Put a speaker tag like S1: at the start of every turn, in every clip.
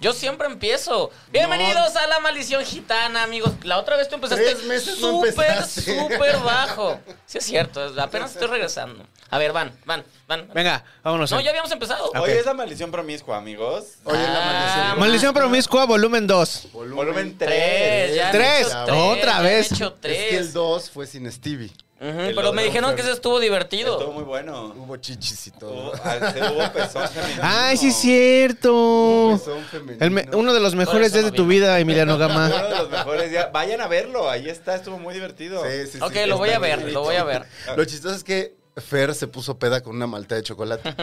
S1: Yo siempre empiezo. Bienvenidos a la maldición gitana, amigos. La otra vez tú empezaste
S2: Tres meses no
S1: súper,
S2: empezaste.
S1: súper bajo. Sí es cierto, es- apenas estoy regresando. A ver, van, van, van.
S3: Venga, vámonos.
S1: No, ya habíamos empezado.
S4: Hoy es la maldición promiscua, amigos.
S2: Hoy es la
S1: Ah,
S2: maldición.
S3: Maldición promiscua, volumen 2.
S2: Volumen,
S4: Volumen 3.
S1: Tres, ya han
S3: Tres,
S1: hecho
S3: otra
S1: ya han
S3: vez.
S1: hecho
S2: Es que el
S1: tres.
S2: 2 fue sin Stevie.
S1: Ujú,
S4: el
S1: pero
S4: otro
S1: me dijeron
S4: fue-
S1: que ese estuvo
S4: Estuvo
S1: divertido.
S4: muy bueno.
S2: Hubo chichis y todo.
S4: Hubo, Oh, al- se hubo pezón femenino.
S3: Ay, sí es cierto.
S2: Son femeninos.
S3: El me- uno de los mejores
S1: Por eso
S3: días de
S1: no
S3: tu
S1: vino.
S3: vida, Emiliano
S4: Fue
S3: Gama.
S4: Uno de los mejores días. Vayan a verlo, ahí está, estuvo muy divertido.
S2: Sí, sí, sí,
S1: Ok, lo
S2: está
S1: voy a
S2: bien.
S1: ver, lo voy a ver.
S2: Lo chistoso es que Fer se puso peda con una malta de chocolate.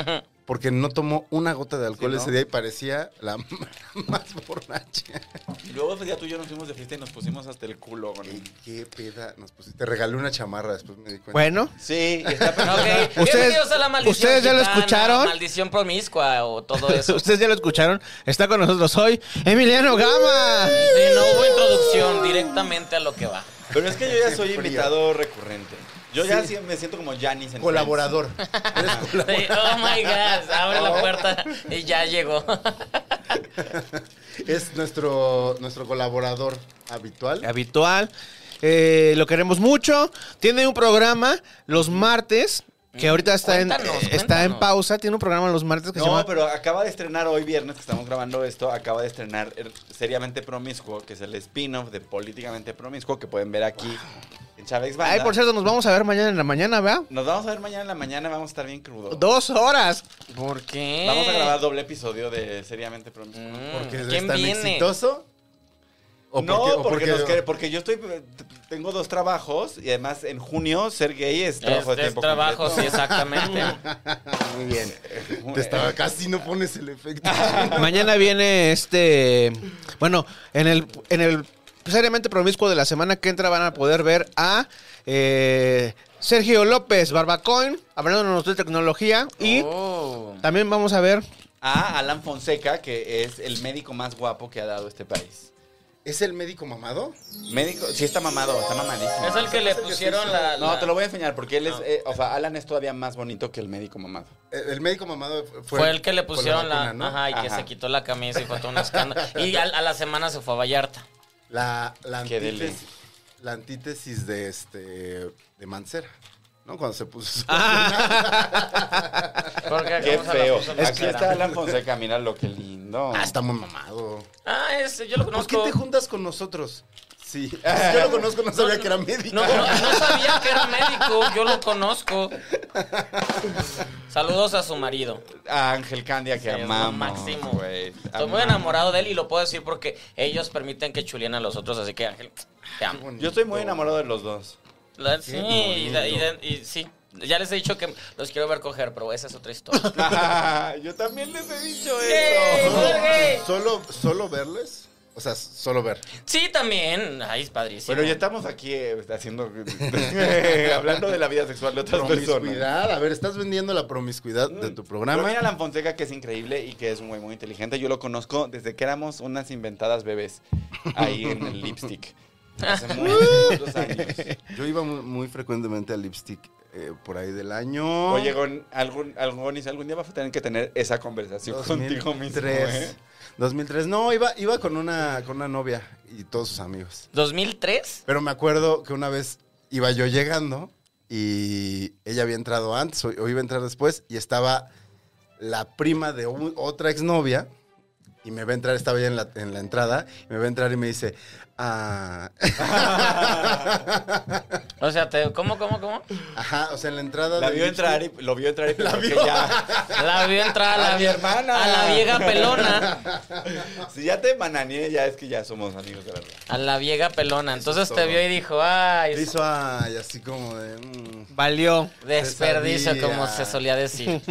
S2: Porque no tomó una gota de alcohol
S4: Sí, ¿no?
S2: ese día y parecía la m- más borracha.
S4: Y Luego ese día tú y yo nos fuimos de fiesta y nos pusimos hasta el culo. con-
S2: ¿Qué, qué peda nos pusiste. Te regalé una chamarra, después me di cuenta.
S3: Bueno,
S4: Sí, y está
S1: Ok,
S4: perfecto.
S3: ¿Ustedes-
S1: bienvenidos a la maldición
S3: ustedes ya lo
S1: gitana,
S3: escucharon?
S1: Maldición promiscua o todo eso. Sí,
S3: ustedes ya lo escucharon. Está con nosotros hoy Emiliano Gama.
S1: no hubo introducción directamente a lo que va.
S4: Pero es que yo ya
S2: Qué
S4: soy
S2: frío.
S4: invitado recurrente. Yo ya
S2: Sí.
S4: sí me siento como Janis en
S2: Colaborador. Eres colaborador.
S1: Sí, oh my god, abre la puerta y ya llegó.
S2: Es nuestro, nuestro colaborador habitual.
S4: Ah.
S3: Habitual. Eh, lo queremos mucho. Tiene un programa los martes. Que ahorita está, en,
S1: Mm, Cuéntanos,
S3: eh, está
S1: cuéntanos.
S3: en pausa. Tiene un programa los martes que se
S4: No,
S3: llama.
S4: pero acaba de estrenar hoy viernes, que estamos grabando esto, acaba de estrenar er, Seriamente Promiscuo, que es el spin-off de Políticamente Promiscuo, que pueden ver aquí en Chávez Banda.
S3: Ay, por cierto, nos vamos a ver mañana en la mañana, ¿verdad?
S4: Nos vamos a ver mañana en la mañana, vamos a estar bien crudos.
S3: Dos horas.
S1: ¿Por qué?
S4: Vamos
S2: Eh.
S4: a grabar doble episodio de Seriamente Promiscuo.
S1: Mm,
S2: Porque es
S1: ¿Quién
S2: tan
S1: viene?
S2: exitoso. ¿O
S4: no,
S2: porque-
S4: porque,
S2: o
S4: nos quer- porque yo estoy t- tengo dos trabajos y además en junio ser gay es trabajo
S1: Este
S4: de
S1: es
S4: tiempo
S1: trabajo, sí,
S4: completo.
S1: exactamente.
S2: Muy bien. Te estaba casi no pones el efecto.
S3: Mañana viene este. Bueno, en el, en el seriamente promiscuo de la semana que entra van a poder ver a eh, Sergio López Barbacoin hablándonos de tecnología. Y
S1: Oh.
S3: también vamos a ver.
S4: A Alan Fonseca, que es el médico más guapo que ha dado este país.
S2: ¿Es el médico mamado?
S4: Médico, sí está mamado, está mamadísimo.
S1: Es el que le pusieron la,
S4: No,
S1: la-
S4: te lo voy a enseñar porque él es, eh, o sea, Alan es todavía más bonito que el médico mamado.
S2: Eh, El, el médico mamado fue,
S1: Fue el que le pusieron
S2: la
S1: la,
S2: vacuna, ¿no?
S1: ajá, y que
S4: Ajá.
S1: se quitó la camisa y fue todo un escándalo. Y a, a la semana se fue a Vallarta.
S2: La, la
S4: Qué deli.
S2: antítesis, la antítesis de este de Mancera, ¿no? Cuando se puso su
S1: Ah. Porque
S4: Qué
S1: acabamos a la
S4: feo.
S1: puso Ah, en la
S4: Aquí
S1: cara.
S4: está Alan Fonseca, mira lo que lindo.
S2: Ah, está muy mamado.
S1: Ah, ese, yo lo
S2: ¿Por
S1: conozco.
S2: qué te juntas con nosotros? Sí. Yo lo conozco, no sabía que era médico.
S1: No, no, no sabía que era médico, yo lo conozco. Saludos a su marido.
S4: A Ángel Candia que
S1: Sí, es lo
S4: amamos.
S1: máximo.
S4: güey.
S1: Estoy muy
S4: Amamos.
S1: enamorado de él y lo puedo decir porque ellos permiten que chulien a los otros, así que Ángel, te amo.
S4: Yo estoy muy enamorado de los dos.
S1: La- sí, y, da- y da- y sí. Ya les he dicho que los quiero ver coger, pero esa es otra historia.
S4: Yo también les he dicho
S1: ¡Yay,
S4: eso.
S1: Jorge!
S2: Solo, solo verles, o sea, solo ver.
S1: Sí, también. Ay, es padrísimo.
S4: Bueno, ya estamos aquí eh, haciendo hablando de la vida sexual de otras personas.
S2: Promiscuidad, a ver, estás vendiendo la promiscuidad de tu
S4: Pero
S2: programa.
S4: mira Alan Fonseca que es increíble y que es muy muy inteligente. Yo lo conozco desde que éramos unas inventadas bebés ahí en el lipstick. Hace muchos años.
S2: Yo iba muy, muy frecuentemente al lipstick eh, por ahí del año.
S4: Oye, Gon, algún, algún, algún día vas a tener que tener esa conversación contigo mismo. ¿eh?
S2: 2003. No, iba, iba con, una, con una novia y todos sus amigos.
S1: ¿2003?
S2: Pero me acuerdo que una vez iba yo llegando y ella había entrado antes o, o iba a entrar después y estaba la prima de u- otra exnovia Y me ve entrar, estaba ya en la, en la entrada, y me ve entrar y me dice, ah.
S1: O sea, te, ¿cómo, cómo, cómo?
S2: Ajá, o sea, en la entrada.
S4: La
S2: del
S4: vio
S2: disco-
S4: entrar y lo vio entrar y
S2: La
S4: pensó que
S2: vio.
S4: ya.
S1: La vio entrar a la,
S4: A mi
S1: vie-
S4: hermana.
S1: A la vieja pelona.
S4: Si ya te bananeé, ya es que ya somos amigos de verdad.
S1: A la vieja pelona. Entonces
S2: es
S1: te
S2: todo.
S1: vio y dijo, ay,
S2: Le hizo, ay, así como de. mm.
S3: Valió.
S1: desperdicio,
S2: Pesadilla.
S1: como se solía decir.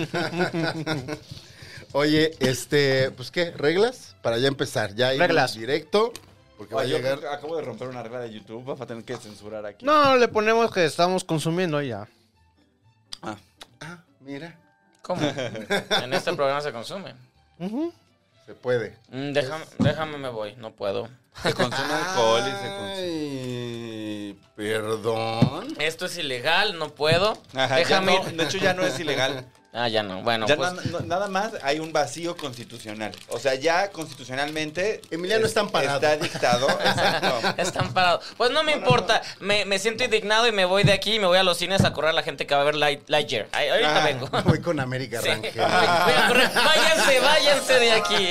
S2: Oye, este, pues qué, reglas para ya empezar, ya ir
S3: Reglas.
S2: directo, porque va a
S4: Oye, Ah, yo
S2: llegar.
S4: creo que acabo de romper una regla de YouTube, vas a tener que censurar aquí.
S3: No, no, le ponemos que estamos consumiendo y ya.
S4: Ah,
S2: Ah, mira,
S1: ¿Cómo? En este programa se consume.
S2: se puede.
S1: Mm, déjame, déjame, me voy. No puedo.
S4: se consume alcohol y se consume.
S2: Ay, perdón.
S1: Esto es ilegal, no puedo.
S4: Ajá, ya
S1: déjame
S4: no,
S1: ir.
S4: de hecho, ya no es ilegal.
S1: Ah, ya no. Bueno,
S4: ya
S1: pues.
S4: na- no- nada más hay un vacío constitucional. O sea, ya constitucionalmente.
S2: Emiliano está amparado.
S4: Está dictado. Exacto.
S1: Están parados. Pues no me importa. Me, me siento indignado y me voy de aquí y me voy a los cines a correr a la gente que va a ver Light, Lightyear. Ay, ahorita
S4: Ah,
S1: vengo.
S2: Voy con América
S1: Sí.
S2: Rangel.
S1: Voy a correr. Váyanse, váyanse de aquí.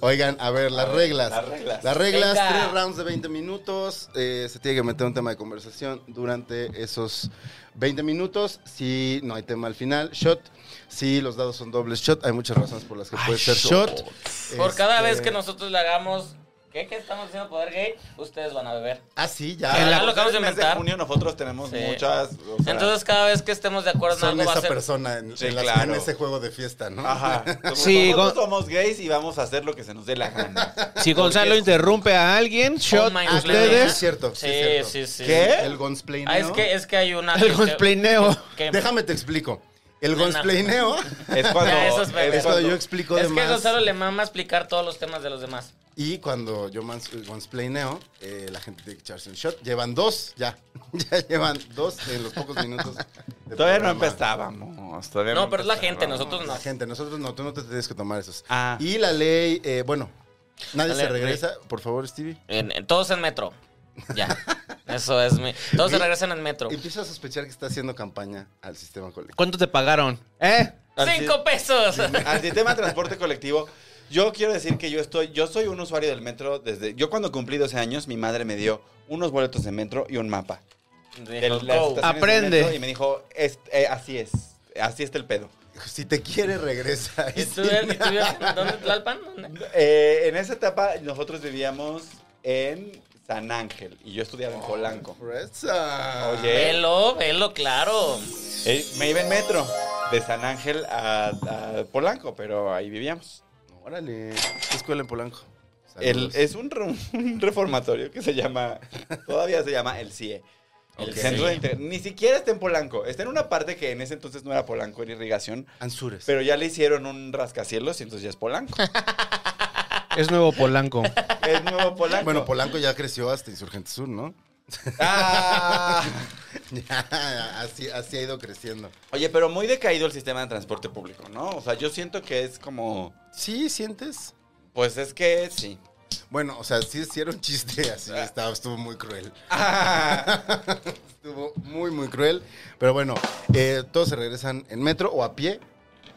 S2: Oigan, a ver, las reglas.
S4: las reglas.
S2: Las reglas,
S1: Venga.
S2: tres rounds de 20 minutos. eh, se tiene que meter un tema de conversación durante esos 20 minutos. Si no hay tema al final, shot. Si los dados son dobles shot, hay muchas razones por las que puede ser shot.
S1: Por cada
S2: Este,
S1: vez que nosotros le hagamos. ¿Qué, qué estamos haciendo poder gay? Ustedes van a beber.
S2: Ah, sí,
S1: En
S2: ya.
S1: la- lo acabas de
S4: En el mes
S1: inventar.
S4: junio nosotros tenemos
S1: Sí.
S4: muchas. o sea,
S1: Entonces, cada vez que estemos de acuerdo en
S2: Son
S1: algo, va a
S2: esa
S1: ser.
S2: persona en,
S4: Sí,
S2: en las-
S4: claro.
S2: en ese juego de fiesta, ¿no? Ah,
S4: Ajá. Somos-
S3: Sí,
S4: nosotros
S3: Gon-
S4: somos gays y vamos a hacer lo que se nos dé la gana.
S3: Si Gonzalo interrumpe a alguien, shot
S1: my
S3: a
S2: Sí, es
S3: ustedes.
S2: cierto. Sí,
S1: Sí,
S2: es cierto.
S1: sí, sí.
S4: ¿Qué?
S2: El gonsplaneo.
S1: Ah, es que, es que hay una.
S3: El gosplaneo.
S1: que-
S2: Déjame te explico.
S1: No,
S2: El
S1: no.
S2: gonsplaneo
S4: Es cuando.
S1: Ya, eso es bebé.
S2: es cuando yo explico de
S1: Es que
S2: más.
S1: Gonzalo le mama explicar todos los temas de los demás.
S2: Y cuando yo mans- mansplaineo, eh, la gente tiene que echarse un shot. Llevan dos, ya. ya llevan dos en los pocos minutos. de
S4: Todavía no
S2: programa.
S4: empezábamos. Todavía
S1: No, pero es la
S4: empezábamos.
S1: gente, nosotros no.
S2: La gente, nosotros no, tú no te tienes que tomar esos.
S4: Ah.
S2: Y la ley, eh, bueno,
S1: La
S2: nadie
S1: ley-
S2: se regresa. Por favor, Stevie.
S1: En- en- todos en metro. Ya. Eso es mi. Todos se regresan en metro.
S2: Empiezo a sospechar que está haciendo campaña al sistema colectivo.
S3: ¿Cuánto te pagaron? ¿Eh?
S4: Así-
S1: ¡Cinco pesos!
S4: Al sistema de transporte colectivo, yo quiero decir que yo estoy, yo soy un usuario del metro desde, yo cuando cumplí 12 años, mi madre me dio unos boletos de metro y un mapa. de
S1: Dijo,
S4: las
S1: "Go".
S4: estaciones del
S3: Aprende.
S4: metro y me dijo, "Es- eh, así es, así está el pedo.
S2: Si te quiere, regresa.
S1: ¿Y tú, y tú, ¿Dónde? ¿Tlalpan? ¿Dónde?
S4: Eh, en esa etapa nosotros vivíamos en San Ángel y yo estudiaba en Polanco.
S1: Oh,
S2: Regresa.
S4: Oye.
S1: Velo, velo, claro.
S4: Eh, me iba en metro de San Ángel a, a Polanco, pero ahí vivíamos.
S2: Órale. ¿Qué escuela en Polanco?
S4: El-
S2: Saludos.
S4: es un, re- un reformatorio que se llama, todavía se llama el CIE. El
S2: Ok.
S4: centro de Inter- Ni siquiera está en Polanco. Está en una parte que en ese entonces no era Polanco, era irrigación.
S2: Anzures.
S4: Pero ya le hicieron un rascacielos y entonces ya es Polanco.
S3: Es nuevo Polanco.
S4: es nuevo Polanco.
S2: Bueno, Polanco ya creció hasta Insurgente Sur, ¿no?
S4: Ah.
S2: Ya, así, así ha ido creciendo.
S4: Oye, pero muy decaído el sistema de transporte público, ¿no? O sea, yo siento que es como.
S2: ¿Sí sientes?
S4: Pues es que sí.
S2: Bueno, o sea, sí, sí era un chiste, así estaba, estuvo muy cruel.
S4: Ah.
S2: estuvo muy, muy cruel. Pero bueno, eh, todos se regresan en metro o a pie,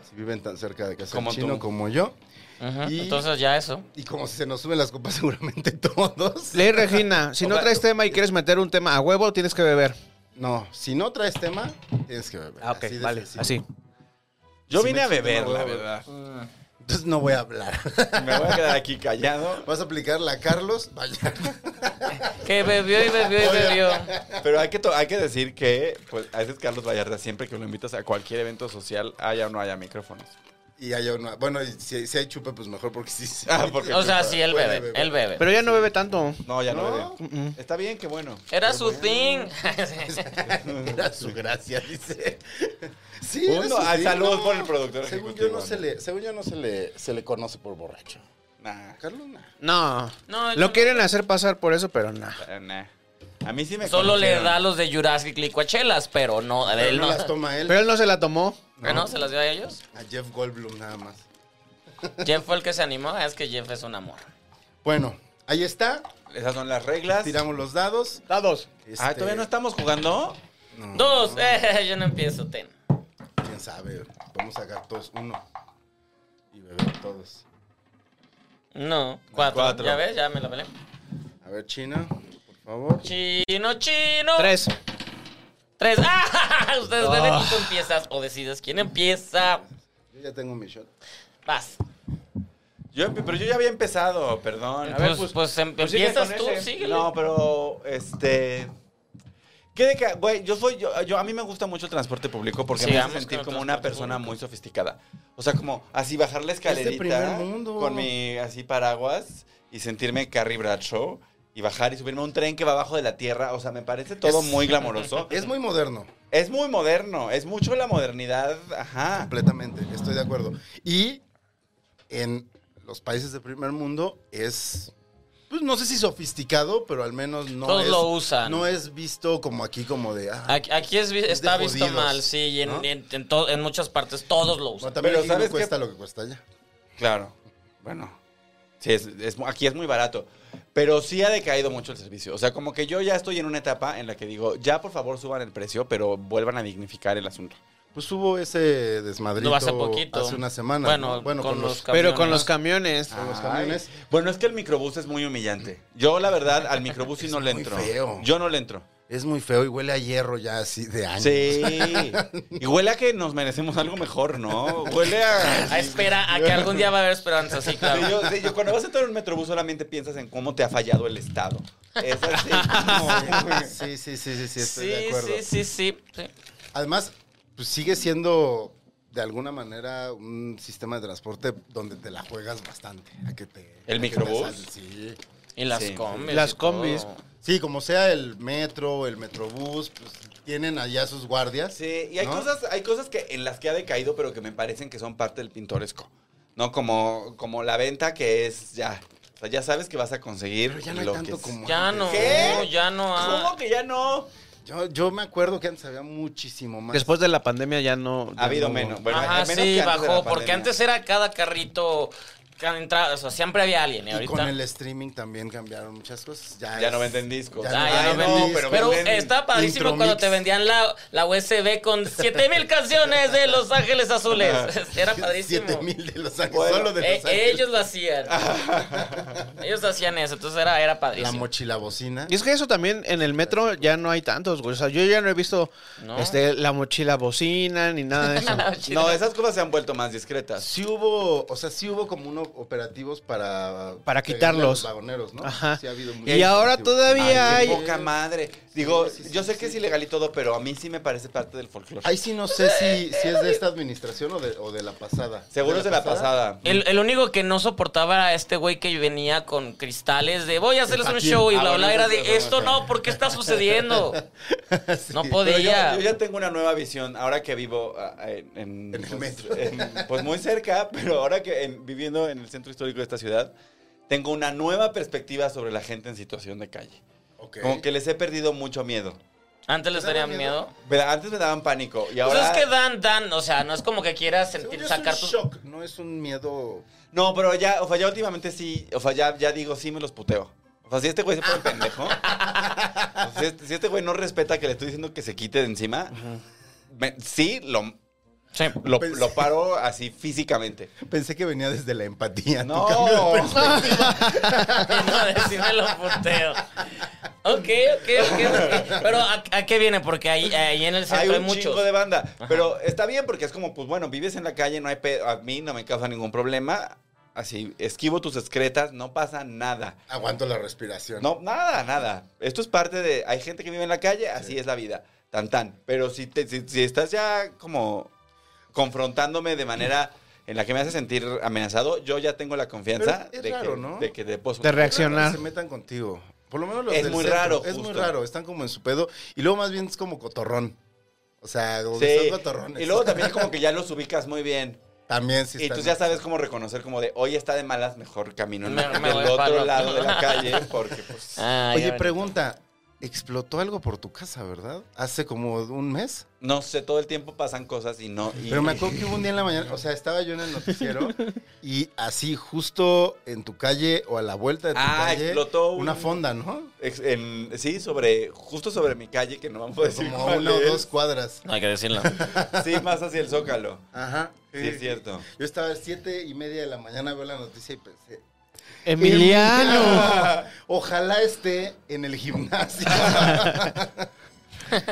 S2: si viven tan cerca de casa
S4: Como
S2: del chino
S4: tú.
S2: como yo.
S1: Ujú,
S2: Y-
S1: Entonces ya eso.
S2: Y como se nos suben las copas seguramente todos.
S3: Ley Regina, si no traes tema y quieres meter un tema a huevo, tienes que beber.
S2: No, si no traes tema, tienes que beber.
S3: Ah, ok,
S2: Así de
S3: vale,
S2: sencillo.
S3: así.
S4: Yo
S2: Si
S4: vine
S2: me
S4: a beber,
S2: extiendo,
S4: la
S2: voy a beber.
S4: verdad.
S2: Entonces no voy a hablar.
S4: Me voy a quedar aquí callado.
S2: Vas a aplicar la Carlos, vaya.
S1: Que bebió y bebió y bebió.
S4: Pero hay que, to- hay que decir que, pues, a veces Carlos Vallarta, siempre que lo invitas a cualquier evento social, haya o no haya micrófonos.
S2: Y hay una. Bueno, y si, si hay chupe, pues mejor porque sí. sí.
S4: Ah, porque-
S1: O sea,
S2: puede-
S1: sí, él
S2: puede
S1: bebe.
S2: beber.
S1: Él bebe.
S3: Pero ya no bebe tanto.
S4: No, ya no,
S2: No.
S4: bebé. Está bien, qué bueno.
S1: Era su thing.
S2: Era su gracia, dice. Sí,
S4: Uno,
S2: era su
S4: ah,
S2: sí,
S4: salud
S2: no.
S4: por el productor
S2: Según
S4: ejecutivo,
S2: yo no
S4: ¿no?
S2: se le, según yo no se le, se le conoce por borracho.
S4: Nah,
S2: Carlos, nah.
S3: No.
S1: No, yo
S3: Lo
S1: no.
S3: quieren hacer pasar por eso, pero no.
S4: eh, nah. A mí sí me
S1: Solo le
S4: conocieron.
S1: da los de Jurassic Licuachelas, pero no.
S2: Pero
S1: él
S2: no
S1: no.
S2: las toma él.
S3: Pero él no se la tomó.
S1: Ah, no, se las dio a ellos.
S2: A Jeff Goldblum nada más.
S1: Jeff fue el que se animó. Ah, Es que Jeff es un amor.
S2: Bueno, ahí está.
S4: Esas son las reglas.
S2: Tiramos los dados.
S3: Dados.
S4: Ah, todavía
S2: Este,
S4: no estamos jugando.
S1: Dos. Eh, yo no empiezo, ten.
S2: Quién sabe. Vamos a sacar todos uno. Y beber todos.
S1: No, cuatro.
S4: Cuatro.
S1: Ya ves, ya me la pelé.
S2: A ver, China, por favor.
S1: Chino, chino.
S3: Tres.
S1: Tres. ¡Ah! Ustedes ven y tú empiezas o decides quién empieza.
S2: Yo ya tengo mi shot.
S1: Vas.
S4: Yo, empe- pero yo ya había empezado, perdón.
S1: A ver, pues, pues, em-
S4: sigue
S1: empiezas
S4: con
S1: tú,
S4: ese.
S1: síguele.
S4: No, pero, este... ¿Qué de que, güey, yo soy, yo, yo- a mí me gusta mucho el transporte público porque
S1: Sigamos
S4: me hace sentir
S1: con el
S4: como una
S1: transporte
S4: persona
S1: público.
S4: muy sofisticada. O sea, como así bajar la
S2: primer
S4: escalerita
S2: mundo.
S4: con mi así paraguas y sentirme Carrie Bradshaw y bajar y subirme a un tren que va abajo de la tierra. O sea, me parece todo
S2: Es-
S4: muy glamoroso.
S2: Es muy moderno,
S4: Es muy moderno, es mucho la modernidad, ajá.
S2: completamente, estoy de acuerdo. Y en los países del primer mundo es, pues no sé si sofisticado, pero al menos no
S1: Todos
S2: es...
S1: lo usan.
S2: No es visto como aquí, como de... ah,
S1: Aquí, aquí es vi-
S2: de
S1: está visto
S2: jodidos,
S1: mal, sí, y en,
S2: ¿no?
S1: en- en to- en muchas partes todos lo
S2: bueno,
S1: usan.
S2: también
S4: Pero
S2: aquí no
S4: ¿sabes qué?
S2: cuesta lo que cuesta allá.
S4: Claro. Bueno. Sí, es, es- aquí es muy barato. Pero sí ha decaído mucho el servicio. O sea, como que yo ya estoy en una etapa en la que digo, ya por favor suban el precio, pero vuelvan a dignificar el asunto.
S2: Pues hubo ese desmadrito
S1: No, hace poquito.
S2: hace una semana.
S1: Bueno,
S2: ¿no? bueno
S1: con, los,
S3: Pero con
S1: camiones.
S3: los camiones. Ah.
S2: Con los camiones.
S4: Ay. Bueno, es que el microbús es muy humillante. Yo, la verdad, al microbús sí no le
S2: muy
S4: entro.
S2: feo.
S4: Yo no le entro.
S2: Es muy feo y huele a hierro ya así de años.
S4: Sí. Y huele a que nos merecemos algo mejor, ¿no? Huele a...
S1: Ah, espera, a que algún día va a haber esperanza, sí,
S4: Sí,
S1: claro.
S4: yo, sí, yo cuando vas a entrar en un metrobús solamente piensas en cómo te ha fallado el Estado. Es así. como-
S2: Sí, sí, sí, sí, sí, estoy
S1: Sí,
S2: de acuerdo.
S1: sí, sí, sí, sí.
S2: Además, pues sigue siendo de alguna manera un sistema de transporte donde te la juegas bastante. A que te, a que te
S4: microbús?
S2: asalten, sí.
S1: Y las
S4: Sí.
S1: combis.
S3: Las
S1: y
S3: combis.
S1: todo.
S2: Sí, como sea el metro, el metrobús, pues tienen allá sus guardias.
S4: Sí, y hay
S2: ¿no?
S4: cosas, hay cosas que, en las que ha decaído, pero que me parecen que son parte del pintoresco. ¿No? Como, como la venta que es ya. O sea, ya sabes que vas a conseguir.
S2: Pero ya no hay
S4: lo
S2: tanto
S4: que-
S2: como
S1: Ya
S2: antes.
S1: no,
S4: ¿Qué?
S1: ya no hay.
S4: ¿Cómo que ya no?
S2: Yo, yo me acuerdo que antes había muchísimo más.
S3: Después de la pandemia ya no. ya
S4: Ha habido
S3: no-
S4: menos. Bueno,
S1: Ajá,
S4: al menos
S1: sí,
S4: que antes de la
S1: bajó, porque
S4: pandemia.
S1: antes era cada carrito que entraba, o sea, siempre había alguien, y
S2: y
S1: ahorita...
S2: con el streaming también cambiaron muchas cosas. Ya,
S4: Ya
S2: es-
S4: no venden discos.
S1: Ah,
S2: no
S1: ya
S4: Ay,
S1: no
S2: hay
S1: venden.
S2: discos.
S4: pero
S1: pero
S4: venden
S1: estaba padrísimo
S2: Intromix.
S1: cuando te vendían la, la USB con 7000 canciones de Los Ángeles Azules. Era padrísimo.
S2: 7000 de los años,
S4: Bueno,
S2: solo de
S1: Eh,
S2: los años.
S1: ellos lo hacían. ellos hacían eso, entonces era, era
S2: La
S1: padrísimo.
S2: mochila bocina.
S3: Y es que eso también en el metro ya no hay tantos, güey. O sea, yo ya no he visto
S1: No.
S3: este, la mochila bocina ni nada de eso.
S4: No, esas cosas se han vuelto más discretas.
S2: Sí hubo, o sea, sí hubo como unos operativos para...
S3: Para
S2: pegarle
S3: quitarlos.
S2: a los vagoneros, ¿no?
S3: Ajá.
S2: Sí ha habido muchos
S3: y ahora
S2: operativos.
S3: todavía hay.
S4: Ay, qué poca madre. Digo,
S2: eh. sí, sí,
S4: yo sé
S2: sí,
S4: que es
S2: sí.
S4: ilegal y todo, pero a mí sí me parece parte del folclore.
S2: Ahí sí no sé si, si es de esta administración o de, o de la pasada.
S4: Seguro es de la pasada.
S1: El, el único que no soportaba era este güey que venía con cristales de voy a hacerles un
S2: Joaquín.
S1: show y
S4: Ah,
S1: bla
S4: bueno,
S1: bla. Era
S4: eso es
S1: de esto
S4: bueno.
S1: no, ¿por qué está sucediendo? No
S4: Pero yo,
S1: podía.
S4: yo ya tengo una nueva visión. Ahora que vivo ah, en, en-
S2: En el
S4: pues,
S2: metro.
S4: en- pues muy cerca, pero ahora que en- viviendo en el centro histórico de esta ciudad, tengo una nueva perspectiva sobre la gente en situación de calle.
S2: Ok.
S4: Como que les he perdido mucho miedo.
S1: Antes les
S2: ¿Te daba
S1: tenía
S2: miedo?
S1: miedo.
S4: Pero Antes me daban pánico y
S1: Pues
S4: ahora...
S1: es que dan, dan, o sea, no es como que quieras
S2: Según
S1: sentir,
S2: yo
S1: sacar
S2: es un
S1: tus...
S2: shock, no es un miedo...
S4: No, pero ya, o sea, ya últimamente sí, o sea, ya, ya digo, sí me los puteo. O sea, si este güey se pone pendejo, o sea, si, este, si este güey no respeta que le estoy diciendo que se quite de encima, me- sí lo,
S1: Sí.
S4: lo,
S2: Pensé-
S4: lo paro así físicamente.
S2: Pensé que venía desde la empatía. tu
S4: No.
S2: cambio de perspectiva.
S1: no decirme lo puteo. Ok, ok, ok. Pero ¿a, a qué viene? Porque ahí, ahí en el
S4: Hay
S1: centro hay,
S4: un
S1: muchos.
S4: chingo de banda. Pero está bien porque es como, pues bueno, vives en la calle, no hay pedo. A mí no me causa ningún problema. Así, esquivo tus excretas, no pasa nada.
S2: Aguanto la respiración.
S4: No, nada, nada. Esto es parte de. Hay gente que vive en la calle, así es la vida. Tan, tan. Pero si, te- si, si estás ya como confrontándome de manera en la que me hace sentir amenazado, yo ya tengo la confianza
S2: Pero es
S4: de,
S2: raro,
S4: que,
S2: ¿no?
S4: de que te puedo-
S3: De
S2: Es raro
S3: reaccionar.
S2: que Se metan contigo. Por lo menos los
S4: Es
S2: del
S4: muy
S2: centro.
S4: raro,
S2: Es
S4: justo.
S2: muy raro. Están como en su pedo. Y luego más bien es como cotorrón. O sea, como que
S4: Sí.
S2: son cotorrones.
S4: Y luego también como que ya los ubicas muy bien.
S2: También sí
S4: Y tú
S2: están-
S4: ya sabes cómo reconocer, como de hoy está de malas, mejor camino
S1: Me-
S4: del
S1: me voy para
S4: otro
S1: el
S4: lado
S1: otro
S4: de
S1: lado.
S4: la calle, porque pues.
S1: Ah, ya
S2: Oye,
S1: ven.
S2: pregunta. Explotó algo por tu casa, ¿verdad? Hace como un mes.
S4: No sé, todo el tiempo pasan cosas y no. y-
S2: Pero me acuerdo que hubo un día en la mañana, o sea, estaba yo en el noticiero y así justo en tu calle o a la vuelta de tu
S4: Ah,
S2: calle.
S4: explotó un-
S2: una fonda, ¿no?
S4: Ex- en- sí, sobre, justo sobre mi calle, que no vamos a decir
S2: Como a
S4: cuál
S2: una o
S4: es.
S2: dos cuadras.
S1: No hay que decirlo.
S4: Sí, más hacia el Zócalo.
S2: Ajá.
S4: Sí, es cierto.
S2: Yo estaba a las siete y media de la mañana, veo la noticia y pensé,
S3: Emiliano.
S2: Ojalá esté en el gimnasio.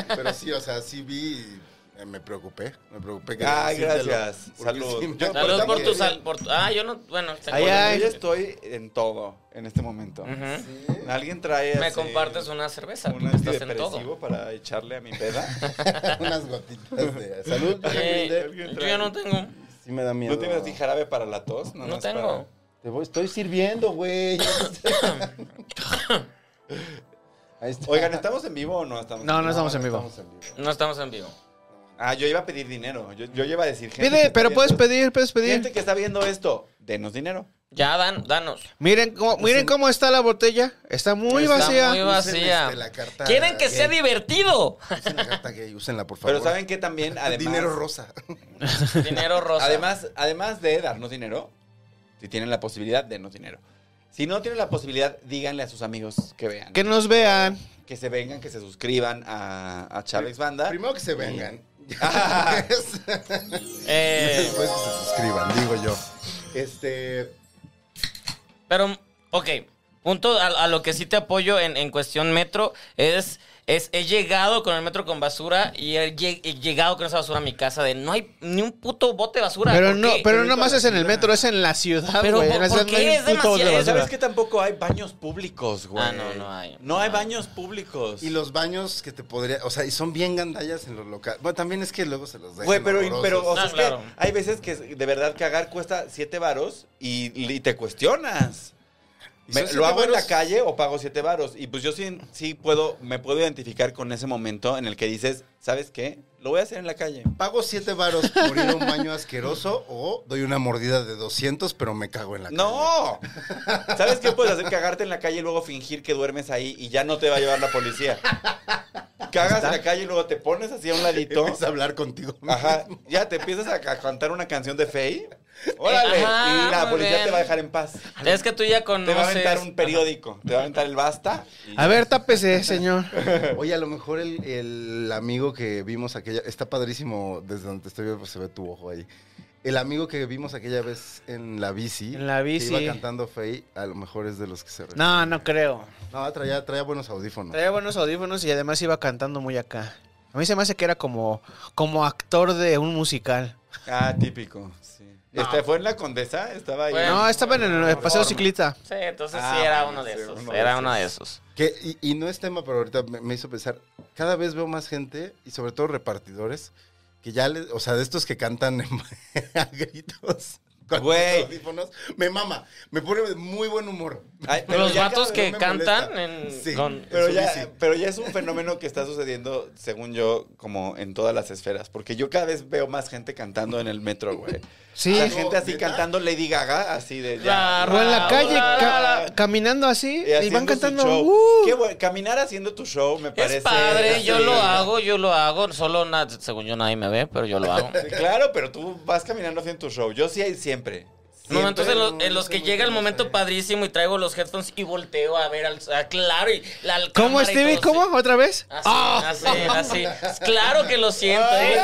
S2: Pero sí, o sea, sí vi y eh, me preocupé. Me preocupé que.
S4: Ay,
S2: decírtelo,
S4: gracias.
S2: porque
S4: Salud.
S2: sí me
S4: Yo-
S1: Salud
S2: importa
S1: por tu
S2: mucho.
S1: sal. Por tu- ah, yo no. Bueno, está
S3: Ay,
S1: bien.
S3: ay.
S4: Yo estoy en todo en este momento.
S1: Ujú.
S4: Alguien trae.
S1: Me
S4: así
S1: compartes una cerveza.
S4: un
S1: tú que estás en
S4: antidepresivo
S1: todo.
S4: para echarle a mi peda.
S2: Unas gotitas de salud. yo
S1: Eh,
S2: brindé.
S4: Alguien
S1: yo ya no tengo.
S2: Sí me da miedo.
S4: ¿No tienes así jarabe para la tos? Nada
S1: No
S4: más
S1: tengo.
S2: Te voy- estoy sirviendo, güey. Ahí está.
S4: para- Oigan, ¿estamos en vivo o no estamos?
S3: No, no estamos en vivo.
S2: Estamos en vivo.
S1: No estamos en vivo.
S4: Ah, yo iba a pedir dinero. Yo, yo iba a decir gente. que
S3: Pide,
S4: está
S3: pero
S4: viendo
S3: puedes
S4: esto.
S3: pedir, puedes
S4: Gente
S3: pedir.
S4: que está viendo esto, denos dinero.
S1: Ya, dan, danos.
S3: Miren cómo, miren cómo está la botella. Está muy
S1: Está
S3: vacía.
S1: muy
S2: Usen,
S1: vacía.
S2: este, la carta
S1: Quieren que sea
S2: gay.
S1: divertido.
S2: Usen la carta gay, úsenla, por favor.
S4: Pero ¿saben que también? Además,
S2: Dinero rosa.
S1: Dinero rosa.
S4: Además, además de darnos dinero, si tienen la posibilidad, denos dinero. Si no tienen la posibilidad, díganle a sus amigos que vean.
S3: Que nos vean.
S4: Que se vengan, que se suscriban a, a Chávez Banda.
S2: Primero que se vengan.
S4: Ah.
S2: Y
S1: Eh,
S2: después que se suscriban, digo yo. Este.
S1: pero, ok. Punto a, a lo que sí te apoyo en, en cuestión metro es, es he llegado con el metro con basura y he, lle- he llegado con esa basura a mi casa de no hay ni un puto bote de basura.
S3: Pero
S1: ¿por
S3: no,
S1: qué?
S3: pero no más es en el metro, es en la ciudad,
S1: Pero
S3: güey.
S1: ¿por-
S3: En la
S1: por
S3: ciudad no
S1: qué?
S3: hay un
S1: Es
S3: puto de
S1: demasiado-
S3: basura.
S4: ¿Sabes que tampoco hay baños públicos, güey?
S1: Ah, no, no hay.
S4: No hay
S1: No hay.
S4: baños públicos.
S2: Y los baños que te podría. O sea, y son bien gandallas en los locales. Bueno, también es que luego se los dejan.
S4: Güey, pero,
S2: horrorosos.
S4: pero o sea,
S1: Ah,
S4: es que
S1: claro.
S4: hay veces que de verdad cagar cuesta siete varos y, y te cuestionas.
S2: ¿Y
S4: Me-
S2: son siete
S4: ¿Lo hago en la
S2: varos?
S4: calle o pago siete varos? Y pues yo sí, sí puedo, me puedo identificar con ese momento en el que dices, ¿sabes qué? Lo voy a hacer en la calle.
S2: ¿Pago siete varos por ir a un baño asqueroso o doy una mordida de 200 pero me cago en la
S4: ¡No! ¿Sabes qué puedes hacer? Cagarte en la calle y luego fingir que duermes ahí y ya no te va a llevar la policía. Cagas en la calle y luego te pones así a un ladito.
S2: Empieza a hablar contigo.
S4: Ajá, ya te empiezas a ca- cantar una canción de Fey.
S2: Eh,
S4: Órale,
S1: Ajá,
S4: y la
S1: muy
S4: policía
S1: bien.
S4: te va a dejar en paz.
S1: Es que tú ya conoces.
S4: Te va a aventar un periódico, te va a aventar el basta. y-
S3: A ver, tápese, señor.
S2: Oye, a lo mejor el, el amigo que vimos aquella... Está padrísimo desde donde te estoy viendo, pues, se ve tu ojo ahí. El amigo que vimos aquella vez en la bici.
S3: En la bici.
S2: Que iba cantando Fey, a lo mejor es de los que se... re-
S3: No, no creo.
S2: No, traía, traía buenos audífonos.
S3: Traía buenos audífonos y además iba cantando muy acá. A mí se me hace que era como, como actor de un musical.
S4: Ah, típico. Sí. Este, ¿Fue en la condesa? Estaba ahí.
S1: Bueno.
S3: No, estaba en el eh, paseo ciclista.
S1: Sí, entonces
S4: Ah,
S1: sí era
S4: bueno,
S1: uno de
S4: sí,
S1: esos.
S4: uno de
S1: era
S4: esos.
S1: uno de esos.
S2: Que, y, y no es tema, pero ahorita me, me hizo pensar, cada vez veo más gente, y sobre todo repartidores, que ya les, o sea, de estos que cantan en- a gritos. con
S4: Güey.
S2: los audífonos, me mama, me pone de muy buen humor.
S4: Ay, pero
S1: pues Los
S4: ya
S1: vatos
S4: cada vez
S1: que
S2: no me
S1: cantan en.
S2: molesta. Sí.
S1: con-
S4: Pero
S2: en su
S4: ya,
S2: bici.
S4: pero ya es un fenómeno que está sucediendo, según yo, como en todas las esferas. Porque yo cada vez veo más gente cantando en el metro, güey.
S3: Sí.
S4: La gente así
S2: ¿Neta?
S4: cantando Lady Gaga, así de...
S1: La
S4: Ya,
S3: O en la calle,
S1: La,
S3: ca-
S4: la, la.
S3: caminando así, y, van
S4: haciendo su
S3: cantando.
S4: show.
S3: ¡uh!
S4: Qué bueno, caminar haciendo tu show me parece...
S1: Es padre, yo
S4: así,
S1: lo
S4: ¿no?
S1: hago, yo lo hago. Solo, na- según yo, nadie me ve, pero yo lo hago.
S4: Sí, Claro, pero tú vas caminando haciendo tu show. Yo sí hay siempre.
S1: No, entonces en los,
S2: no,
S1: en los
S2: yo
S1: que
S2: soy muy
S1: llega el
S2: penosa,
S1: momento
S2: eh.
S1: padrísimo y traigo los headphones y volteo a ver al. a- claro, y la la
S3: ¿Cómo,
S1: cámara y
S3: Stevie?
S1: todo, sí.
S3: ¿Cómo? ¿Otra vez?
S1: Así,
S2: Ah.
S1: así, así. Claro que lo siento, ¿eh?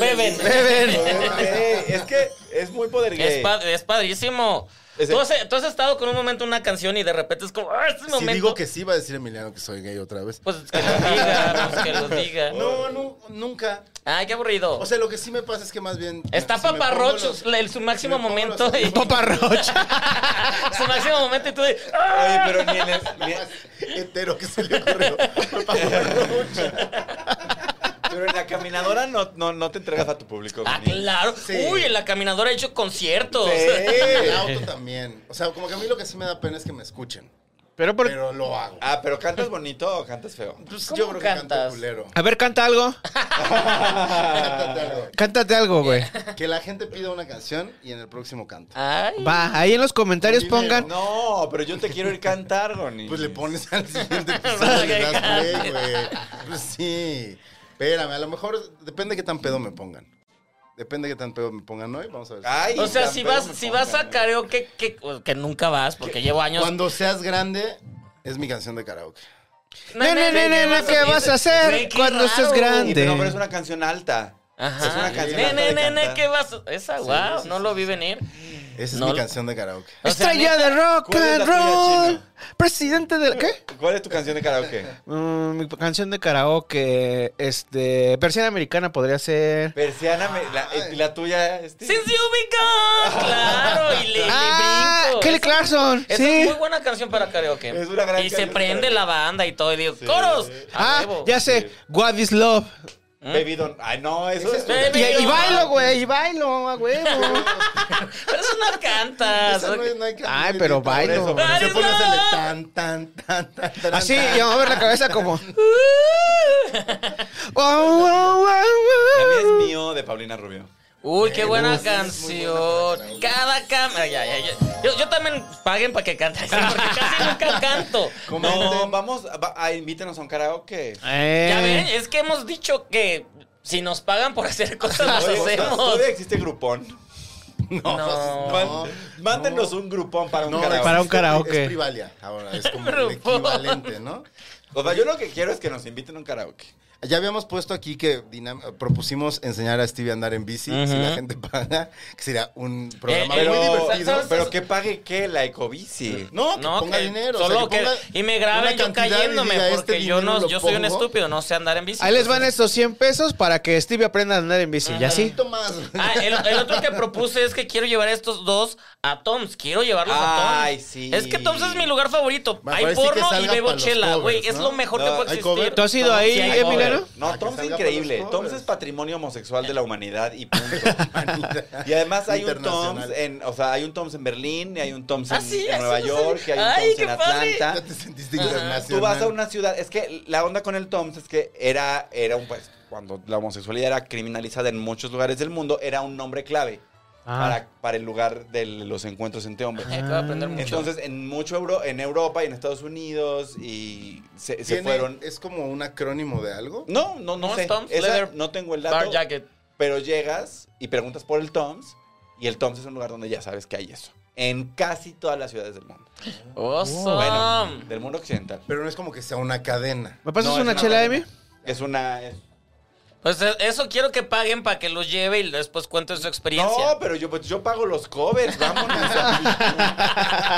S1: Beben.
S4: Ey, es que es muy poder gay.
S1: Es, pa- es padrísimo.
S4: Ese-
S1: ¿Tú has, tú has estado con un momento una canción y de repente es como, ¡ah, este
S2: Si
S1: momento!
S2: digo que sí, va a decir Emiliano que soy gay otra vez.
S1: Pues que lo diga, pues, que lo diga.
S2: No, no, nunca.
S1: Ay, qué aburrido.
S2: O sea, lo que sí me pasa es que más bien...
S1: Está
S2: si me
S1: paparrocho,
S2: pongo los-
S1: el- su máximo
S2: si me pongo los
S1: momento. y-
S2: audífonos-
S3: Paparrocha.
S1: su máximo momento y tú de, ¡ah!
S4: Oye, pero ni en el- ni-
S2: Hetero que se le ocurrió. Paparrocho.
S4: pero en la caminadora no, no, no te entregas a tu público.
S1: Ah,
S4: Benny.
S1: claro.
S2: Sí.
S1: Uy, en la caminadora he hecho conciertos.
S4: Sí.
S2: En el auto también. O sea, como que a mí lo que sí me da pena es que me escuchen.
S3: Pero por...
S2: Pero lo hago.
S4: Ah, pero ¿cantas bonito o cantas feo?
S2: Pues
S1: ¿cómo
S2: yo creo que canto
S1: cantas?
S2: culero.
S3: A ver, canta algo.
S2: Cántate algo.
S3: Cántate algo, güey.
S2: Que la gente pida una canción y en el próximo canta.
S1: Ay.
S3: Va, ahí en los comentarios
S2: Dinero,
S3: pongan...
S4: No, pero yo te quiero ir a cantar, Goni.
S2: Pues le pones al siguiente episodio le das play, güey. Pues sí. Espérame, a lo mejor depende qué tan pedo me pongan. Depende qué tan pedo me pongan hoy. Vamos a ver.
S4: Ay,
S1: O sea,
S4: tan
S1: si
S4: feo
S1: vas,
S4: me
S1: si
S4: pongan,
S1: vas a
S4: ¿eh?
S1: karaoke, que, que nunca vas, porque llevo años.
S2: Cuando seas grande, es mi canción de karaoke.
S3: Ne, ne, ne, ne, ne, ¿qué vas a hacer
S1: Güey, qué
S3: cuando seas
S1: raro.
S4: Sí,
S3: grande?
S4: pero, no, pero es una canción alta.
S1: Ajá.
S4: Es una canción
S1: Ne,
S4: alta
S1: ne,
S4: de
S1: ne, ne,
S4: cantar.
S1: ¿qué vas a Esa, wow, no lo vi venir.
S2: Esa es
S1: No
S2: mi
S1: lo-
S2: canción de karaoke.
S1: O sea,
S3: Estrella
S1: neta,
S3: de rock
S4: ¿cuál es la
S3: and
S4: tuya,
S3: roll. Presidente de la- ¿Qué?
S4: ¿Cuál es tu canción de karaoke?
S3: Mm, mi canción de karaoke, este, persiana americana podría ser.
S4: Persiana, me- la, eh, la tuya, este.
S1: Since you begun, claro, y le, le brinco.
S3: Ah, Kelly
S1: Esa-
S3: Clarkson,
S1: Esa es
S3: sí.
S1: muy buena canción para karaoke.
S4: Es una gran
S1: y se
S4: canción
S1: prende
S4: para
S1: la banda y todo, y digo, ¡coros! A
S3: Ah,
S1: huevo.
S3: ya sé, What is Love.
S4: Baby Don't. Ay, no, eso es.
S1: Baby
S3: Y, y
S1: Don't-
S3: bailo, güey, y bailo, a huevo.
S1: Pero eso no cantas.
S2: Esa no es- no hay que-
S3: Ay, pero
S2: por eso,
S3: bailo.
S2: porque
S1: Ay,
S2: Se pone a hacerle
S1: no.
S2: tan, tan, tan, tan, tan.
S3: Así,
S2: tan.
S3: y a mover la cabeza como.
S1: Uh.
S3: Oh, Wow, wow, wow,
S4: También es
S3: wow.
S4: mío de Paulina Rubio.
S1: Uy,
S2: Eh,
S1: qué buena canción. Cada cámara. Ya, ya, ya. Yo, yo también paguen para que cante. Porque casi nunca canto.
S4: No, vamos, va- ah, invítenos a un karaoke.
S3: Eh,
S1: Ya ven, es que hemos dicho que si nos pagan por hacer cosas, las
S4: Oye,
S1: Ah, hacemos.
S4: ¿Todavía existe grupón?
S1: No.
S4: Man- mándenos un grupón para un
S2: No,
S4: karaoke.
S3: para un
S2: es-
S3: karaoke.
S2: Es Privalia. Ahora es como el
S1: Grupo.
S2: equivalente, ¿no?
S4: O sea, yo lo que quiero es que nos inviten a un karaoke.
S2: Ya habíamos puesto aquí que dinam- propusimos enseñar a Stevie a andar en bici, si la gente paga, que sería un programa
S1: Eh, eh,
S2: muy
S1: pero-
S2: divertido.
S1: ¿sabes?
S4: Pero que pague qué la ecobici.
S2: No, que ponga
S1: que
S2: dinero. o sea,
S1: Solo
S2: que
S1: que,
S2: ponga
S1: y me
S2: una
S1: graben yo
S2: cantidad y
S1: cayéndome
S2: diga,
S1: porque
S2: este
S1: yo
S2: dinero
S1: no
S2: lo
S1: yo soy un
S2: pongo.
S1: estúpido, no sé andar en bici.
S3: Ahí les van estos 100 pesos para que Stevie aprenda a andar en bici, ¿ya sí?
S2: Tantito más.
S1: Ah, el, el otro que propuse es que quiero llevar a estos dos a Tom's. Quiero llevarlos a
S4: Ay,
S1: Tom's.
S4: sí.
S1: Es que Tom's es mi lugar favorito.
S2: Bueno,
S1: hay
S2: parece que
S1: porno y
S2: salga
S1: bebo
S2: pa' los
S1: chela,
S2: covers,
S1: güey. Es
S2: ¿no?
S1: lo mejor
S4: No,
S1: que puede
S2: hay
S1: existir. Eh,
S2: cover.
S3: ¿Tú has ido ahí,
S1: hay cover.
S3: Emiliano?
S4: No,
S2: Ah, que
S4: Tom's es
S2: salga
S4: increíble.
S2: por los
S4: Tom's
S2: pobres.
S4: es patrimonio homosexual de la humanidad y punto. y además hay un Tom's
S2: Internacional.
S1: eh,
S4: en, o sea, hay un Tom's en Berlín, y hay un Tom's
S1: Ah,
S4: en,
S1: sí,
S4: en
S1: así
S4: Nueva
S1: no
S4: York,
S1: sabía.
S4: y hay un
S1: Ay,
S4: Tom's
S1: qué
S4: en
S1: padre.
S4: Atlanta.
S2: Ya te sentiste internacional.
S4: Tú vas a una ciudad, es que la onda con el Tom's es que era, era un pues, cuando la homosexualidad era criminalizada en muchos lugares del mundo, era un nombre clave
S3: Ah.
S4: para, para el lugar de los encuentros entre hombres.
S1: Ay, acabo de aprender mucho.
S4: Entonces, en mucho Euro, en Europa y en Estados Unidos, y se, se
S2: ¿Tiene-
S4: fueron.
S2: ¿Es como un acrónimo de algo?
S4: No, no, no,
S1: No,
S4: sé.
S1: es Tom's
S4: Esa
S1: Leather
S4: no tengo el
S1: Bar
S4: dato.
S1: Jacket.
S4: Pero llegas y preguntas por el Tom's, y el Tom's es un lugar donde ya sabes que hay eso. En casi todas las ciudades del mundo.
S1: Awesome.
S4: Bueno, del mundo occidental.
S2: Pero no es como que sea una cadena.
S3: ¿Me pasas
S4: No, es
S3: una chela, Emi?
S4: Es una. es-
S1: Pues eh, eso quiero que paguen para que los lleve y después cuenten su experiencia.
S4: No, pero yo, pues, yo pago los covers, vámonos.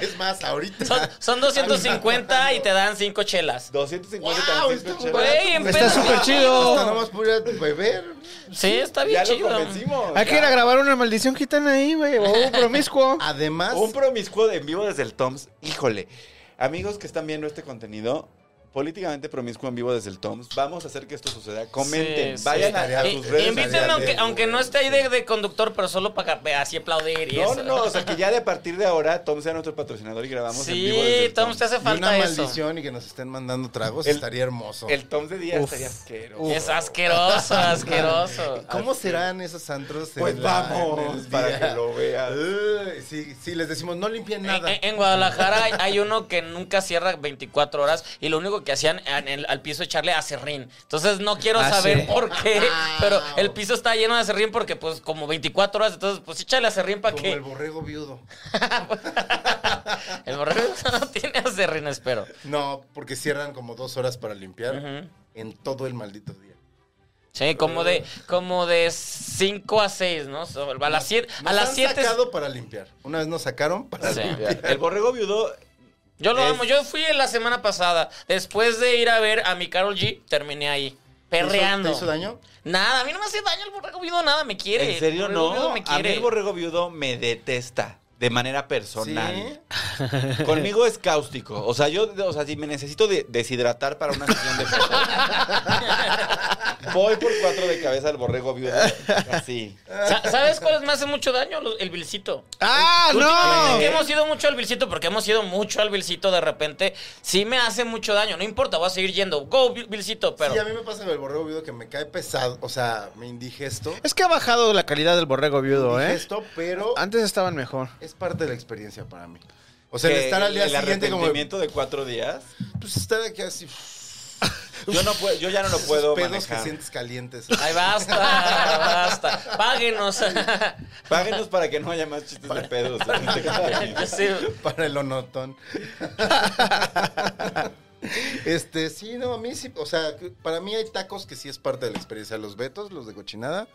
S2: Es más, ahorita.
S1: Son, son 250 y te dan 5 chelas.
S4: 250
S2: Wow,
S4: tan simple,
S2: esto-
S4: chévere.
S1: Güey, en
S3: Está
S1: pedo.
S3: súper
S2: Hasta nada
S3: chido.
S2: más pudiera beber.
S1: Sí, está bien
S4: Ya lo
S1: chido. Pues
S4: convencimos.
S3: Hay que ir a grabar una maldición gitana ahí, güey, o un promiscuo.
S2: Además,
S4: Un promiscuo en vivo desde el Toms. Híjole. Amigos que están viendo este contenido, políticamente promiscuo en vivo desde el Toms, vamos a hacer que esto suceda. Comenten,
S1: Sí, sí.
S4: vayan a, a
S1: Y-
S4: sus redes
S1: Invítenme,
S4: sociales.
S1: aunque, aunque no esté ahí de, de conductor, pero solo para así aplaudir y
S4: No,
S1: eso.
S4: no, no, o sea que ya de a partir de ahora Tom sea nuestro patrocinador y grabamos en vivo desde
S1: sí,
S4: el
S1: Tom,
S4: Toms.
S1: te hace
S2: y una
S1: falta eso.
S2: maldición y que nos estén mandando tragos
S4: El-
S2: estaría hermoso.
S4: El Toms de día estaría asqueroso.
S1: Es asqueroso, asqueroso.
S2: ¿Cómo serán esos antros? en
S4: Pues
S2: la- en
S4: vamos,
S2: el
S4: para
S2: día?
S4: que lo vean.
S2: Uy, sí, sí, les decimos, no limpien
S1: En,
S2: nada.
S1: en- en Guadalajara hay, hay uno que nunca cierra 24 horas y lo único que hacían en el- al piso echarle acerrín. Entonces no quiero
S3: Ah,
S1: saber
S3: sí.
S1: por qué, pero el piso está lleno de acerrín porque pues como 24 horas, entonces pues échale acerrín para
S2: como
S1: que...
S2: el borrego viudo.
S1: El borrego no tiene acerrín, espero.
S2: No, porque cierran como dos horas para limpiar
S1: Ujú.
S2: en todo el maldito día.
S1: Sí, como de como de 5 a 6, ¿no? So- A las 7
S2: Nos
S1: a las
S2: han
S1: 7
S2: sacado para limpiar. Una vez nos sacaron para
S1: Sí.
S2: limpiar.
S4: El borrego viudo
S1: Yo lo
S4: Es-
S1: amo. Yo fui la semana pasada. Después de ir a ver a mi Carol G, terminé ahí.
S2: ¿Te hizo-
S1: Perreando.
S2: ¿Te hizo daño?
S1: Nada, a mí no me hace daño el borrego viudo, nada, me quiere.
S4: ¿En serio
S1: El borrego viudo
S4: no?
S1: me
S4: A mí
S1: quiere.
S4: el borrego viudo me detesta de manera personal.
S2: Sí.
S4: Conmigo es cáustico. O sea, yo, o sea, si me necesito de- deshidratar para una sesión de fotos, voy por cuatro de cabeza al borrego viudo. Así.
S1: Sa- ¿Sabes cuáles me hace mucho daño? Los- El vilcito.
S3: ¡Ah,
S1: Últimamente que
S3: no!
S1: hemos ido mucho al Vilcito, porque hemos ido mucho al Vilcito de repente, sí me hace mucho daño. No importa, voy a seguir yendo. Go, Vil- Vilcito, pero.
S2: Sí, a mí me pasa con el borrego viudo que me cae pesado, o sea, me indigesto.
S3: Es que ha bajado la calidad del borrego viudo, ¿eh?
S2: Indigesto, pero
S3: Antes estaban mejor.
S2: es parte de la experiencia para mí. O sea, el
S4: Que
S2: estar al día
S4: el
S2: siguiente como,
S4: arrepentimiento de cuatro días.
S2: pues estar aquí así,
S4: Yo, no puedo, yo ya no lo
S2: esos
S4: puedo
S2: pedos
S4: manejar.
S2: que sientes calientes.
S1: Ay, basta, basta. Páguenos.
S4: Páguenos para que no haya más chistes de pedos. en este contenido.
S1: Sí.
S2: para el onotón. este, sí, no, a mí sí, o sea, que para mí hay tacos que sí es parte de la experiencia. Los betos, los de cochinada,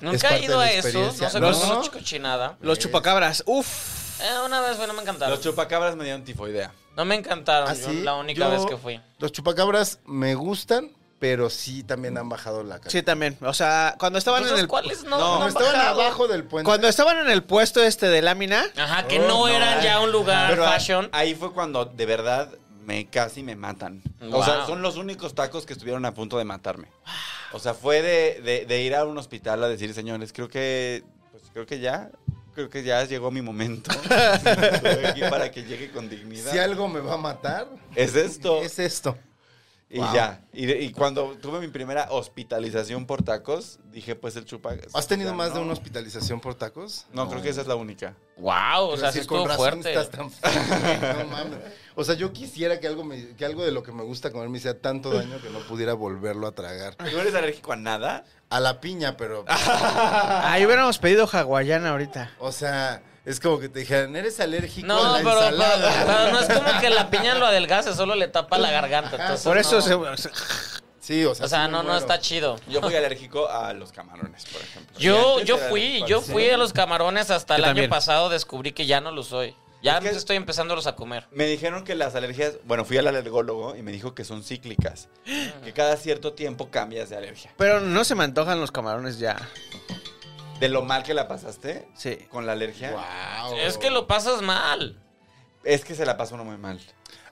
S1: Nunca he
S2: parte
S1: ido a
S2: de la
S1: eso. No
S2: experiencia,
S1: sé
S3: ¿no?
S1: cómo es una cochinada.
S3: Los chupacabras. Uf.
S1: Eh, una vez, güey, no me encantaron.
S4: Los chupacabras me dieron tifoidea.
S1: No me encantaron. yo-
S2: Así,
S1: la única
S2: ¿Ah, yo-
S1: vez que fui.
S2: Los chupacabras me gustan, pero sí también han bajado la calidad.
S3: Sí, también. O sea, cuando estaban en
S1: Entonces,
S3: el
S1: Pues, ¿cuáles no?
S2: No,
S1: no han
S2: estaban
S1: bajado?
S2: abajo del puente.
S3: cuando estaban en el puesto este de lámina,
S1: Ajá, que
S2: Oh,
S1: no,
S2: no.
S1: eran ya un lugar
S4: Pero ahí-
S1: fashion.
S4: Ahí fue cuando de verdad me casi me matan. O
S1: Wow.
S4: sea, son los únicos tacos que estuvieron a punto de matarme. O sea, fue de, de- de ir a un hospital a decir, señores, creo que, pues, creo que ya, creo que ya llegó mi momento. Estoy aquí para que llegue con dignidad.
S2: Si algo me va a matar,
S4: Es esto.
S2: es esto.
S4: y
S2: Wow.
S4: ya. Y, y cuando tuve mi primera hospitalización por tacos, dije, pues el chupa.
S2: ¿Has tenido más de una
S4: unos
S2: hospitalización por tacos?
S4: No, creo que esa es la única.
S1: Wow, o
S2: Quiero
S1: sea, sí
S2: decir, con
S1: estuvo
S2: razón
S1: fuerte.
S2: estás tan fuerte, no mames. O sea, yo quisiera que algo, me- que algo de lo que me gusta comer me hiciera tanto daño que no pudiera volverlo a tragar.
S4: ¿No eres alérgico a nada?
S2: A la piña, pero.
S3: ahí hubiéramos pedido hawaiana ahorita.
S2: O sea, es como que te dijeran, eres alérgico
S1: No,
S2: a la
S1: pero, pero,
S2: ensalada.
S1: pero no es como que la piña lo adelgace, solo le tapa la garganta. entonces
S3: Por eso
S1: no.
S3: se- se-
S2: Sí, o sea.
S1: O sea,
S2: sí me
S1: no, no
S2: muero.
S1: está chido.
S4: Yo fui alérgico a los camarones, por ejemplo. Y
S1: Yo,
S4: antes
S1: yo
S4: era
S1: fui,
S4: alérgico al
S1: yo
S4: cine.
S1: fui a los camarones hasta el
S3: Yo
S1: año
S3: también.
S1: pasado, descubrí que ya no los soy. Ya
S4: Es que-
S1: estoy empezándolos a comer.
S4: Me dijeron que las alergias, bueno, fui al alergólogo y me dijo que son cíclicas, que cada cierto tiempo cambias de alergia.
S3: Pero no se me antojan los camarones ya.
S4: De lo mal que la pasaste
S3: Sí.
S4: con la alergia,
S2: Guau.
S1: Es que lo pasas mal.
S4: es que se la pasó uno muy mal.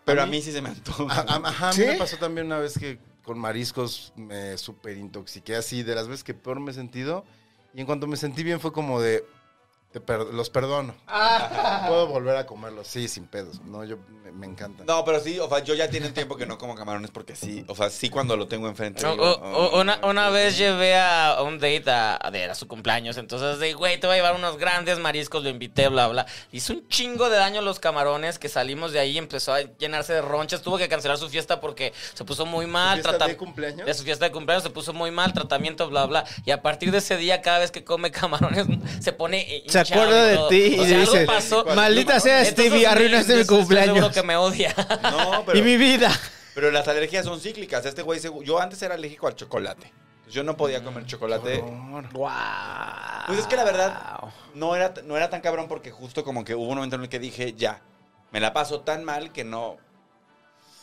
S4: Pero
S2: ¿A
S4: a
S2: mí?
S4: mí, sí se me antoja.
S2: A, a- ajá, a mí
S3: ¿Sí?
S2: me pasó también una vez que con mariscos me súper intoxiqué así, de las veces que peor me he sentido. Y en cuanto me sentí bien fue como de, te per- los perdono. Puedo volver a comerlos, sí, sin pedos. No, yo me, me encanta.
S4: No, pero sí, o sea, yo ya tiene tiempo que no como camarones porque sí, o sea, sí cuando lo tengo enfrente.
S1: O-
S4: digo,
S1: o- o-
S4: "Oh,
S1: una,
S4: no,
S1: una
S4: no,
S1: vez
S4: no".
S1: llevé a a un date a, a, de- a su cumpleaños, entonces de güey, te voy a llevar unos grandes mariscos, lo invité, bla, bla. Hizo un chingo de daño los camarones que salimos de ahí y empezó a llenarse de ronchas. Tuvo que cancelar su fiesta porque se puso muy mal.
S2: ¿Fiesta
S1: trata-
S2: de cumpleaños?
S1: de su fiesta de cumpleaños se puso muy mal, tratamiento, bla, bla. Y a partir de ese día, cada vez que come camarones, se pone. eh,
S3: Se
S1: hinchado
S3: acuerda
S1: y
S3: de
S1: todo.
S3: ti
S1: O
S3: y
S1: sea, algo
S3: dice,
S1: pasó.
S3: maldita sea
S1: Entonces,
S3: Stevie,
S1: me-
S3: arruinaste
S1: yo
S3: mi
S1: estoy seguro
S3: cumpleaños
S1: que me odia.
S4: No, pero,
S3: y mi vida.
S4: pero las alergias son cíclicas. Este güey, se- yo antes era alérgico al chocolate. Yo no podía comer chocolate. Pues es que la verdad no era, no era tan cabrón porque justo como que hubo un momento en el que dije, ya, me la paso tan mal que no... No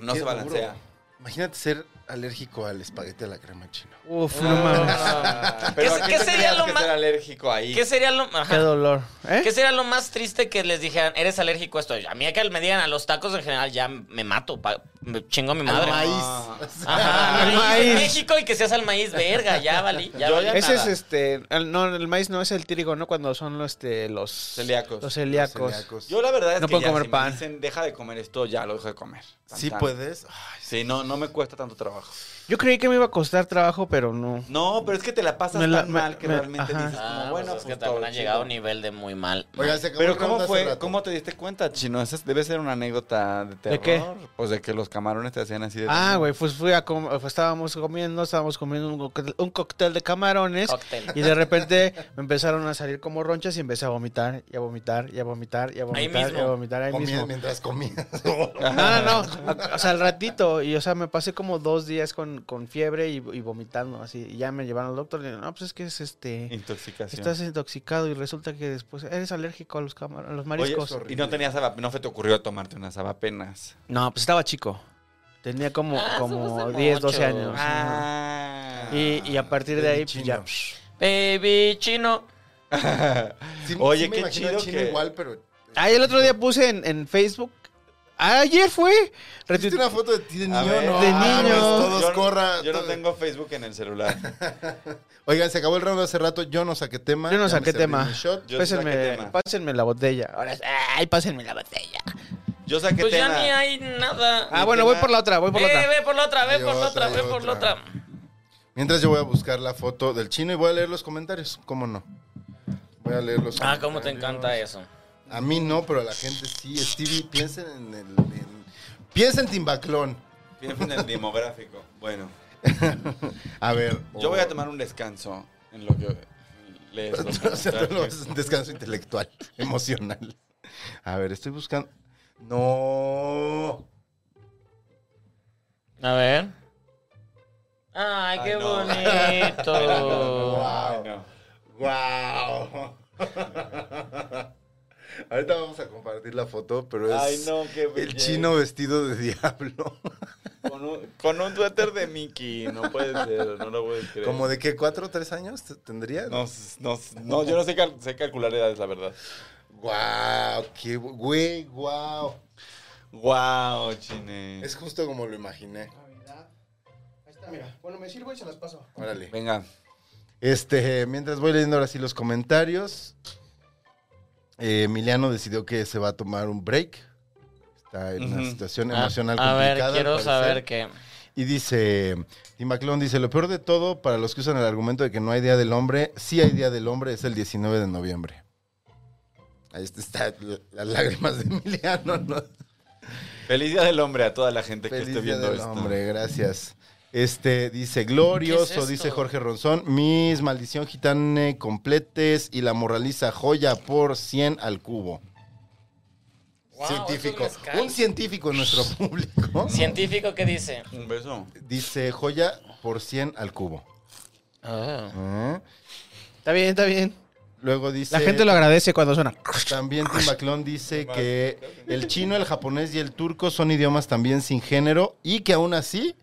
S2: Qué
S4: se balancea.
S2: duro. Imagínate ser alérgico al espagueti a la crema china.
S3: Uf, no mames.
S4: Ah, Pero
S1: ¿Qué-
S4: ¿a
S1: qué
S4: te
S1: sería
S4: tenías
S1: lo
S4: que
S1: más-
S4: ser alérgico ahí?
S1: ¿Qué sería lo.? ajá.
S3: Qué dolor. ¿Eh?
S1: ¿Qué sería lo más triste que les dijeran, eres alérgico a esto? A mí que me digan a los tacos en general, ya me mato, pa- me chingo a mi madre.
S2: Al maíz.
S4: Ah.
S1: Ajá,
S3: Al
S1: maíz en
S3: maíz.
S1: México y que seas al maíz, verga, ya valí. Ya
S4: Yo
S1: valí.
S4: ya-
S3: Ese es
S4: nada.
S3: este. el- no, el maíz no es el trigo, ¿no? Cuando son los, este, los
S4: Celíacos.
S3: Los celíacos.
S2: Los celíacos.
S4: Yo la verdad es
S3: No
S4: que
S3: puedo
S4: ya,
S3: comer
S4: si
S3: pan.
S4: me dicen, deja de comer esto, ya lo dejo de comer. Tan,
S2: ¿Sí
S4: tan.
S2: puedes? Ay,
S4: Sí, no, no me cuesta tanto trabajo.
S3: Yo creí que me iba a costar trabajo, pero no.
S4: No, pero es que te la pasas
S3: Me la-
S4: tan
S3: me-
S4: mal que
S3: me-
S4: realmente
S3: ajá.
S4: dices,
S1: Ah,
S4: como,
S1: pues
S4: bueno,
S1: es
S4: pues,
S1: que también
S4: todo
S1: han llegado a un
S4: chido".
S1: nivel de muy mal.
S2: Oigan, se acabó
S4: Pero
S2: el
S4: ¿cómo
S2: round hace
S4: fue?
S2: rato.
S4: ¿Cómo te diste cuenta, Chino? Esa es- debe ser una anécdota de terror.
S3: ¿De qué?
S4: Pues de que los camarones te hacían así de...
S3: Ah, güey, pues fui a com- pues estábamos comiendo, estábamos comiendo un, cóctel- un cóctel de camarones
S1: Cóctel.
S3: y de repente me empezaron a salir como ronchas y empecé a vomitar, y a vomitar, y a vomitar, y a vomitar, y a
S1: mismo.
S3: vomitar ahí
S2: Comía
S3: mismo.
S2: mientras comías.
S3: No, no, no. O sea, al ratito. Y, o sea, me pasé como dos días con, con fiebre y, y vomitando. Así. Y ya me llevaron al doctor. Y no, pues es que es este.
S4: Intoxicación.
S3: Estás intoxicado y resulta que después eres alérgico a los, camar- a los
S4: Oye,
S3: mariscos.
S4: y no tenías abap- no se te ocurrió tomarte unas apenas.
S3: no, pues estaba chico. Tenía como,
S1: Ah, somos
S3: como
S1: de
S3: 10, 12
S1: muchos.
S3: años. Ajá.
S4: Ah.
S3: Y, y a partir de
S2: del
S3: ahí, pues ya.
S2: chino.
S1: Baby chino.
S2: Sí,
S4: Oye,
S2: sí me
S4: qué
S2: imagino
S4: chido
S2: chino
S4: que-
S2: igual, pero...
S3: Ahí Ah, el otro día puse en, en Facebook. Ayer fue.
S2: ¿Viste
S3: retuite-
S2: una foto de ti de
S4: A
S2: niño?
S4: ver.
S2: no,
S3: De
S2: mames,
S3: niño.
S2: Todos
S4: Yo no-
S2: corra.
S4: Yo no
S2: todo-
S4: tengo Facebook en el celular.
S2: Oigan, se acabó el round hace rato. Yo no saqué tema.
S3: Yo no
S2: ya me
S3: saqué
S2: serví
S3: tema.
S2: mi shot.
S4: Yo sí saqué
S3: Pásenme,
S4: tema.
S3: pásenme la botella. Ahora, sí, ay, pásenme la botella.
S4: Yo saqué
S1: Pues ya
S4: tema.
S1: ni hay nada.
S3: Ah,
S4: Mi
S3: bueno, voy
S4: tema-
S3: por la otra, voy por la
S1: Eh,
S3: otra.
S1: ve por la otra, ve
S2: Y
S1: por la
S2: otra,
S1: otra,
S2: y
S1: ve por la
S2: otra.
S1: otra.
S2: Mientras yo voy a buscar la foto del chino y voy a leer los comentarios. ¿Cómo no? Voy a leer los
S1: Ah, cómo te
S2: comentarios.
S1: encanta eso.
S2: A mí no, pero a la gente sí. Stevie, piensen en el... en- Piensa en Timbaclón.
S4: Bien en el demográfico. Bueno,
S2: A ver.
S4: yo voy a tomar un descanso en lo que lees los
S2: O sea, tú lo
S4: comentarios.
S2: ves, descanso intelectual, emocional. A ver, estoy buscando... No.
S1: A ver. Ay, qué
S4: Ay, no.
S1: bonito.
S4: Ay,
S2: ¡Wow!
S4: no.
S2: Ahorita vamos a compartir la foto, pero es
S4: Ay, no, qué
S2: el
S4: belleza.
S2: chino vestido de diablo.
S4: Con un, con un suéter de Mickey, no puede ser, no lo puedes creer.
S2: ¿Como de qué? ¿Cuatro o tres años te- tendría?
S4: No, s- no, s- no, yo no sé, cal- sé calcular edades, la verdad.
S2: ¡Guau! ¡Qué bu- güey! ¡Guau!
S4: Wow, chine.
S2: Es justo como lo imaginé.
S3: Ahí está, mira. Bueno, me sirvo y se las paso.
S2: Órale.
S4: Venga.
S2: Este, mientras voy leyendo ahora sí los comentarios, eh, Emiliano decidió que se va a tomar un break. Está en una
S4: Ujú.
S2: situación
S1: Ah,
S2: emocional
S1: a ver,
S2: complicada, al
S1: quiero
S2: parecer.
S1: saber qué.
S2: Y dice, Tim McClone dice, lo peor de todo, para los que usan el argumento de que no hay Día del Hombre, sí hay Día del Hombre, es el 19 de noviembre. Ahí está, está la- las lágrimas de Emiliano, ¿no?
S4: Feliz Día del Hombre a toda la gente que esté
S2: Feliz Día
S4: viendo
S2: del
S4: esto.
S2: Hombre, gracias. Este, dice, glorioso,
S1: ¿Qué es
S2: dice
S1: esto?
S2: Jorge Ronzón, mis maldición gitane completes y la moraliza joya por 100 al cubo.
S1: Wow,
S2: científico.
S1: eso es mezcal.
S2: Un científico en nuestro público.
S1: Científico, ¿qué dice?
S4: Un beso.
S2: Dice joya por 100 al cubo. ¿Eh?
S3: Está bien, está bien.
S2: Luego dice.
S3: La gente lo agradece cuando suena.
S2: También Tim Baclón dice que el chino, el japonés y el turco son idiomas también sin género y que aún así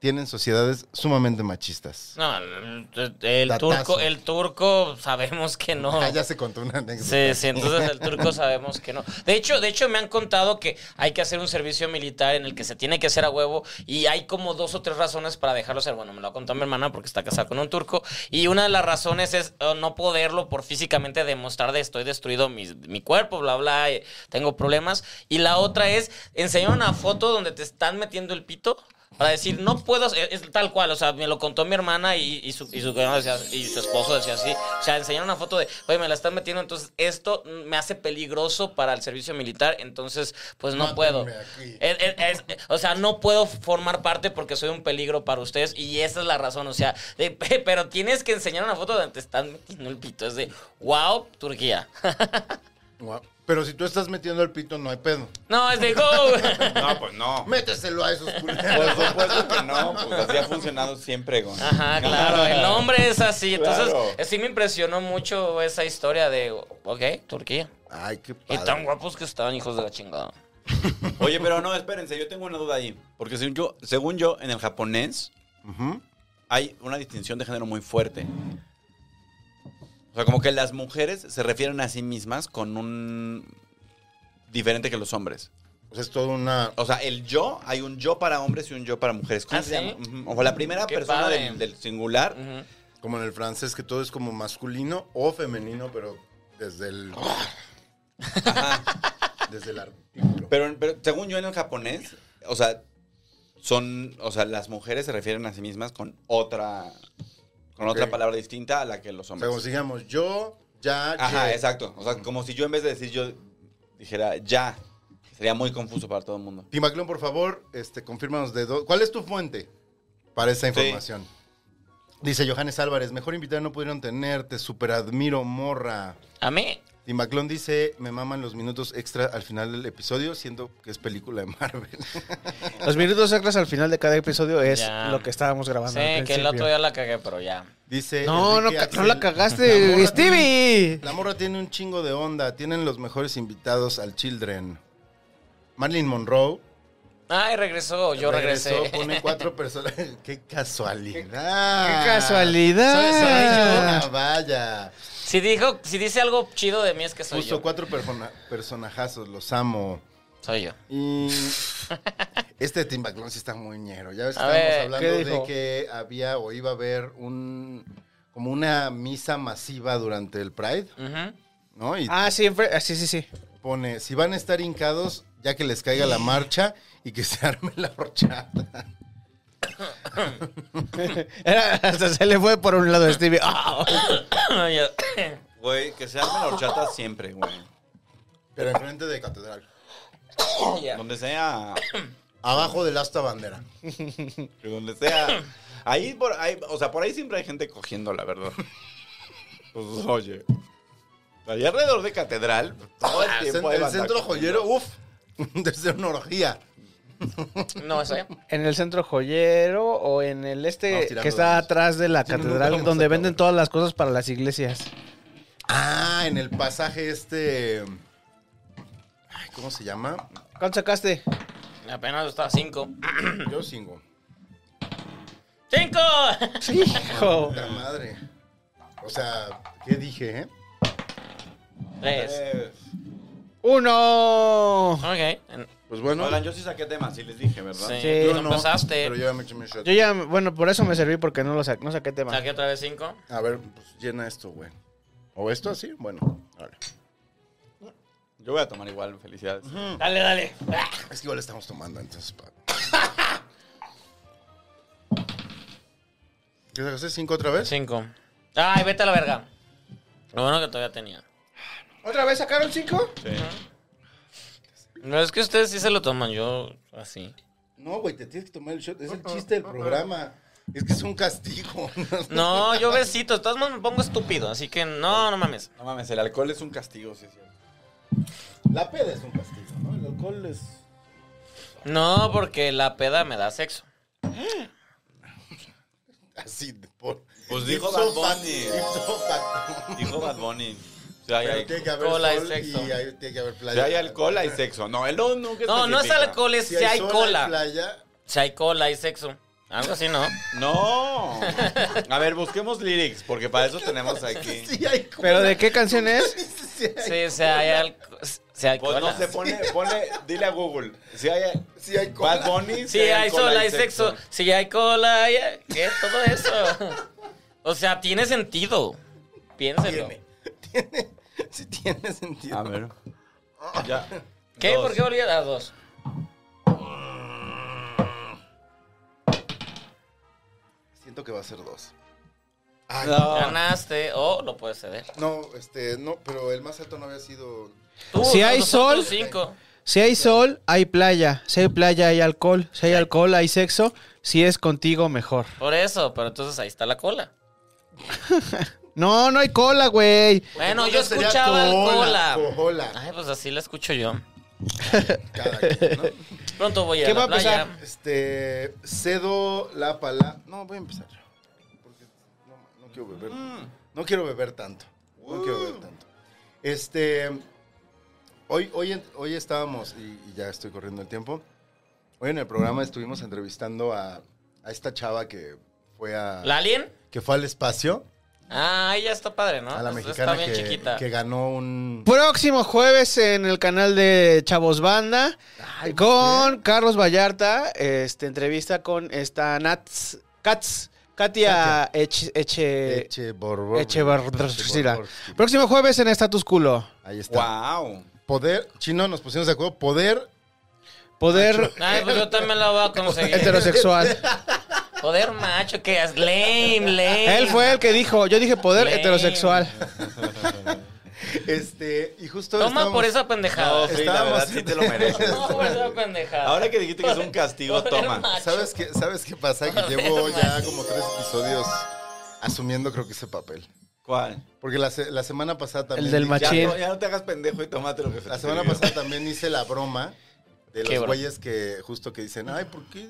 S2: tienen sociedades sumamente machistas.
S1: No, el, el
S2: Datazo.
S1: turco, el turco sabemos que no.
S2: Ah, ya se contó una anécdota.
S1: Sí, sí, entonces el turco sabemos que no. De hecho, de hecho me han contado que hay que hacer un servicio militar en el que se tiene que hacer a huevo y hay como dos o tres razones para dejarlo hacer. Bueno, me lo ha contado mi hermana porque está casada con un turco y una de las razones es eh, no poderlo por físicamente demostrar de estoy destruido mi, mi cuerpo, bla, bla, eh, tengo problemas. Y la otra es enseñar una foto donde te están metiendo el pito. Para decir, no puedo, es, es tal cual, o sea, me lo contó mi hermana y, y su, y, su, cuñado decía- y su esposo decía así. O sea, enseñaron una foto de, oye, me la están metiendo, entonces esto mm, me hace peligroso para el servicio militar, entonces pues no puedo. Es- es- es- o sea, no puedo formar parte porque soy un peligro para ustedes y esa es la razón, o sea, de- pe- pero tienes que enseñar una foto donde te están metiendo el pito, es de, wow, Turquía.
S2: Guau. Pero si tú estás metiendo el pito, no hay pedo.
S1: No, es de go.
S4: No, pues no.
S2: Méteselo a esos culeros.
S4: Por supuesto que no, pues así ha funcionado siempre, güey.
S1: Ajá, claro, el hombre es así. Entonces,
S4: Claro.
S1: eh, sí me impresionó mucho esa historia de, ok, Turquía.
S2: Ay, qué
S1: Y tan
S2: padre.
S1: guapos que estaban, hijos de la chingada.
S4: Oye, pero no, espérense, yo tengo una duda ahí. Porque según yo, según yo en el japonés
S2: Ujú.
S4: hay una distinción de género muy fuerte. O sea, como que las mujeres se refieren a sí mismas con un... diferente que los hombres.
S2: O sea, es toda una...
S4: O sea, el yo, hay un yo para hombres y un yo para mujeres. ¿Cómo
S1: ¿Ah,
S4: se
S1: sí?
S4: llama? Ujú. O sea, la primera
S1: Qué
S4: persona
S1: padre.
S4: del, del singular.
S1: Ujú.
S2: Como en el francés, que todo es como masculino o femenino, pero desde el... Desde el artículo.
S4: Pero, pero según yo en el japonés, o sea, son, o sea, las mujeres se refieren a sí mismas con otra, con otra
S2: Ok.
S4: palabra distinta a la que los
S2: O sea, como
S4: hombres.
S2: si digamos, yo, ya,
S4: Ajá,
S2: ye.
S4: exacto. O sea, como si yo en vez de decir yo dijera ya, sería muy confuso para todo el mundo.
S2: Timaclón, por favor, este, confírmanos de dónde. ¿Cuál es tu fuente para esa información? Dice Johannes Álvarez, mejor invitar no pudieron tenerte, super admiro, morra.
S1: A mí,
S2: Timaclón dice, me maman los minutos extra al final del episodio, siendo que es película de Marvel.
S3: Los minutos extras al final de cada episodio es
S1: Ya.
S3: lo que estábamos grabando. al
S1: sé que el
S3: principio.
S1: otro día la cagué, pero ya.
S2: Dice...
S3: No, no,
S2: Enrique
S3: ca-
S2: Axel,
S3: no la
S2: "La
S3: cagaste,
S2: morra
S3: Stevie.
S2: tiene- la morra tiene un chingo de onda, tienen los mejores invitados al Children. Marilyn Monroe.
S1: Ay, regresó, yo regresé.
S2: Regresó, Ponen cuatro personas. ¡Qué casualidad! ¡Qué Ah,
S3: ¡Qué Ah, casualidad!
S2: vaya!
S1: Si, dijo, si dice algo chido de mí es que soy
S2: Puso
S1: yo.
S2: cuatro persona- personajazos, los amo.
S1: Soy yo.
S2: Y este Tim Backlund sí está muy ñero. Ya ves,
S1: A
S2: estábamos
S1: ver,
S2: hablando
S3: ¿qué
S2: de
S3: dijo?
S2: que había o iba a haber un como una misa masiva durante el Pride,
S1: Ujú.
S2: ¿no? Y
S3: Ah, sí, Fre- ah, sí, sí, sí.
S2: pone, si van a estar hincados, ya que les caiga la marcha y que se arme la horchata.
S3: Era- hasta se le fue por un lado a Stevie. ¡Ah!
S1: Ya.
S4: Güey, que se arme la horchata siempre, güey.
S2: Pero enfrente de catedral.
S1: Ya.
S4: Donde sea,
S2: Abajo del asta bandera.
S4: que donde sea. Ahí, por ahí, o sea, por ahí siempre hay gente cogiendo, la verdad. Pues, oye. Allá alrededor de catedral, todo el
S2: Ah,
S4: tiempo
S2: cen-
S4: hay
S2: el
S4: banda
S2: centro
S4: cogiendo.
S2: joyero, uff, desde una orgía.
S1: No, eso ya.
S3: ¿En el centro joyero o en el
S2: Vamos
S3: este
S2: tirando
S3: que está
S2: dados.
S3: atrás de la
S2: Sí, no, nunca
S3: catedral
S2: vamos a
S3: donde
S2: acabar.
S3: venden todas las cosas para las iglesias?
S2: Ah, en el pasaje este. Ay, ¿cómo se llama?
S3: ¿Cuánto sacaste?
S1: Apenas estaba cinco.
S2: Yo cinco.
S1: ¡Cinco!
S3: Hijo.
S2: Puta madre. O sea, ¿qué dije, eh?
S1: Tres.
S4: Pues,
S3: ¡Uno!
S1: Ok. en-
S2: Pues bueno.
S4: Oigan, yo sí saqué temas, sí les dije, ¿verdad?
S1: Sí.
S3: Sí.
S1: Tú
S2: no,
S1: empezaste.
S2: Pero yo ya me eché mi shot.
S3: Yo ya, bueno, por eso me serví porque no lo saqué, no saqué tema.
S1: Saqué otra vez cinco.
S2: A ver, pues llena esto, güey. ¿O esto así? Bueno, vale.
S4: Yo voy a tomar igual, felicidades.
S1: Dale, dale.
S2: Es que igual estamos tomando, entonces. pa- ¿Qué sacaste? ¿Cinco otra vez?
S1: Cinco. Ay, vete a la verga. Lo bueno que todavía tenía.
S3: ¿Otra vez sacaron cinco?
S1: No, es que ustedes sí se lo toman, yo así.
S2: No, güey, te tienes que tomar el shot. Es el chiste del programa. Es que es un castigo.
S1: No, yo besito. De todas maneras me pongo estúpido, así que no, no mames.
S4: No mames, el alcohol es un castigo, sí, es cierto.
S2: La peda es un castigo, ¿no? El alcohol es.
S1: No, porque la peda me da sexo.
S2: Así. de Por...
S4: Pues dijo
S2: Ipso
S4: Bad Bunny.
S2: facto, ipso facto.
S4: Dijo Bad Bunny. O sea, hay,
S2: Pero tiene que haber
S1: cola y
S2: sol
S1: sexo.
S2: y hay- tiene que haber
S4: si
S2: playa.
S4: hay alcohol, hay sexo. No, el no, nunca
S1: No, no es
S4: especifica.
S1: alcohol, es
S2: Si
S1: si hay
S2: sol, Hay
S1: cola.
S2: playa.
S1: Si hay cola, hay sexo. Algo así, ¿no?
S4: No. A ver, busquemos lyrics, porque para eso tenemos aquí.
S2: Si hay cola.
S3: ¿Pero de qué canción es?
S2: Si hay,
S1: Sí, si hay, alco- si hay
S4: Pues
S1: cola.
S4: no se pone, pone, dile a Google. Si hay
S2: si hay cola.
S4: Bad Bunny,
S1: Si hay sol, hay sexo. Si hay cola, hay... ¿Qué es todo eso? O sea, tiene sentido. Piénselo.
S2: Tiene. Tiene. Si tiene sentido.
S4: A ver. Ya.
S1: ¿Qué?
S4: Dos.
S1: ¿Por qué volví a dar dos?
S2: Siento que va a ser dos. Ay, Ah, no.
S4: No.
S1: Ganaste o lo puedes ceder.
S2: este, no, pero el más alto no había sido.
S1: Tú,
S3: Si
S1: no,
S3: hay
S1: nosotros
S3: sol-
S1: cinco.
S3: Si hay sol, hay playa. Si hay playa, hay alcohol. Si hay alcohol, hay sexo. Si es contigo, mejor.
S1: Por eso, pero entonces ahí está la cola.
S3: No, no hay cola, güey.
S1: Bueno, yo
S2: Entonces sería
S1: escuchaba el cola.
S2: Cola.
S1: Ay, pues así la escucho yo.
S2: Cada quien, ¿no?
S1: Pronto voy a
S3: ¿Qué
S1: la
S3: va a
S1: playa.
S3: pasar?
S2: Este, cedo la palabra. No, voy a empezar. Porque no, no quiero beber.
S3: Mm.
S2: No quiero beber tanto. No quiero beber tanto. Este, hoy, hoy, en- hoy estábamos, y, y ya estoy corriendo el tiempo. Hoy en el programa estuvimos entrevistando a, a esta chava que fue a.
S1: ¿La alien?
S2: que fue al espacio.
S1: Ah, ella está padre, ¿no?
S2: a la
S1: Pues
S2: mexicana
S1: está bien
S2: que,
S1: chiquita.
S2: que ganó un.
S3: Próximo jueves en el canal de Chavos Banda con Carlos Vallarta, este entrevista con esta Nats Katz, Katia Eche, Eche,
S2: Eche Borbor-
S3: Echevarrsila.
S2: Borborsky.
S3: Próximo jueves en Status Culo.
S2: Ahí está.
S4: Wow.
S2: Poder, chino, nos pusimos de acuerdo. Poder
S3: Poder
S1: Ay, pues yo también la voy a
S2: Este
S1: conseguir.
S3: heterosexual.
S1: Poder macho, que es lame, lame.
S3: Él fue el que dijo, yo dije poder
S1: Bien.
S3: heterosexual.
S2: Este, y justo.
S1: Toma
S2: estábamos-
S1: por esa pendejada.
S4: No, sí, la verdad, sí te lo mereces.
S1: Toma por esa pendejada.
S4: Ahora que dijiste que es un castigo,
S1: Poder
S4: toma.
S1: macho.
S2: ¿Sabes qué, ¿Sabes qué pasa? Que
S1: Joder,
S2: llevo ya
S1: man.
S2: como tres episodios asumiendo, creo que ese papel.
S4: ¿Cuál?
S2: Porque la, se- la semana pasada también.
S3: El del
S2: dije-
S4: Ya
S3: machín.
S4: no, ya no te hagas pendejo y tomate lo que se
S2: La
S4: te
S2: semana
S4: sirvió.
S2: pasada también hice la broma de
S1: ¿Qué
S2: los
S1: broma?
S2: güeyes que justo que dicen, ay, ¿por qué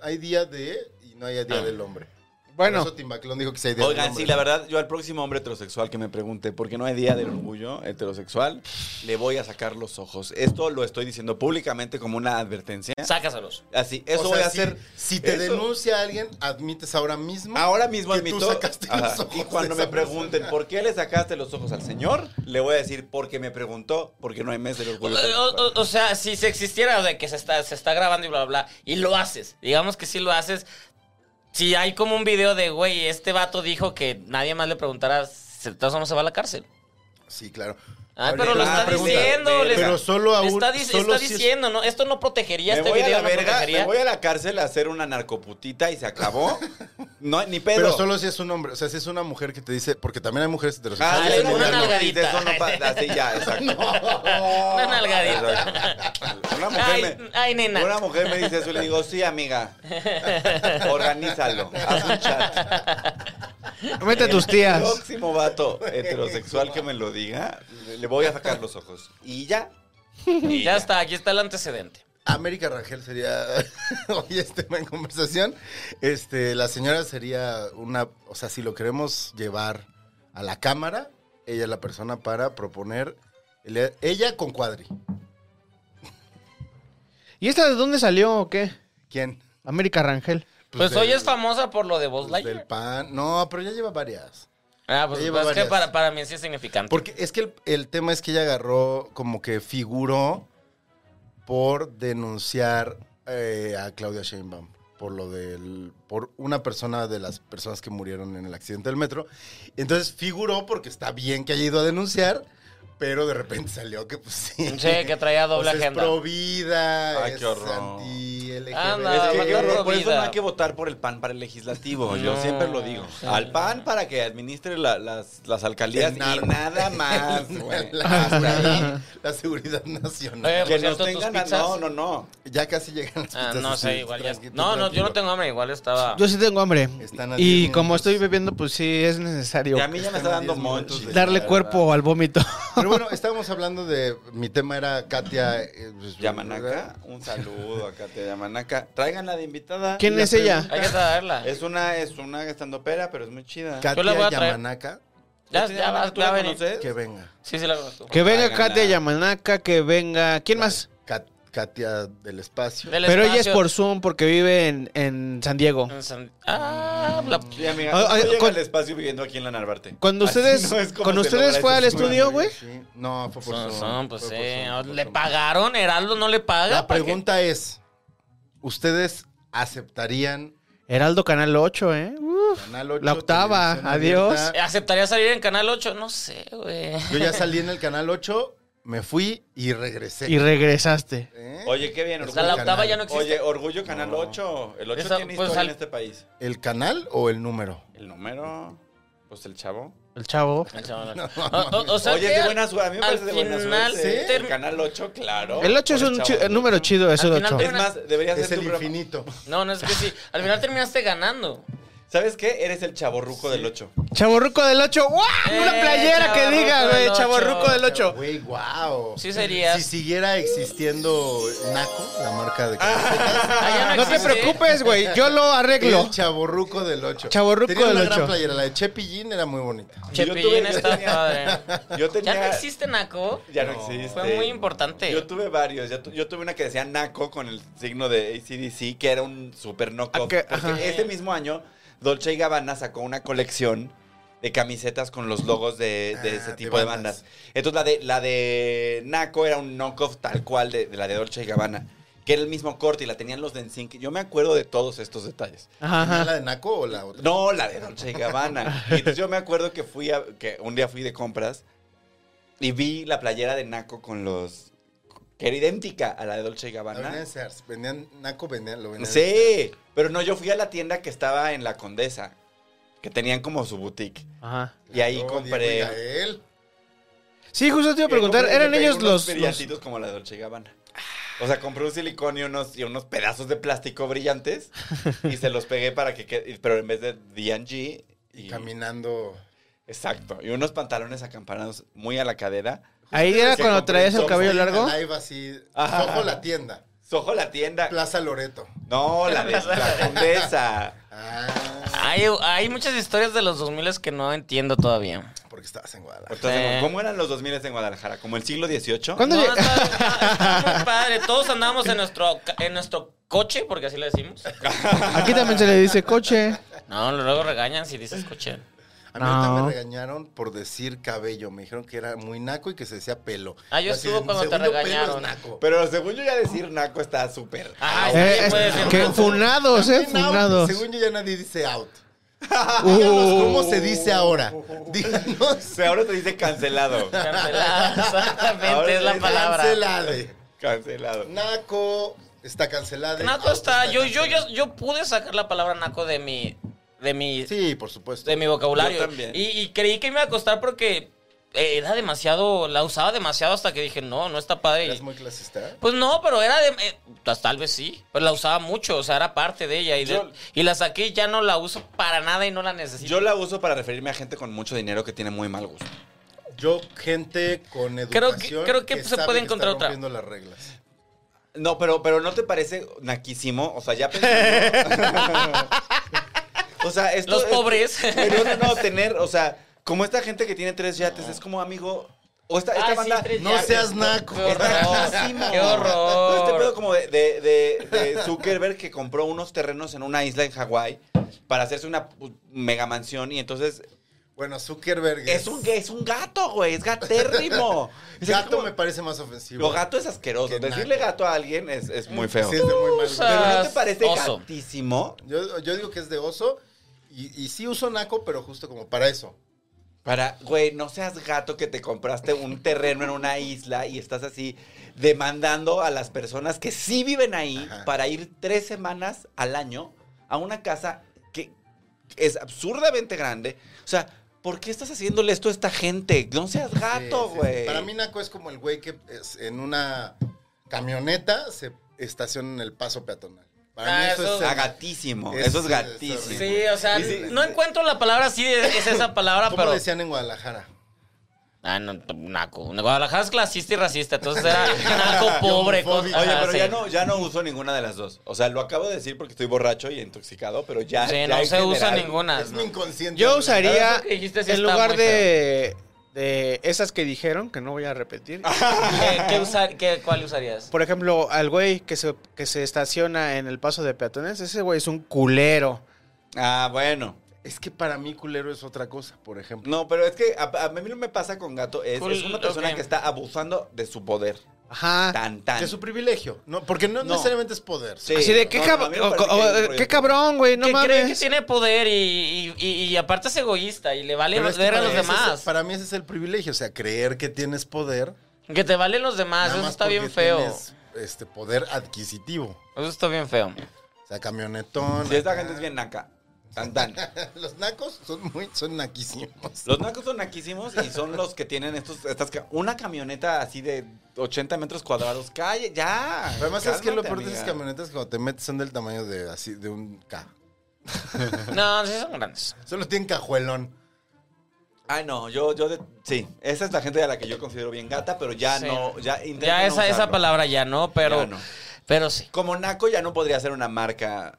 S2: hay día de y no hay día del hombre? Por
S3: Bueno,
S2: eso Timbaclón dijo que sí hay día del
S4: Ah. Oigan,
S2: hombre.
S4: sí, la verdad, yo al próximo hombre heterosexual que me pregunte por qué no hay día del orgullo heterosexual, le voy a sacar los ojos. Esto lo estoy diciendo públicamente como una advertencia.
S1: Sácaselos.
S4: Así,
S2: O
S4: eso
S2: sea,
S4: voy a
S2: si-
S4: hacer.
S2: Si te
S4: eso.
S2: denuncia alguien, admites ahora mismo.
S4: Ahora mismo
S2: que tú
S4: admito.
S2: sacaste
S4: Ajá.
S2: los ojos
S4: y cuando
S2: de
S4: me
S2: esa
S4: pregunten por qué le sacaste los ojos al señor, le voy a decir porque me preguntó, porque no hay mes del
S1: O,
S4: orgullo. heterosexual.
S1: o- o sea, si se existiera de que se está, se está grabando y bla, bla, bla, y lo haces, digamos que sí lo haces, si hay como un video de, güey, este vato dijo que nadie más le preguntara, se- de todas formas se va a la cárcel.
S2: Sí, claro.
S1: Ay,
S2: Ahorita
S1: pero lo
S2: una
S1: está
S2: pregunta.
S1: diciendo. le-
S2: Pero solo a
S1: le
S2: un-
S1: está, dic-
S2: solo
S1: está
S2: si es-
S1: diciendo, ¿no? Esto no protegería,
S4: Me
S1: este
S4: voy a
S1: video
S4: la
S1: no
S4: verga, me
S1: protegería.
S4: voy a la cárcel a hacer una narcoputita y se acabó. No, ni pedo.
S2: Pero solo si es un hombre, o sea, si es una mujer que te dice, porque también hay mujeres
S4: Ah,
S2: heterosexuales.
S1: Dale,
S4: no,
S1: una
S4: no, no,
S1: nalgadita.
S4: eso no pa- así ya, exacto.
S1: Una nalgadita.
S4: Exacto. Una mujer,
S1: Ay,
S4: me,
S1: ay, nena.
S4: una mujer me dice eso y le digo, sí, amiga, organízalo, haz un chat.
S3: mete a tus tías.
S4: El próximo vato heterosexual que me lo diga, le voy a sacar los ojos. Y ya.
S1: Ya está, aquí está el antecedente.
S2: América Rangel sería hoy este tema en conversación. Este, la señora sería una, o sea, si lo queremos llevar a la cámara, ella es la persona para proponer el- ella con Cuadri.
S3: ¿Y esta de dónde salió o qué?
S2: ¿Quién?
S3: América Rangel.
S1: Pues,
S2: del-
S1: hoy es famosa por lo de Buzz
S2: pues,
S1: Lightyear.
S2: del pan. No, pero ya lleva varias.
S1: Ah, pues,
S2: Lleva
S1: pues, es que
S2: varias.
S1: para, para mí sí es significante.
S2: Porque es que el, el tema es que ella agarró como que figuró por denunciar eh, a Claudia Sheinbaum por lo del por una persona de las personas que murieron en el accidente del metro. Entonces figuró porque está bien que haya ido a denunciar, pero de repente salió que pues sí.
S1: Sí, que traía doble
S2: O sea,
S1: agenda.
S2: Es pro vida,
S4: Ay, qué
S2: es
S4: horror.
S2: anti LGBT.
S1: Anda,
S4: Es
S1: Ah,
S4: que
S1: mandó
S4: qué horror,
S1: por
S4: por eso no
S1: vida.
S4: hay que votar por el PAN para el legislativo.
S1: No.
S4: Yo siempre lo digo.
S1: Sí.
S4: Al PAN para que administre la- las, las alcaldías
S2: El
S4: y
S2: narco.
S4: nada más, güey.
S2: la, seguridad, la seguridad nacional.
S1: Eh,
S4: Que
S1: Por
S4: nos
S1: cierto, tus
S4: tengan... a-
S1: pizzas.
S4: No, no, no.
S2: Ya casi llegan las
S1: Ah,
S2: pizzas
S1: no
S2: así,
S1: sé, igual ya.
S2: tranquilo,
S1: No, no, yo no
S2: tranquilo.
S1: tengo hambre, igual estaba.
S3: Yo sí tengo hambre.
S2: Están a diez
S3: Y como
S2: minutos.
S3: estoy bebiendo, pues sí, es necesario
S4: Y a mí ya me está dando
S2: Están a diez
S4: monchis.
S2: minutos de-
S3: darle
S4: la
S3: cuerpo al vómito.
S2: Pero bueno, estábamos hablando de. Mi tema era Katia. eh, pues,
S4: Yamanaka, un saludo acá te Yamanaka. Tráiganla de invitada.
S3: ¿Quién
S4: La
S3: es ella?
S1: Hay que traerla.
S4: Es una, es una estandopera, pero es muy chida.
S2: Katia
S1: la voy a traer.
S2: Yamanaka,
S1: Ya,
S4: ¿Tú
S1: ya va,
S4: ¿Tú
S1: va a
S4: la
S1: venir.
S4: conoces?
S2: que venga.
S1: Sí, sí la conozco.
S3: Que venga
S4: Tráiganla.
S3: Katia Yamanaka, que venga. ¿Quién más?
S2: Kat- Katia del espacio.
S1: Del
S3: Pero ella es
S1: espacio
S3: por Zoom porque vive en, en San Diego.
S1: en San- Ah, la-
S4: Sí, amiga.
S3: Ah, ah,
S4: yo llego
S3: con-
S4: al espacio viviendo aquí en la Narvarte.
S3: Cuando
S4: Así
S3: ustedes,
S4: no es como
S3: cuando
S4: se
S3: ustedes
S4: logra
S3: fue al
S4: ese sueño.
S3: estudio, güey.
S2: Sí. No, fue por
S1: Son,
S2: Zoom,
S1: son, pues
S2: fue por
S1: sí.
S2: Zoom,
S1: Ah,
S2: fue por
S1: ¿Le
S2: Zoom.
S1: pagaron? ¿Heraldo no le paga?
S2: La
S1: ¿Para qué?
S2: pregunta es: ¿Ustedes aceptarían
S3: Heraldo Canal 8, ¿eh? Uf.
S2: Canal 8?
S3: La octava,
S2: televisión
S3: adiós.
S2: abierta?
S1: ¿Aceptaría salir en Canal 8? No sé, güey.
S2: Yo ya salí en el canal 8, me fui y regresé.
S3: Y regresaste.
S2: ¿Eh?
S4: Oye, qué bien.
S1: O sea, la
S4: Orgullo,
S2: Canal.
S1: octava ya no existe.
S4: Oye, Orgullo Canal 8. El 8
S1: Esa-
S4: tiene
S1: pues,
S4: historia
S1: al-
S4: en este país.
S2: ¿El canal o el número?
S4: El número, pues el chavo.
S3: El chavo.
S1: El chaval.
S2: No,
S1: o, o- o sea,
S4: Oye,
S1: que
S4: es de
S1: al-
S4: buena suerte. A mí me
S1: al
S4: parece de buena
S1: final
S4: suerte.
S1: ter-
S4: El canal 8, claro.
S3: El 8 es
S4: Por
S3: un
S4: chavo
S3: chi-
S4: del
S3: el número
S4: ocho.
S3: chido, es el
S1: Al final
S3: 8.
S1: te-
S4: Es más, deberías
S2: Es
S4: ser
S2: el
S4: tu programa.
S2: infinito.
S1: No, no es que sí. Al final terminaste ganando.
S4: ¿Sabes qué? Eres el chaborruco del 8.
S3: Chaborruco del 8. ¡Guau! Una
S1: Eh,
S3: playera que
S1: chavorruco
S3: diga,
S1: del
S3: güey.
S1: ocho.
S3: Chaborruco del 8.
S2: Güey, wow.
S1: Sí serías.
S2: Si siguiera existiendo Naco, la marca de
S1: Allá
S3: No te
S1: Ah, existe.
S3: preocupes, güey. Yo lo arreglo.
S2: El chaborruco del 8.
S3: Chavorruco
S2: Tenía
S3: del
S2: una gran
S3: ocho.
S2: playera, la de Chepi Jean era muy bonita.
S4: Yo tuve-
S1: Chepillín
S4: yo
S1: está
S4: tenía-
S1: padre.
S4: Yo tenía.
S1: Ya no existe Naco.
S4: Ya no, existe.
S1: Fue muy importante.
S4: Yo tuve varios. Yo, tu- yo tuve una que decía Naco con el signo de ACDC, que era un super
S3: Ah,
S4: knockoff.
S3: que-
S4: Porque
S3: ajá.
S4: ese mismo año, Dolce y Gabbana sacó una colección de camisetas con los logos de, de
S2: Ah,
S4: ese
S2: de
S4: tipo de
S2: bandas.
S4: bandas. Entonces, la de, la de Naco era un knockoff tal cual de, de la de Dolce y Gabbana. Que era el mismo corte y la tenían los de NSYNC. Yo me acuerdo de todos estos detalles.
S3: Ajá,
S2: ¿Tenía
S3: ajá.
S2: ¿La de Naco o la otra?
S4: No, la de Dolce y Gabbana. Y entonces yo me acuerdo que fui a- que un día fui de compras y vi la playera de Naco con los que era idéntica a la de Dolce y
S2: La vendían
S4: Gabbana.
S2: en Sears. Vendían, Naco vendían, lo vendían.
S4: Sí, pero no, yo fui a la tienda que estaba en la Condesa, que tenían como su boutique
S3: Ajá.
S4: y ahí
S2: Oh,
S4: compré.
S2: Diego y Gael.
S3: Sí, justo te iba a preguntar,
S4: Yo compré-
S3: ¿eran
S4: yo pegué
S3: ellos
S4: unos
S3: los, los-
S4: brillantitos como la Dolce y Gabbana. O sea, compré un silicón y unos, y unos pedazos de plástico brillantes y se los pegué para que quede, pero en vez de D&G
S2: Y caminando.
S4: Exacto. Y unos pantalones acampanados muy a la cadera.
S3: Ahí era
S4: que
S3: cuando
S4: compré
S3: traías el
S4: un
S3: cabello
S4: software
S3: largo.
S2: Live así.
S4: Ajá.
S2: Soho la tienda.
S4: Sojo la tienda.
S2: Plaza Loreto.
S4: No, la de la condesa.
S2: Ah,
S1: Hay, hay muchas historias de los 2000 que no entiendo todavía.
S2: porque estabas en Guadalajara.
S4: Entonces,
S1: Sí.
S4: ¿Cómo eran los 2000 en Guadalajara? ¿Como el siglo XVIII?
S3: Eh. ¿Cuándo
S1: No,
S3: lleg-
S1: está, está- está muy padre. Todos andábamos en nuestro, ca- en nuestro coche, porque así lo decimos.
S3: Aquí también se le dice coche.
S1: No, luego regañan si dices coche.
S2: A mí ahorita
S3: No.
S2: me regañaron por decir cabello. Me dijeron que era muy naco y que se decía pelo.
S1: Ah, yo
S2: Así,
S1: estuve cuando te
S2: según yo, pelo
S1: regañaron.
S2: es naco.
S4: Pero según yo ya decir naco está súper.
S1: Ah,
S4: out.
S3: Eh,
S1: sí, puede ser.
S3: que funados, eh,
S2: También out.
S3: funados.
S2: Según yo ya nadie dice out. Díganos
S3: Uh,
S2: cómo se dice ahora. Díganos.
S4: O sea, ahora te dice cancelado.
S1: Cancelada,
S4: Ahora
S1: exactamente es la
S4: sí,
S1: palabra.
S2: Cancelade.
S4: Cancelado.
S2: Naco está cancelade.
S1: Naco
S2: out
S1: está. Yo, yo, yo,
S2: cancelade.
S1: yo pude sacar la palabra naco de mi. de mi.
S2: Sí, por supuesto.
S1: de mi vocabulario.
S4: Yo también.
S1: Y, y creí que me iba a costar porque eh, era demasiado. La usaba demasiado hasta que dije, no, no está padre.
S2: Eres
S1: Y-
S2: muy clasista.
S1: Pues no, pero era de. eh, pues tal vez sí. Pero la usaba mucho, o sea, era parte de ella. Y, de-
S4: Yo-
S1: y la saqué y ya no la uso para nada y no la necesito.
S4: Yo la uso para referirme a gente con mucho dinero que tiene muy mal gusto.
S2: Yo, gente con
S1: que-
S2: educación.
S1: creo que se
S2: sabe
S1: puede
S2: que
S1: encontrar
S2: está
S1: otra.
S2: rompiendo las reglas.
S4: No, pero, pero ¿no te parece naquísimo? O sea, ya pensando- o sea, esto...
S1: Los
S4: es-
S1: pobres.
S4: Pero no, no, tener, o sea, como esta gente que tiene tres yates, es como amigo... O esta, esta
S1: Ay, Ah, sí,
S4: banda...
S1: tres
S5: no
S1: llaves.
S5: seas naco.
S1: Qué
S4: naquísimo.
S1: horror. Qué
S4: Todo Este pedo
S1: horror.
S4: como de, de- de- de Zuckerberg que compró unos terrenos en una isla en Hawái para hacerse una pu- mega mansión y entonces...
S2: Bueno, Zuckerberg.
S4: Es un, es un gato, güey, es gatérrimo. Es así
S2: Gato
S4: como-
S2: me parece más ofensivo.
S4: Lo gato es asqueroso.
S2: Qué
S4: Decirle
S2: naco.
S4: gato a alguien es, es muy feo.
S2: Sí, es de muy mal.
S1: Usa-
S4: Pero ¿no te parece
S1: Ah, Oso.
S4: gatísimo?
S2: Yo, yo digo que es de oso. Y, y sí uso naco, pero justo como para eso.
S4: Para, güey, no seas gato que te compraste un terreno en una isla y estás así demandando a las personas que sí viven ahí
S2: Ajá.
S4: para ir tres semanas al año a una casa que es absurdamente grande. O sea, ¿por qué estás haciéndole esto a esta gente? No seas gato,
S2: Sí, sí, sí.
S4: güey.
S2: Para mí naco es como el güey que es- en una camioneta se estaciona en el paso peatonal. Para mí
S1: Ah,
S2: eso,
S1: eso-
S2: es...
S4: Ah,
S2: ser-
S4: gatísimo.
S2: Es-
S4: Eso es
S2: es
S4: gatísimo.
S2: horrible.
S1: Sí, o sea,
S2: Y sí.
S1: no encuentro la palabra así, es es esa palabra,
S2: ¿Cómo
S1: pero...
S2: decían en Guadalajara?
S1: Ah, no, t- naco. Guadalajara es clasista y racista, entonces era naco pobre.
S2: homofóbico.
S1: cosa-
S4: Oye,
S1: ajá,
S4: pero
S1: sí.
S4: ya no, ya no uso ninguna de las dos. O sea, lo acabo de decir porque estoy borracho y intoxicado, pero ya.
S1: Sí,
S4: ya
S1: no
S4: en
S1: se usa
S4: general-
S1: ninguna.
S2: Es mi inconsciente.
S3: Yo
S1: Pero
S3: usaría,
S1: eso que dijiste sí
S3: en
S1: está
S3: lugar
S1: muy
S3: de, de esas que dijeron, que no voy a repetir,
S1: ¿Qué, qué usar, qué- ¿Cuál usarías?
S3: por ejemplo, al güey que se, que se estaciona en el paso de peatones, ese güey es un culero.
S4: Ah, bueno.
S2: Es que para mí culero es otra cosa, por ejemplo.
S4: No, pero es que a, a mí lo que me pasa con gato es,
S1: Cool,
S4: es una persona
S1: ok.
S4: que está abusando de su poder.
S3: Ajá.
S4: Tan, tan.
S2: De su privilegio. No, porque no,
S4: No.
S2: necesariamente es poder.
S4: Sí.
S3: Así de,
S4: no,
S3: qué,
S4: no,
S3: cab-
S4: a mí me parece
S3: o- o-
S4: que hay un
S3: qué
S4: proyecto.
S3: cabrón, güey, no
S1: que cree que
S3: mames.
S1: tiene poder y, y- y- y aparte es egoísta y le vale
S2: Pero es que
S1: ver a
S2: para
S1: los
S2: mí ese es-
S1: demás.
S2: para mí ese es el privilegio, o sea, creer que tienes poder.
S1: Que te valen los demás, Ah,
S2: nada
S1: eso
S2: más
S1: está bien
S2: porque
S1: feo.
S2: tienes, este poder adquisitivo.
S1: Eso está bien feo.
S2: O sea, camionetón.
S4: Sí, esta
S2: acá.
S4: gente es bien naca. Tan, tan.
S2: Los nacos son muy, son naquísimos.
S4: Los nacos son naquísimos y son los que tienen estos, estas, ca- una camioneta así de 80 metros cuadrados. Calle, ya.
S2: Además, ¿sabes qué? Lo peor de
S4: amiga.
S2: esas camionetas cuando te metes son del tamaño de así, de un K.
S1: No, sí son grandes.
S2: Solo tienen cajuelón.
S4: Ay, no, yo, yo, de- sí, esa es la gente a la que yo considero bien gata, pero ya
S1: Sí.
S4: no, ya intento
S1: Ya
S4: no
S1: esa, esa
S4: usarlo.
S1: palabra ya no, pero,
S4: Ya no.
S1: pero sí.
S4: Como Naco ya no podría ser una marca.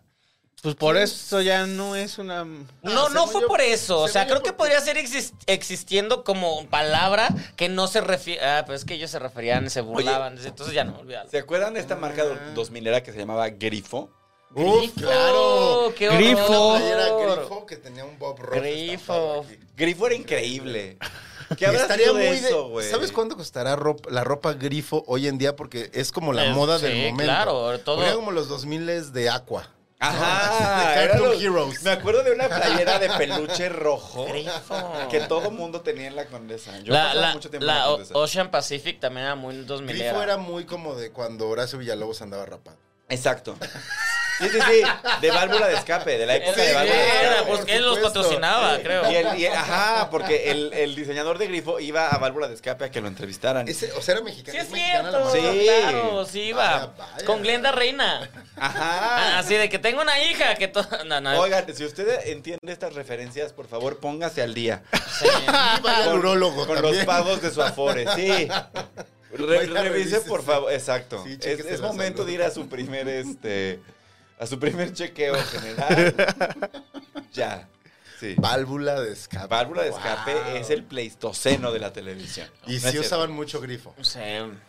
S3: Pues por eso ya no es una...
S1: No, no
S2: según
S1: fue
S2: yo-
S1: por eso. O
S2: según
S1: sea,
S2: yo
S1: creo que
S2: porque-
S1: podría ser exis- existiendo como palabra que no se refiere. Ah, pero es que ellos se referían, se burlaban. entonces ya no, olvídalo.
S4: ¿Se acuerdan de esta marca do- 2000 era que se llamaba Grifo?
S2: Ah. ¡Uf, claro!
S1: ¡Qué
S3: Grifo.
S1: horror!
S2: Ahí era grifo que tenía un Bob Ross.
S1: Grifo.
S2: estampado aquí.
S4: Oh. Grifo era increíble.
S2: Y
S4: ¿Qué habrá
S2: estaría
S4: sido de
S2: muy de-
S4: eso, güey?
S2: ¿Sabes cuánto costará ropa- la ropa grifo hoy en día? Porque es como la
S1: Eh,
S2: moda
S1: sí,
S2: del momento.
S1: claro, todo-
S2: Era como los 2000 de Aqua.
S4: Ajá.
S2: De Cartoon
S4: era los-
S2: Heroes.
S4: Me acuerdo de una playera de peluche rojo
S1: Grifo.
S4: que todo mundo tenía en la Condesa. Yo
S1: La,
S4: pasaba
S1: la-
S4: mucho tiempo
S1: la
S4: en la
S1: O-
S4: Condesa.
S1: Ocean Pacific también era muy 2000
S2: Grifo era muy como de cuando Horacio Villalobos andaba rapado.
S4: Exacto. Sí, sí, sí. De válvula de escape, de la época
S1: Era,
S4: de
S1: era,
S4: válvula de escape.
S1: pues
S2: por
S1: él los
S2: supuesto.
S1: patrocinaba, creo.
S4: Y el- y el- ajá, porque el, el diseñador de grifo iba a válvula de escape a que lo entrevistaran.
S2: Ese, o sea, era mexicano.
S1: Sí, es
S2: mexicana la
S1: cierto.
S2: marca.
S4: Sí.
S1: Claro, sí iba.
S2: Vaya, vaya.
S1: Con Glenda Reina. Ah,
S4: Ajá.
S1: Así de que tengo una hija que. to- No,
S2: Ah.
S1: no.
S4: Oigan, si usted entiende estas referencias, por favor, póngase al día.
S1: sí.
S2: Y vaya al Ah, urólogo
S4: Con
S2: también.
S4: los pagos de su Afore, sí. Re-
S2: Vaya,
S4: revise,
S2: revísese.
S4: por favor. Exacto.
S2: Sí,
S4: es
S2: chéquese
S4: es
S2: la
S4: momento
S2: salud.
S4: de ir a su primer, este... A su primer chequeo general. ya. Sí.
S2: Válvula de escape.
S4: Válvula de escape
S2: Wow.
S4: es el pleistoceno de la televisión.
S2: Y
S4: No es
S2: sí
S4: cierto.
S2: usaban mucho grifo.
S1: Sí.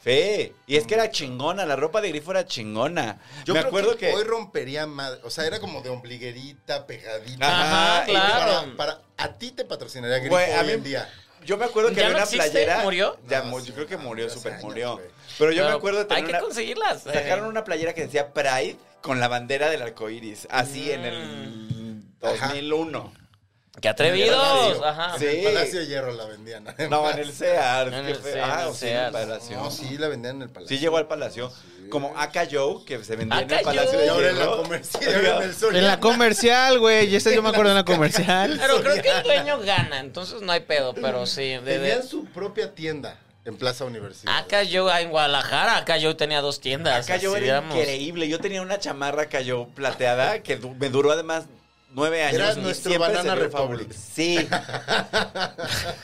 S4: Sí, y es que era chingona, la ropa de grifo era chingona.
S2: Yo
S4: me
S2: creo
S4: acuerdo
S2: que,
S4: que,
S2: hoy rompería madre. O sea, era como de ombliguerita, pegadita.
S4: Ajá,
S1: Ajá,
S4: y
S1: claro.
S2: Para, para- a ti te patrocinaría grifo
S4: Güey, a
S2: hoy
S4: mí-
S2: en día.
S4: yo me acuerdo que
S1: ¿Ya no
S4: había una
S1: existe?
S4: playera.
S1: ¿Murió?
S4: Ya,
S2: No,
S4: mu-
S2: sí,
S4: yo creo que
S2: no,
S4: murió,
S2: hace
S4: super
S2: años,
S4: murió.
S2: güey.
S4: Pero yo
S1: Pero
S4: me acuerdo de
S1: Hay
S4: tener
S1: que
S4: una,
S1: conseguirlas. eh.
S4: sacaron una playera que decía Pride con la bandera del arco iris, así en
S2: Mm.
S4: el 2001.
S1: ¡Qué atrevidos! Ajá.
S4: Sí.
S2: En el Palacio de Hierro la vendían.
S4: No, en el Sears.
S1: En
S4: qué
S1: el
S4: feo.
S1: Sears, en el
S4: Ah, o sí, en el
S1: Sears.
S4: Palacio.
S2: No, sí, la vendían en el Palacio.
S4: Sí llegó al Palacio. Como Aka Joe, que se vendía en
S1: Aka
S4: el Palacio
S1: Joe.
S4: de
S2: Y ahora en la
S4: Hierro.
S2: comercial. y ahora en el sol.
S3: En la comercial, güey, ya sé, yo me acuerdo en la comercial.
S1: Pero creo que el dueño gana, entonces no hay pedo, pero sí. De, Ah, de-
S2: Tenían su propia tienda en Plaza Universidad.
S1: Acá yo en Guadalajara, acá yo tenía dos tiendas.
S4: Acá yo
S1: así,
S4: era
S1: digamos.
S4: increíble. Yo tenía una chamarra cayó plateada que du- me duró además nueve años.
S2: Era
S4: y
S2: nuestro
S4: siempre
S2: Banana
S4: se vio
S2: Republic.
S4: fabuloso. Sí.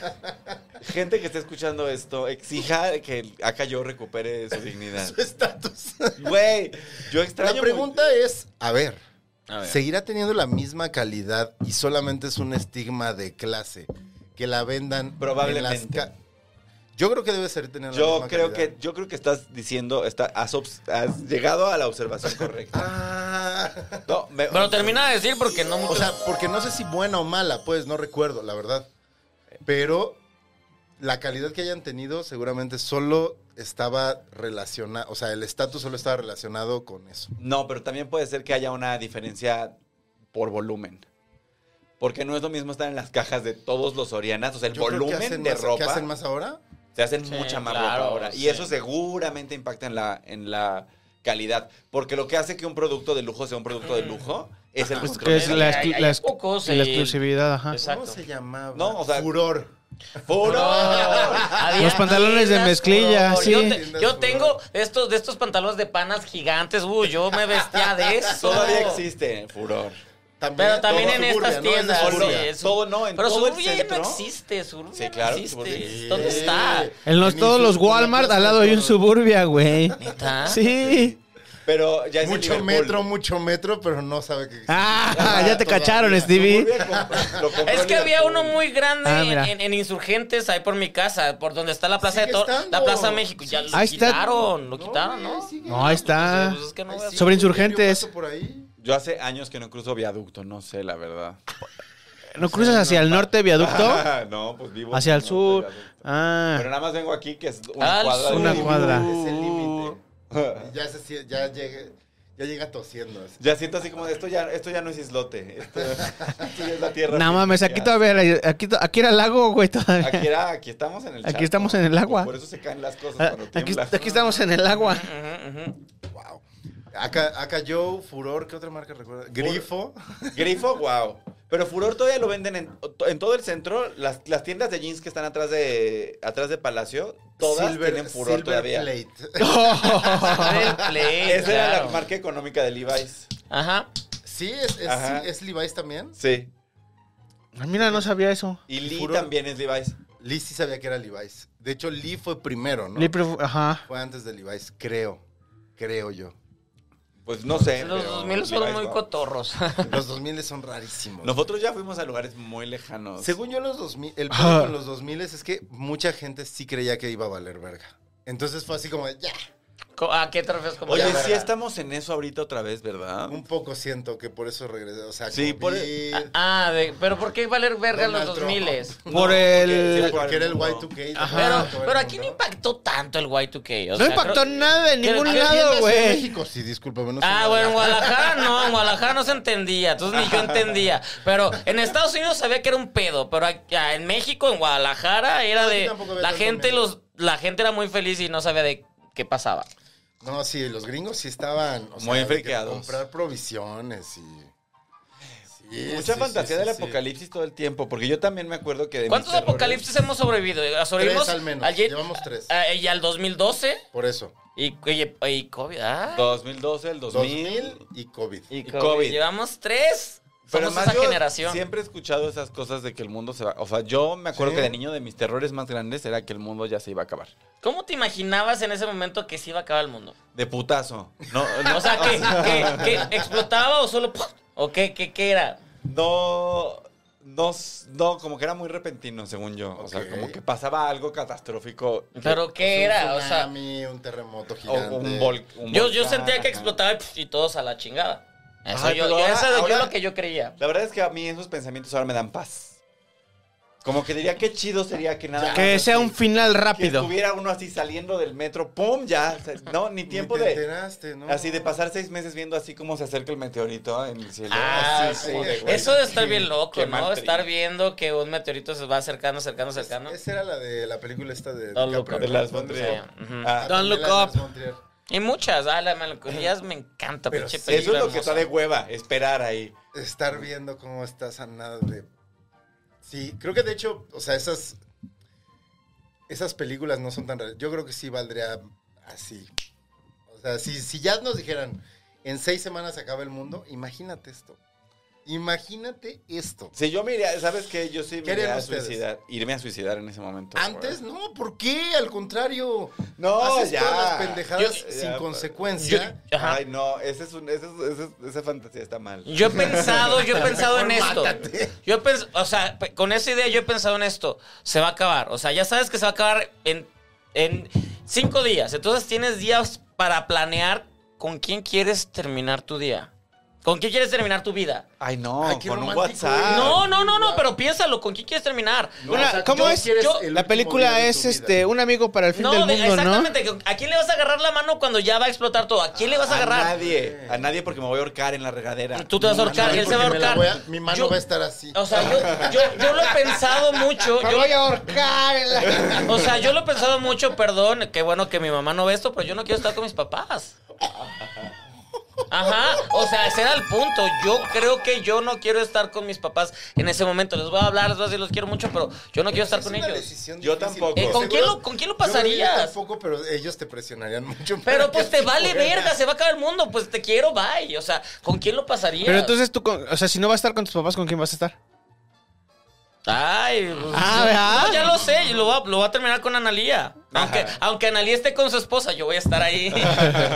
S4: gente que está escuchando esto, exija que acá yo recupere su dignidad.
S2: su estatus.
S4: Güey, yo extraño.
S2: La pregunta es, a ver,
S4: A ver.
S2: ¿seguirá teniendo la misma calidad y solamente es un estigma de clase? Que la vendan
S4: Probablemente.
S2: en las ca- Yo creo que debe ser tener la
S4: Yo
S2: misma
S4: creo
S2: calidad.
S4: que yo creo que estás diciendo, está, has, obs- has llegado a la observación correcta.
S2: Ah.
S4: No, me-
S1: Pero termina de decir porque no
S2: O
S1: muchos-
S2: sea, porque no sé si buena o mala, pues no recuerdo, la verdad. Pero la calidad que hayan tenido seguramente solo estaba relacionada, o sea, el estatus solo estaba relacionado con eso.
S4: No, pero también puede ser que haya una diferencia por volumen. Porque no es lo mismo estar en las cajas de todos los Orianas. O sea, el
S2: Yo creo que
S4: volumen
S2: hacen
S4: de
S2: más-
S4: ropa.
S2: ¿Qué hacen más ahora?
S4: Se hacen
S1: Sí,
S4: mucha más
S1: claro,
S4: ropa ahora.
S1: sí.
S4: Y eso seguramente impacta en la, en la calidad. Porque lo que hace que un producto de lujo sea un producto de
S1: Mm.
S4: lujo es el
S1: Pues
S4: producto
S3: Que es
S4: de
S3: la,
S1: Hay-
S3: exclu-
S1: hay
S3: la ex-
S1: pocos,
S3: la
S1: sí.
S3: exclusividad, ajá.
S1: Exacto.
S2: ¿Cómo se llamaba?
S4: No, o sea-
S2: Furor.
S4: ¡Furor!
S1: No, había-
S3: Los pantalones de
S1: tiendas,
S3: mezclilla,
S1: por favor.
S3: sí.
S1: Yo, te- yo tengo estos, de estos pantalones de panas gigantes. Uy, yo me vestía de eso.
S4: Todavía existe furor.
S2: También,
S4: Eh,
S1: Pero también
S2: todo
S1: en
S2: suburbia,
S1: estas
S2: ¿no? Es de
S1: tiendas.
S4: Solo-
S2: suburbia.
S1: sí, es-
S4: todo, no, en
S1: pero
S4: todo el
S1: Suburbia ya
S4: centro.
S1: no existe. Suburbia
S4: Sí, claro,
S1: no existe.
S4: Suburbia.
S1: ¿Dónde está?
S3: En los,
S2: En
S3: todos los
S2: Instituto, en la
S3: Walmart,
S2: plaza
S3: al
S2: de
S3: lado hay un
S2: todos.
S3: suburbia, güey.
S1: ¿Neta? Ah,
S3: Sí.
S4: Pero ya es en
S2: Mucho
S4: Liverpool.
S2: metro, mucho metro, pero no sabe que existe.
S3: Ah, ya te
S2: Todavía.
S3: cacharon,
S4: Suburbia
S3: Stevie.
S4: compró- lo compró
S1: Es que había
S4: Liverpool.
S1: uno muy grande
S3: Ah,
S1: en,
S3: mira.
S1: en- en Insurgentes, ahí por mi casa, por donde está la Plaza de
S2: Sigue
S1: Todo.
S2: estando.
S1: La Plaza México. Ya lo
S3: Ahí está.
S1: quitaron, lo quitaron, ¿no?
S2: sigue.
S3: No, ahí está.
S1: Pues es que no
S2: Ahí
S1: veo-
S2: sigue.
S3: Sobre insurgentes.
S2: Yo paso por ahí.
S4: Yo hace años que no cruzo viaducto, no sé, la verdad.
S3: ¿No cruzas hacia el norte, viaducto?
S4: Ah, no, pues vivo.
S3: Hacia el
S4: no,
S3: sur.
S4: viaducto. Pero
S3: Ah.
S4: nada más vengo aquí, que es una
S1: Al
S4: cuadra. de
S1: sur.
S3: Una
S4: viaducto.
S3: cuadra.
S2: Es el límite. Ya, se sie- ya, llega, ya llega tosiendo. así.
S4: Ya siento así como de esto ya, esto ya no es islote. Esto, esto ya es la tierra.
S3: No mames, aquí
S4: todavía
S3: todavía era, aquí, to- aquí era el lago, güey, todavía.
S4: Aquí, era, aquí estamos en el
S3: Aquí
S4: charco.
S3: estamos en el agua.
S4: Por eso se caen las cosas
S3: Ah,
S4: cuando
S3: Aquí,
S4: tiembla.
S3: aquí estamos en el agua.
S1: Ujú, ujú.
S2: Wow. Acá, acá Joe, Furor, ¿qué otra marca recuerda? Grifo.
S4: Grifo, wow. Pero Furor todavía lo venden en, en todo el centro. Las, las tiendas de jeans que están atrás de atrás de Palacio, todas tienen Furor
S2: Silver
S4: todavía.
S2: Plate.
S3: Ah,
S1: El play,
S4: Esa era
S1: claro.
S4: la marca económica de Levi's.
S1: Ajá.
S2: Sí, es, es,
S4: Ajá.
S2: sí, es Levi's también.
S4: Sí.
S3: Ah, Mira, no sabía eso.
S4: Y Lee
S2: Furor.
S4: también es Levi's.
S2: Lee sí sabía que era Levi's. De hecho, Lee fue primero, ¿no?
S3: Le pref- Ajá.
S2: Fue antes de Levi's, creo. Creo yo.
S4: Pues no sé.
S1: Los
S4: pero
S1: 2000 son
S4: Levi's,
S1: muy
S4: wow.
S1: cotorros.
S2: Los 2000 son rarísimos.
S4: Nosotros ya fuimos a lugares muy lejanos.
S2: Según yo, los 2000, el
S3: Ajá.
S2: problema con los 2000 es que mucha gente sí creía que iba a valer verga. Entonces fue así como, de, ya,
S1: Co- ¿A qué te refieres con
S4: Oye,
S1: verga?
S4: sí estamos en eso ahorita otra vez, ¿verdad?
S2: un poco siento que por eso regresé. O sea,
S4: Sí, por-
S2: COVID,
S1: Ah, de- pero ¿por qué valer verga
S2: Donald
S1: los
S2: Trump.
S1: 2000
S3: Por el...
S2: porque era el Y2K.
S1: Pero,
S2: todo el
S1: pero aquí no
S2: mundo.
S1: impactó tanto el Y2K. o
S3: No
S1: sea,
S3: impactó
S1: creo-
S3: nada en
S1: creo-
S3: ningún
S1: creo-
S3: lado,
S2: En
S3: güey.
S2: México, sí, discúlpame. No sé
S1: Ah,
S2: nada.
S1: bueno, en Guadalajara no, en Guadalajara no se entendía, entonces ni yo entendía. Pero en Estados Unidos sabía que era un pedo, pero aquí- ah, en México, en Guadalajara, era
S2: No, aquí
S1: de.
S2: tampoco había
S1: La
S2: tanto
S1: gente,
S2: miedo.
S1: los, la gente era muy feliz y no sabía de qué pasaba.
S2: No, sí, los gringos sí estaban... o sea,
S4: Muy
S2: de que
S4: friqueados.
S2: Comprar provisiones y... Sí,
S4: Mucha
S2: sí,
S4: fantasía
S2: sí,
S4: del
S2: sí, sí.
S4: apocalipsis todo el tiempo, porque yo también me acuerdo que... de mis
S1: ¿Cuántos
S4: terrores-
S1: apocalipsis hemos sobrevivido? Eh, Sobrevivimos
S2: al menos,
S1: Ye-
S2: llevamos tres.
S1: a- eh, y al 2012
S2: Por eso.
S1: y, y, y COVID. ah.
S4: 2012, el 2000...
S2: 2000 y COVID.
S1: Y
S4: Y
S1: COVID.
S4: COVID.
S1: Llevamos tres.
S4: Pero
S1: Somos
S4: más
S1: esa
S4: yo
S1: generación.
S4: siempre he escuchado esas cosas de que el mundo se va... O sea, yo me acuerdo
S2: Sí.
S4: que de niño de mis terrores más grandes era que el mundo ya se iba a acabar.
S1: ¿Cómo te imaginabas en ese momento que se iba a acabar el mundo?
S4: De putazo. No, no,
S1: O sea, que,
S4: Ah.
S1: que- que explotaba o solo. ¡pum! ¿O qué, qué, qué era?
S4: No, no, s- no, como que era muy repentino, según yo. O sea,
S2: Ok.
S4: como que pasaba algo catastrófico.
S1: ¿Pero qué era? O sea,
S2: tsunami, un terremoto
S4: O
S2: gigante.
S4: un, vol- un
S1: yo, yo
S4: volcán,
S1: sentía que
S4: ajá.
S1: explotaba y, pf, y todos a la chingada. Eso,
S4: Ay,
S1: yo,
S4: pero
S1: yo-
S4: ahora-
S1: eso es
S4: ahora-
S1: lo que yo creía.
S4: La verdad es que a mí esos pensamientos ahora me dan paz. Como que diría qué chido sería que nada
S3: Que
S4: más
S3: sea
S4: así,
S3: un final
S4: que
S3: rápido.
S4: estuviera uno así saliendo del metro, pum, ya, o sea, no, ni tiempo
S2: te
S4: de
S2: enteraste, ¿no?
S4: así de pasar seis meses viendo así cómo se acerca el meteorito en el cielo.
S1: Ah,
S4: así
S1: sí.
S4: como de, güey,
S1: Eso de estar bien
S4: qué-
S1: loco,
S4: qué mal
S1: ¿no?
S4: trip.
S1: Estar viendo que un meteorito se va acercando, acercando, acercando.
S2: Esa era la de la película esta de...
S1: Don't
S2: DiCaprio,
S1: Look Up.
S2: ¿no?
S4: de las
S2: Don't
S4: Mondrian.
S2: Look Up.
S1: Ujú.
S4: Ah,
S2: Ah,
S3: Don't
S2: también
S3: Look
S2: la de
S3: Up.
S2: las Mondrian.
S1: Y muchas. Ah, la melancolía me encanta.
S2: Pero
S1: pinche
S2: sí,
S4: Eso
S1: película
S4: es lo que está
S1: hermosa.
S4: de hueva, esperar ahí.
S2: Estar viendo cómo estás a nada de... Sí, creo que de hecho, o sea, esas... Esas películas no son tan reales. Yo creo que sí valdría así. O sea, si, si ya nos dijeran, en seis semanas se acaba el mundo, imagínate esto. Imagínate esto.
S4: Si yo me iría, ¿sabes qué? Yo sí me
S2: ¿Qué
S4: iría
S2: harían
S4: a
S2: ustedes?
S4: suicidar. Irme a suicidar en ese momento.
S2: Antes
S4: güey.
S2: no, ¿por qué? Al contrario.
S4: No,
S2: haces
S4: ya.
S2: todas las pendejadas
S4: Yo-
S2: sin
S4: ya,
S2: consecuencia.
S1: Ajá.
S4: Ay, no, ese es un, ese es- ese es- esa fantasía está mal.
S1: Yo he pensado, yo he pensado en
S2: Mejor
S1: esto.
S2: mátate.
S1: Yo he pens- o sea, pe- con esa idea yo he pensado en esto. Se va a acabar. O sea, ya sabes que se va a acabar en, en cinco días. Entonces tienes días para planear con quién quieres terminar tu día. ¿Con quién quieres terminar tu vida?
S4: Ay, no,
S2: Ay, qué
S4: con un
S2: romántico,
S4: WhatsApp.
S2: Ah,
S1: no, no, no, no, pero piénsalo. ¿Con quién quieres terminar?
S2: No,
S3: Una-
S2: o sea,
S3: ¿Cómo
S2: yo
S3: es?
S2: quieres
S1: Yo-
S2: el
S3: La
S2: último
S3: película
S2: día de
S3: es
S2: tu vida.
S3: este un amigo para el fin
S1: No,
S3: del
S1: de-
S3: mundo, ¿no?
S1: exactamente. ¿A quién le vas a agarrar la mano cuando ya va a explotar todo? ¿A quién le vas a agarrar?
S4: A nadie, a nadie porque me voy a ahorcar en la regadera.
S1: Tú te vas a ahorcar,
S2: Ay,
S1: él se va a
S2: porque me la
S1: ahorcar.
S2: voy a- Mi mano
S1: Yo-
S2: va a estar así.
S1: O sea, yo, yo, yo lo he pensado mucho.
S3: Me
S1: yo-
S3: voy a ahorcar en la-
S1: O sea, yo lo he pensado mucho, perdón, qué bueno que mi mamá no ve esto, pero yo no quiero estar con mis papás. Ajá, o sea, ese era el punto. Yo creo que yo no quiero estar con mis papás en ese momento. Les voy a hablar, les voy a decir, los quiero mucho, pero yo no quiero estar
S2: Es
S1: con
S2: una
S1: ellos.
S2: decisión
S4: Yo
S2: difícil.
S4: tampoco. Eh,
S1: ¿con quién lo-
S2: Seguro-
S1: con quién lo
S2: yo creo que
S1: pasarías?
S2: Yo tampoco, pero ellos te presionarían mucho. para
S1: Pero
S2: que
S1: pues te
S2: así
S1: vale
S2: fuera.
S1: verga, se va a acabar el mundo, pues te quiero, bye. O sea, ¿con quién lo pasaría?
S3: Pero entonces tú, con- o sea, si no vas a estar con tus papás, ¿con quién vas a estar?
S1: Ay, pues,
S3: Ah,
S1: yo-
S3: ¿verdad?
S1: no, ya lo sé, yo lo voy a, lo voy a terminar con Analía. Aunque, aunque Analía esté con su esposa, yo voy a estar ahí.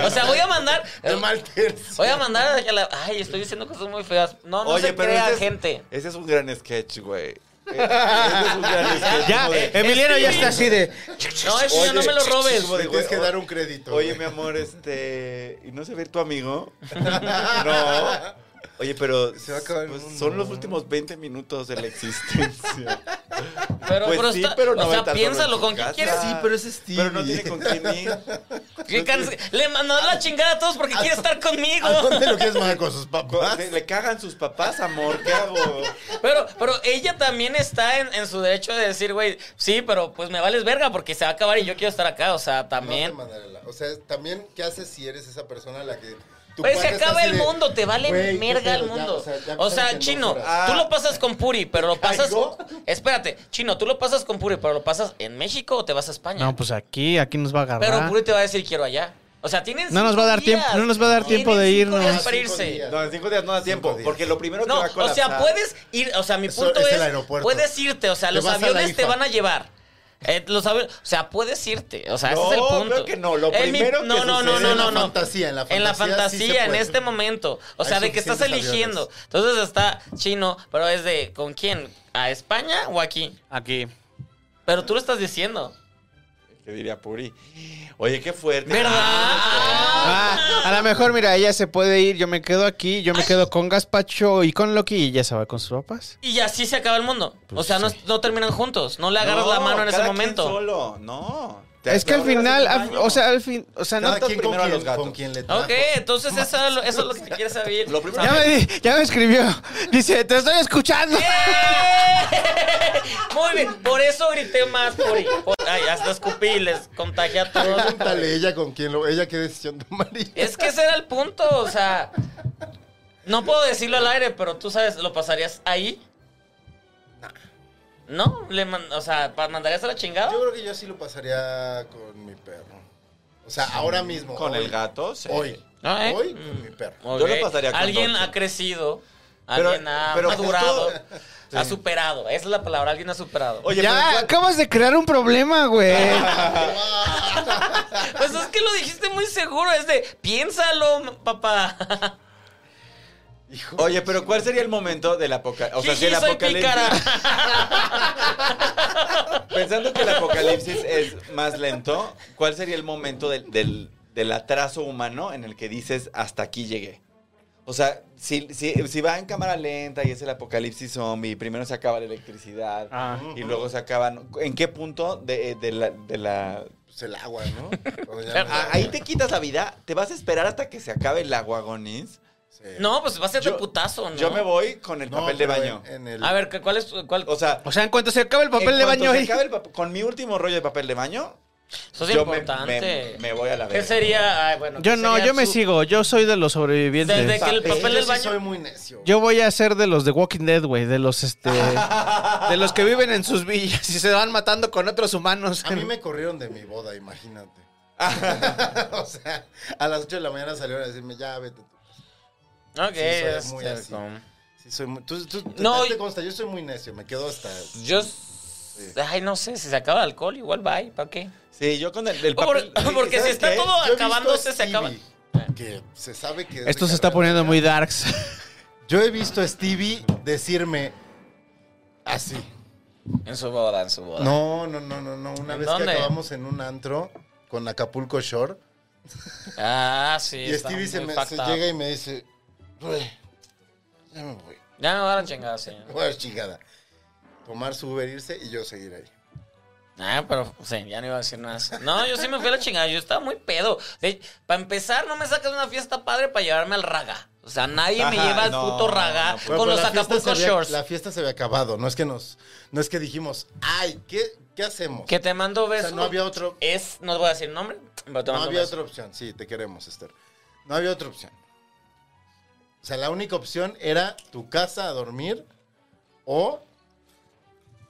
S1: o sea, voy a mandar.
S2: De mal tercio.
S1: Voy a mandar a la... Ay, estoy diciendo cosas muy feas. No, no se
S4: pero
S1: crea
S4: ese es-
S1: gente.
S4: Ese es un gran sketch, güey. Eh, Ese es un gran sketch.
S3: Ya,
S4: como
S2: eh,
S4: de-
S3: Emiliano ya está así de.
S1: No, eso ya no me lo robes.
S4: como de,
S2: Le tienes que
S4: güey,
S2: dar un crédito.
S4: Oye,
S2: güey.
S4: mi amor, este. ¿Y no se ve tu amigo? no. Oye, pero.
S2: Se va a acabar el
S4: pues,
S2: mundo.
S4: Son los últimos 20 minutos de la existencia.
S1: Pero,
S4: Pues
S1: pero
S4: sí,
S1: está-
S4: pero no
S1: o
S4: va a
S1: sea,
S4: estar
S1: piénsalo,
S4: solo en
S1: ¿con
S4: su
S1: quién
S4: casa.
S1: quieres?
S4: Sí,
S2: pero ese es
S4: pero no
S2: Stevie.
S4: tiene con quién ir.
S1: ¿Qué canse- Le mandó la chingada a todos porque quiere estar conmigo.
S2: ¿A dónde lo quieres mandar con sus papás?
S4: Le cagan sus papás, amor. ¿Qué hago?
S1: Pero, pero ella también está en, en su derecho de decir, güey, sí, pero pues me vales verga porque se va a acabar y yo quiero estar acá. O sea,
S2: No te
S1: también.
S2: mandaré la- O sea, también, ¿qué haces si eres esa persona a la que. tu
S1: Pues se
S2: cuate está
S1: acaba
S2: así
S1: el
S2: de,
S1: mundo, te vale
S2: "Güey, qué
S1: merga el
S2: pedo, ya,
S1: mundo.
S2: ya
S1: o
S2: pasaron
S1: sea,
S2: dos
S1: chino,
S2: horas".
S1: tú lo pasas con Puri, pero lo pasas.
S2: caigo?
S1: Espérate, chino, tú lo pasas con Puri, pero lo pasas en México o te vas a España.
S3: No, pues aquí, aquí nos va a agarrar.
S1: Pero Puri te va a decir quiero allá. O sea, tienes.
S3: No nos va a dar tiempo- no nos va a dar tiempo de irnos.
S1: No, para
S2: Cinco
S1: irse.
S2: días.
S4: No, en cinco días no da tiempo.
S2: días.
S4: Porque lo primero que
S1: No,
S4: va a
S1: o
S4: colapsar.
S1: sea, puedes ir. O sea, mi
S2: Eso
S1: punto
S2: es
S1: es.
S2: el aeropuerto.
S1: Puedes irte, o sea,
S2: Te
S1: los
S2: vas a la
S1: aviones te
S2: IFA.
S1: van a llevar. Eh, los aviones, o sea, puedes irte. O sea, ese
S4: No,
S1: es el punto.
S4: creo que no, lo
S1: En
S4: primero que
S1: no, no, no,
S4: sucede
S1: no,
S2: en la
S1: no, no.
S2: fantasía, en la
S1: En la
S2: fantasía sí se
S1: fantasía, en
S2: puede.
S1: este momento. O
S2: Hay
S1: sea, de que estás
S2: suficientes
S1: eligiendo.
S2: aviones.
S1: Entonces está chino, pero es de ¿con quién? ¿A España o aquí?
S3: Aquí.
S1: Pero tú lo estás diciendo.
S4: ¿Qué diría Puri? Oye, qué fuerte.
S1: ¿Verdad?
S3: Ah, a lo mejor, mira, ella se puede ir, yo me quedo aquí, yo me quedo con Gaspacho y con Loki y ella se va con sus papás.
S1: Y así se acaba el mundo. o sea, no, no terminan juntos. No le Ah, agarras
S4: No,
S1: la mano en ese
S4: cada quien
S1: momento.
S4: solo, no. Te-
S3: Es que
S4: te
S3: al
S4: ahorras
S3: final,
S4: el
S3: al-
S4: baño.
S3: o sea, al fin, o sea, no
S2: Cada
S3: te-
S2: quien con
S4: primero a los
S2: quien,
S4: gatos.
S2: con quien le trajo.
S1: Ok, entonces eso, es lo- eso es lo que quieres saber.
S4: Ah, pues. Lo primero-
S3: ya me, di- ya me escribió. Dice, te estoy escuchando.
S1: ¡Eh! Muy bien, por eso grité más, Puri. Por- Ay, hasta escupí y les contagié a todos.
S2: Pregúntale ella con quién lo. Ella qué decisión tomaría.
S1: Es que ese era el punto, o sea. No puedo decirlo al aire, pero tú sabes, ¿lo pasarías ahí? No, le man- o sea, ¿pa- ¿mandarías a la chingada?
S2: Yo creo que yo sí lo pasaría con mi perro. O sea, ahora mismo.
S4: Con
S2: hoy.
S4: el gato, sí.
S2: Hoy.
S1: Ah, ¿eh?
S2: Hoy con mi perro.
S1: Ok.
S4: yo lo pasaría con
S1: Alguien
S4: Donkey.
S1: ha crecido,
S4: Pero-
S1: alguien ha
S4: pero
S1: madurado,
S4: justo-
S1: ha superado. Esa es la palabra, alguien ha superado.
S4: Oye,
S3: ya
S4: pero ¿cuál-
S3: acabas de crear un problema, güey.
S1: Pues es que lo dijiste muy seguro, es de piénsalo, papá.
S4: Oye, pero ¿cuál sería el momento del apocalipsis? O sea, si
S1: Jiji,
S4: el
S1: soy
S4: apocalipsis.
S1: pícara.
S4: Pensando que el apocalipsis es más lento, ¿cuál sería el momento del, del- del atraso humano en el que dices hasta aquí llegué? O sea, si, si- si va en cámara lenta y es el apocalipsis zombie, primero se acaba la electricidad
S3: Ah.
S4: y luego se acaban. ¿En qué punto de, de la- de la
S2: Pues el agua, ¿no? O sea,
S4: Ah, Ahí te quitas la vida. Te vas a esperar hasta que se acabe el agua, Gonis.
S2: sí.
S1: No, pues va a ser de
S4: Yo-
S1: putazo, ¿no?
S4: Yo me voy con el
S2: No,
S4: papel de
S2: pero
S4: baño.
S2: En, en el,
S1: A ver, ¿cu- ¿cuál es tu- cuál?
S4: O sea,
S3: O sea, en cuanto se acabe el eh, papel
S4: en
S3: de
S4: cuanto
S3: baño
S4: se
S3: ahí.
S4: acabe el pap- con mi último rollo de papel de baño,
S1: Eso es
S4: yo me-
S1: importante.
S4: Me, me voy a la
S1: ¿Qué
S4: verga.
S1: sería? Ay, bueno,
S3: Yo
S1: ¿qué
S3: no,
S1: sería
S3: yo me
S1: su-
S3: sigo, yo soy de los sobrevivientes.
S1: Desde que el
S2: Es que
S1: papel
S2: yo
S1: del
S2: sí
S1: baño.
S2: soy muy necio.
S3: Yo voy a ser de los de Walking Dead, güey, de los este de los que viven en sus villas y se van matando con otros humanos.
S2: A mí me corrieron de mi boda, imagínate. o sea, a las 8 de la mañana salieron a decirme, ya vete tú.
S1: Ok,
S2: Sí, soy
S1: es-
S2: muy
S1: es
S2: así.
S1: como-
S2: Sí, Sí, soy muy- tú, tú-
S1: No,
S2: a ti te
S1: y-
S2: consta, yo soy muy necio, me quedo hasta...
S1: Yo. Ay, no sé, si se acaba el alcohol, igual bye, ¿para qué?
S4: Sí, yo con el, el
S1: Por-
S4: papel.
S1: porque si
S2: ¿Sabes
S1: está
S2: qué?
S1: todo
S2: Yo he visto
S1: acabándose,
S2: a
S1: se acaba. Eh.
S2: Stevie, Que se sabe que... es de
S3: Esto se está
S2: carrera.
S3: poniendo muy darks.
S2: Yo he visto a Stevie decirme así.
S1: En su boda, en su boda.
S2: No, no, no, no, no. Una
S1: ¿En
S2: vez
S1: dónde?
S2: que acabamos en un antro con Acapulco Shore
S1: Ah, sí.
S2: y
S1: está
S2: Stevie se,
S1: muy
S2: me,
S1: fucked
S2: se
S1: up.
S2: llega y me dice, "Güey, ya me voy,
S1: Ya me va a dar chingada, sí.
S2: me voy a la chingada. Tomar su Uber, irse y yo seguir ahí.
S1: Ah, pero sí, ya no iba a decir nada. No, yo sí me fui a la chingada. Yo estaba muy pedo. para empezar, no me sacas de una fiesta padre para llevarme al raga. O sea, nadie me
S4: Ajá,
S1: lleva al
S4: no,
S1: puto raga
S4: no, pues,
S1: con
S2: Bueno,
S1: los
S2: pero la fiesta
S1: Acapulco
S2: se había-
S1: Shorts.
S2: La fiesta se había acabado. No es que nos, no es que dijimos, ay, ¿qué, qué hacemos?
S1: Que te mando
S2: o
S4: Pues,
S1: besos.
S2: sea, no había otro,
S1: Es, no voy a decir nombre, pero te
S2: no
S1: mando
S2: había
S1: beso.
S2: otra opción. Sí, te queremos, Esther. No había otra opción. O sea, la única opción era tu casa a dormir o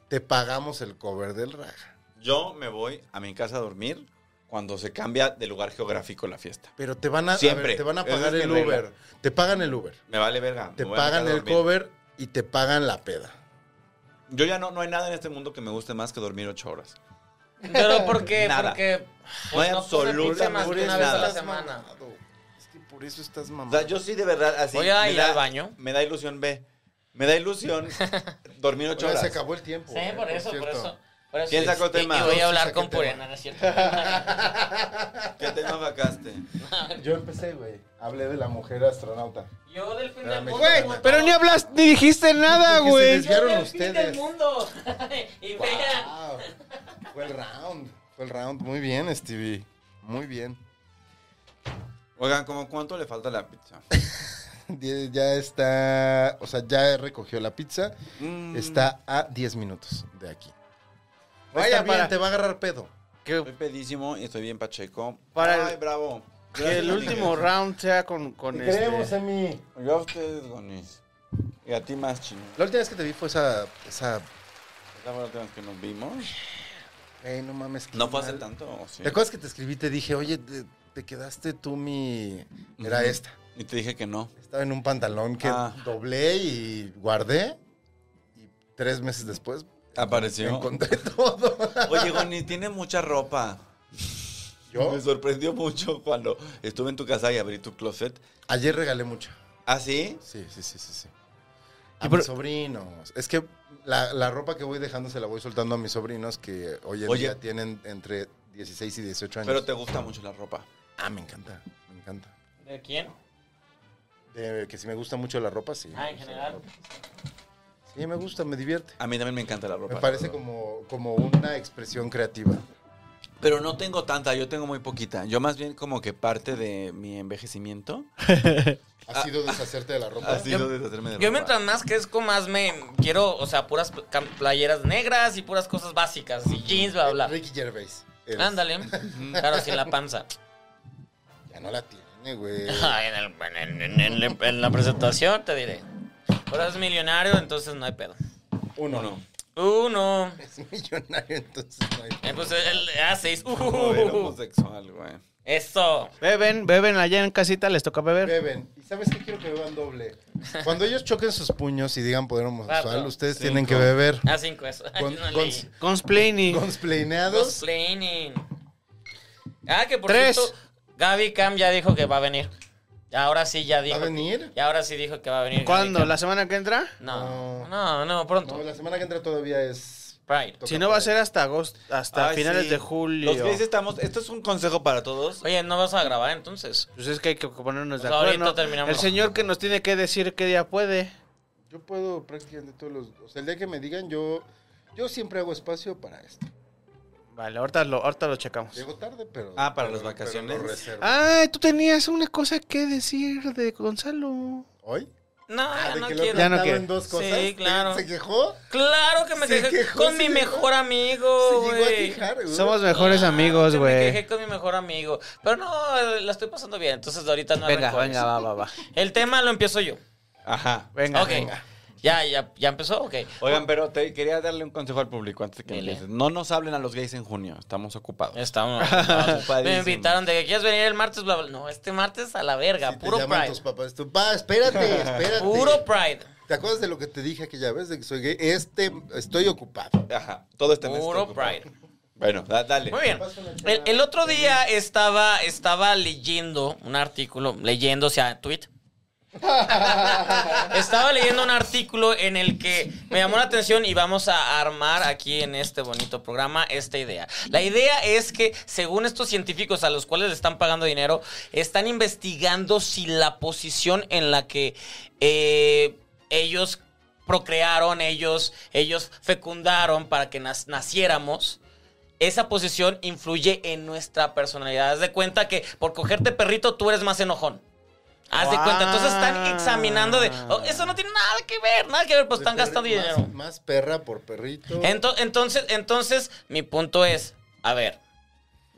S2: te pagamos el cover del raja.
S4: Yo me voy a mi casa a dormir cuando se cambia de lugar geográfico la fiesta.
S2: Pero te van a, a
S4: Siempre.
S2: ver, te van a
S4: Esa
S2: pagar
S4: es mi
S2: el Uber.
S4: regla.
S2: Te pagan el Uber.
S4: Me vale verga. me
S2: Te
S4: voy a mi
S2: pagan
S4: casa a
S2: el
S4: dormir.
S2: cover y te pagan la peda.
S4: Yo ya no, no hay nada en este mundo que me guste más que dormir ocho horas.
S1: Pero ¿por qué?
S4: Nada.
S1: Porque
S4: No
S1: pues, puse
S4: hay absolutamente
S1: pizza más que una vez a la
S4: nada.
S1: semana.
S2: mamado. Es que por eso estás
S4: O
S2: mamado.
S4: sea, yo sí de verdad así.
S1: Voy a
S4: me
S1: ir
S4: da-
S1: al baño.
S4: Me da ilusión, ve. Me da ilusión dormir ocho
S2: Oye,
S4: horas.
S2: se acabó el tiempo.
S1: Sí,
S2: eh,
S1: por eso, por
S2: cierto.
S1: eso. Por eso.
S4: ¿Quién sacó
S1: Y-
S4: tema?
S1: Y voy
S4: Sí,
S1: a hablar
S2: saqué
S1: con
S2: tema.
S1: Puriana, ¿no es cierto?
S4: ¿Qué tema vacaste?
S2: Yo empecé, güey. Hablé de la mujer astronauta.
S1: Yo del fin del
S2: Espérame,
S1: mundo.
S2: Güey,
S1: como
S3: Pero ni
S1: todo.
S3: hablas, ni dijiste
S4: Ah,
S3: nada,
S2: Porque se
S3: güey.
S2: desvió. desviaron
S1: Yo del fin del
S2: ustedes.
S1: mundo. Y vea.
S2: Wow. Fue el round. Fue el round. Muy bien, Stevie. Muy bien.
S4: Oigan, ¿cómo cuánto le falta a la pizza?
S2: Die- Ya está. O sea, ya recogió la pizza.
S4: Mm,
S2: Está a 10 minutos de aquí.
S3: Vaya,
S2: Vaya, bien,
S3: para-
S2: te va a agarrar pedo.
S4: Estoy pedísimo y estoy bien pacheco.
S3: Para el-
S4: Ay, bravo.
S3: Que el último round sea con, con este.
S2: Emi.
S4: Yo a ustedes, Gonis. Y a ti más, chino.
S2: La última vez que te vi fue esa. esa
S4: ¿Esa fue la última vez que nos vimos?
S2: Ey, eh, no mames. qué
S4: No fue hace
S2: mal.
S4: tanto, ¿o sí?
S2: ¿Te acuerdas que te escribí y te dije, oye, te, te quedaste tú mi. Era
S4: Ujú.
S2: esta.
S4: Y te dije que no.
S2: Estaba en un pantalón que
S4: Ah.
S2: doblé y guardé. Y tres meses después
S4: Apareció.
S2: encontré todo.
S4: Oye, Gonis, tiene mucha ropa.
S2: Yo
S4: Me sorprendió mucho cuando estuve en tu casa y abrí tu closet.
S2: ayer regalé mucho.
S4: ¿Ah, sí?
S2: Sí, sí, sí, sí. sí. A
S3: Y
S2: mis
S3: por-
S2: sobrinos. Es que la, la ropa que voy dejando se la voy soltando a mis sobrinos que hoy en
S4: Oye.
S2: día tienen entre 16 y 18 años.
S4: Pero te gusta mucho la ropa.
S2: Ah, me encanta, me encanta.
S1: ¿De quién?
S2: De- que si me gusta mucho la ropa, sí.
S1: Ah, en general.
S2: Sí, me gusta, me divierte.
S4: A mí también me encanta la ropa.
S2: Me parece
S4: la verdad.
S2: como, como una expresión creativa.
S4: Pero no tengo tanta, yo tengo muy poquita. Yo más bien como que parte de mi envejecimiento
S2: Ha sido deshacerte de la ropa.
S4: Ah. ha sido deshacerme de ropa.
S1: Yo mientras más crezco, más me quiero, o sea, puras cam- playeras negras y puras cosas básicas. Y jeans, bla, bla.
S2: Ricky Gervais. eres.
S1: Ándale. Claro, sin la panza.
S2: Ya no la tiene, güey.
S1: Ay, en, el- en- en- en- en- en la presentación te diré. Ahora es millonario, entonces no hay pedo.
S2: Uno.
S4: Uno.
S1: Uno.
S2: Es millonario, entonces no hay
S1: Eh, pues el A6.
S4: Joder,
S2: pues,
S4: homosexual, güey.
S1: eso.
S3: Beben, beben allá en casita, les toca beber.
S2: Beben. ¿Y sabes qué quiero que beban doble? Cuando ellos choquen sus puños y digan poder homosexual,
S1: Cuatro,
S2: ustedes
S4: cinco.
S2: tienen que beber.
S1: A5 eso. Ay,
S2: Con-
S1: no
S2: con-
S1: leí.
S3: Consplaining.
S2: Consplainados.
S1: Cosplaining. Ah, que por
S3: Tres.
S1: cierto, Gaby Cam ya dijo que va a venir. Ahora sí ya
S2: ¿Va
S1: dijo.
S2: a venir?
S1: Y ahora sí dijo que va a venir.
S3: ¿Cuándo?
S1: Gaby
S3: ¿La semana que entra?
S1: Cam. No, no, no, pronto.
S2: No, la semana que entra todavía es.
S1: Pride.
S2: toca
S3: Si no va a
S2: por
S3: ser hasta agosto, hasta
S4: Ay,
S3: finales
S4: sí.
S3: de julio.
S4: Los gays estamos, esto es un consejo para todos.
S1: Oye, ¿no vas a grabar entonces?
S3: Pues es que hay que ponernos de
S1: O sea, ahorita
S3: acuerdo.
S1: terminamos.
S3: El señor que nos tiene que decir qué día puede.
S2: ahí. Yo puedo prácticamente todos los. O sea, el día que me digan, yo. Yo siempre hago espacio para esto.
S3: Vale, ahorita lo, ahorita lo checamos.
S2: Llego tarde, pero.
S4: Ah, para las
S2: pero- pero
S4: vacaciones.
S2: lo reservo.
S3: Ay, tú tenías una cosa que decir de Gonzalo.
S2: ¿Hoy? Ah,
S1: No, ya
S2: de
S1: Ah, no
S2: que lo he
S1: quiero.
S3: Ya no
S2: tratado
S3: quiere.
S2: en dos
S1: Sí,
S2: cosas. ¿Se-
S1: claro.
S2: ¿Se quejó?
S1: Claro que me
S2: Se
S1: quejé
S2: quejó,
S1: con
S2: se
S1: mi
S2: quejó.
S1: mejor amigo,
S2: se llegó a
S1: güey.
S2: quejar, güey.
S3: Somos mejores amigos,
S1: Claro que Ah, Me
S3: güey.
S1: quejé con mi mejor amigo. Pero no, la estoy pasando bien, entonces ahorita no hay
S3: Venga,
S1: rencores.
S3: venga, va, va, va.
S1: El tema lo empiezo yo.
S4: Ajá.
S3: Venga,
S1: ok.
S3: venga.
S1: Ya, ya, ya empezó, ok.
S4: Oigan, pero te quería darle un consejo al público antes que
S1: Dile.
S4: empieces. No nos hablen a los gays en junio, estamos ocupados.
S1: Estamos. Me
S4: Ocupadísimos.
S1: invitaron de que quieres venir el martes, bla, bla. No, este martes a la verga,
S2: Si te
S1: puro
S2: llaman
S1: Pride.
S2: tus papás, tú, pa, espérate, espérate.
S1: Puro Pride.
S2: ¿Te acuerdas de lo que te dije aquella vez de que soy gay? Este, estoy ocupado.
S4: Ajá, todo está en este
S1: Puro
S4: ocupado.
S1: Pride.
S4: Bueno, da- dale.
S1: Muy bien. El, el otro día estaba, estaba leyendo un artículo, leyendo, o sea, tweet. estaba leyendo un artículo en el que me llamó la atención y vamos a armar aquí en este bonito programa esta idea. La idea es que, según estos científicos a los cuales le están pagando dinero, están investigando si la posición en la que eh, ellos procrearon, ellos, ellos fecundaron para que nas- naciéramos esa posición influye en nuestra personalidad. Haz de cuenta que por cogerte perrito tú eres más enojón. Haz de cuenta. Entonces están examinando de. "Oh, eso no tiene nada que ver, nada que ver, pues están
S2: De perri-
S1: gastando
S2: más-
S1: dinero.
S2: Más perra por perrito.
S1: Ento- entonces, entonces, mi punto es: a ver,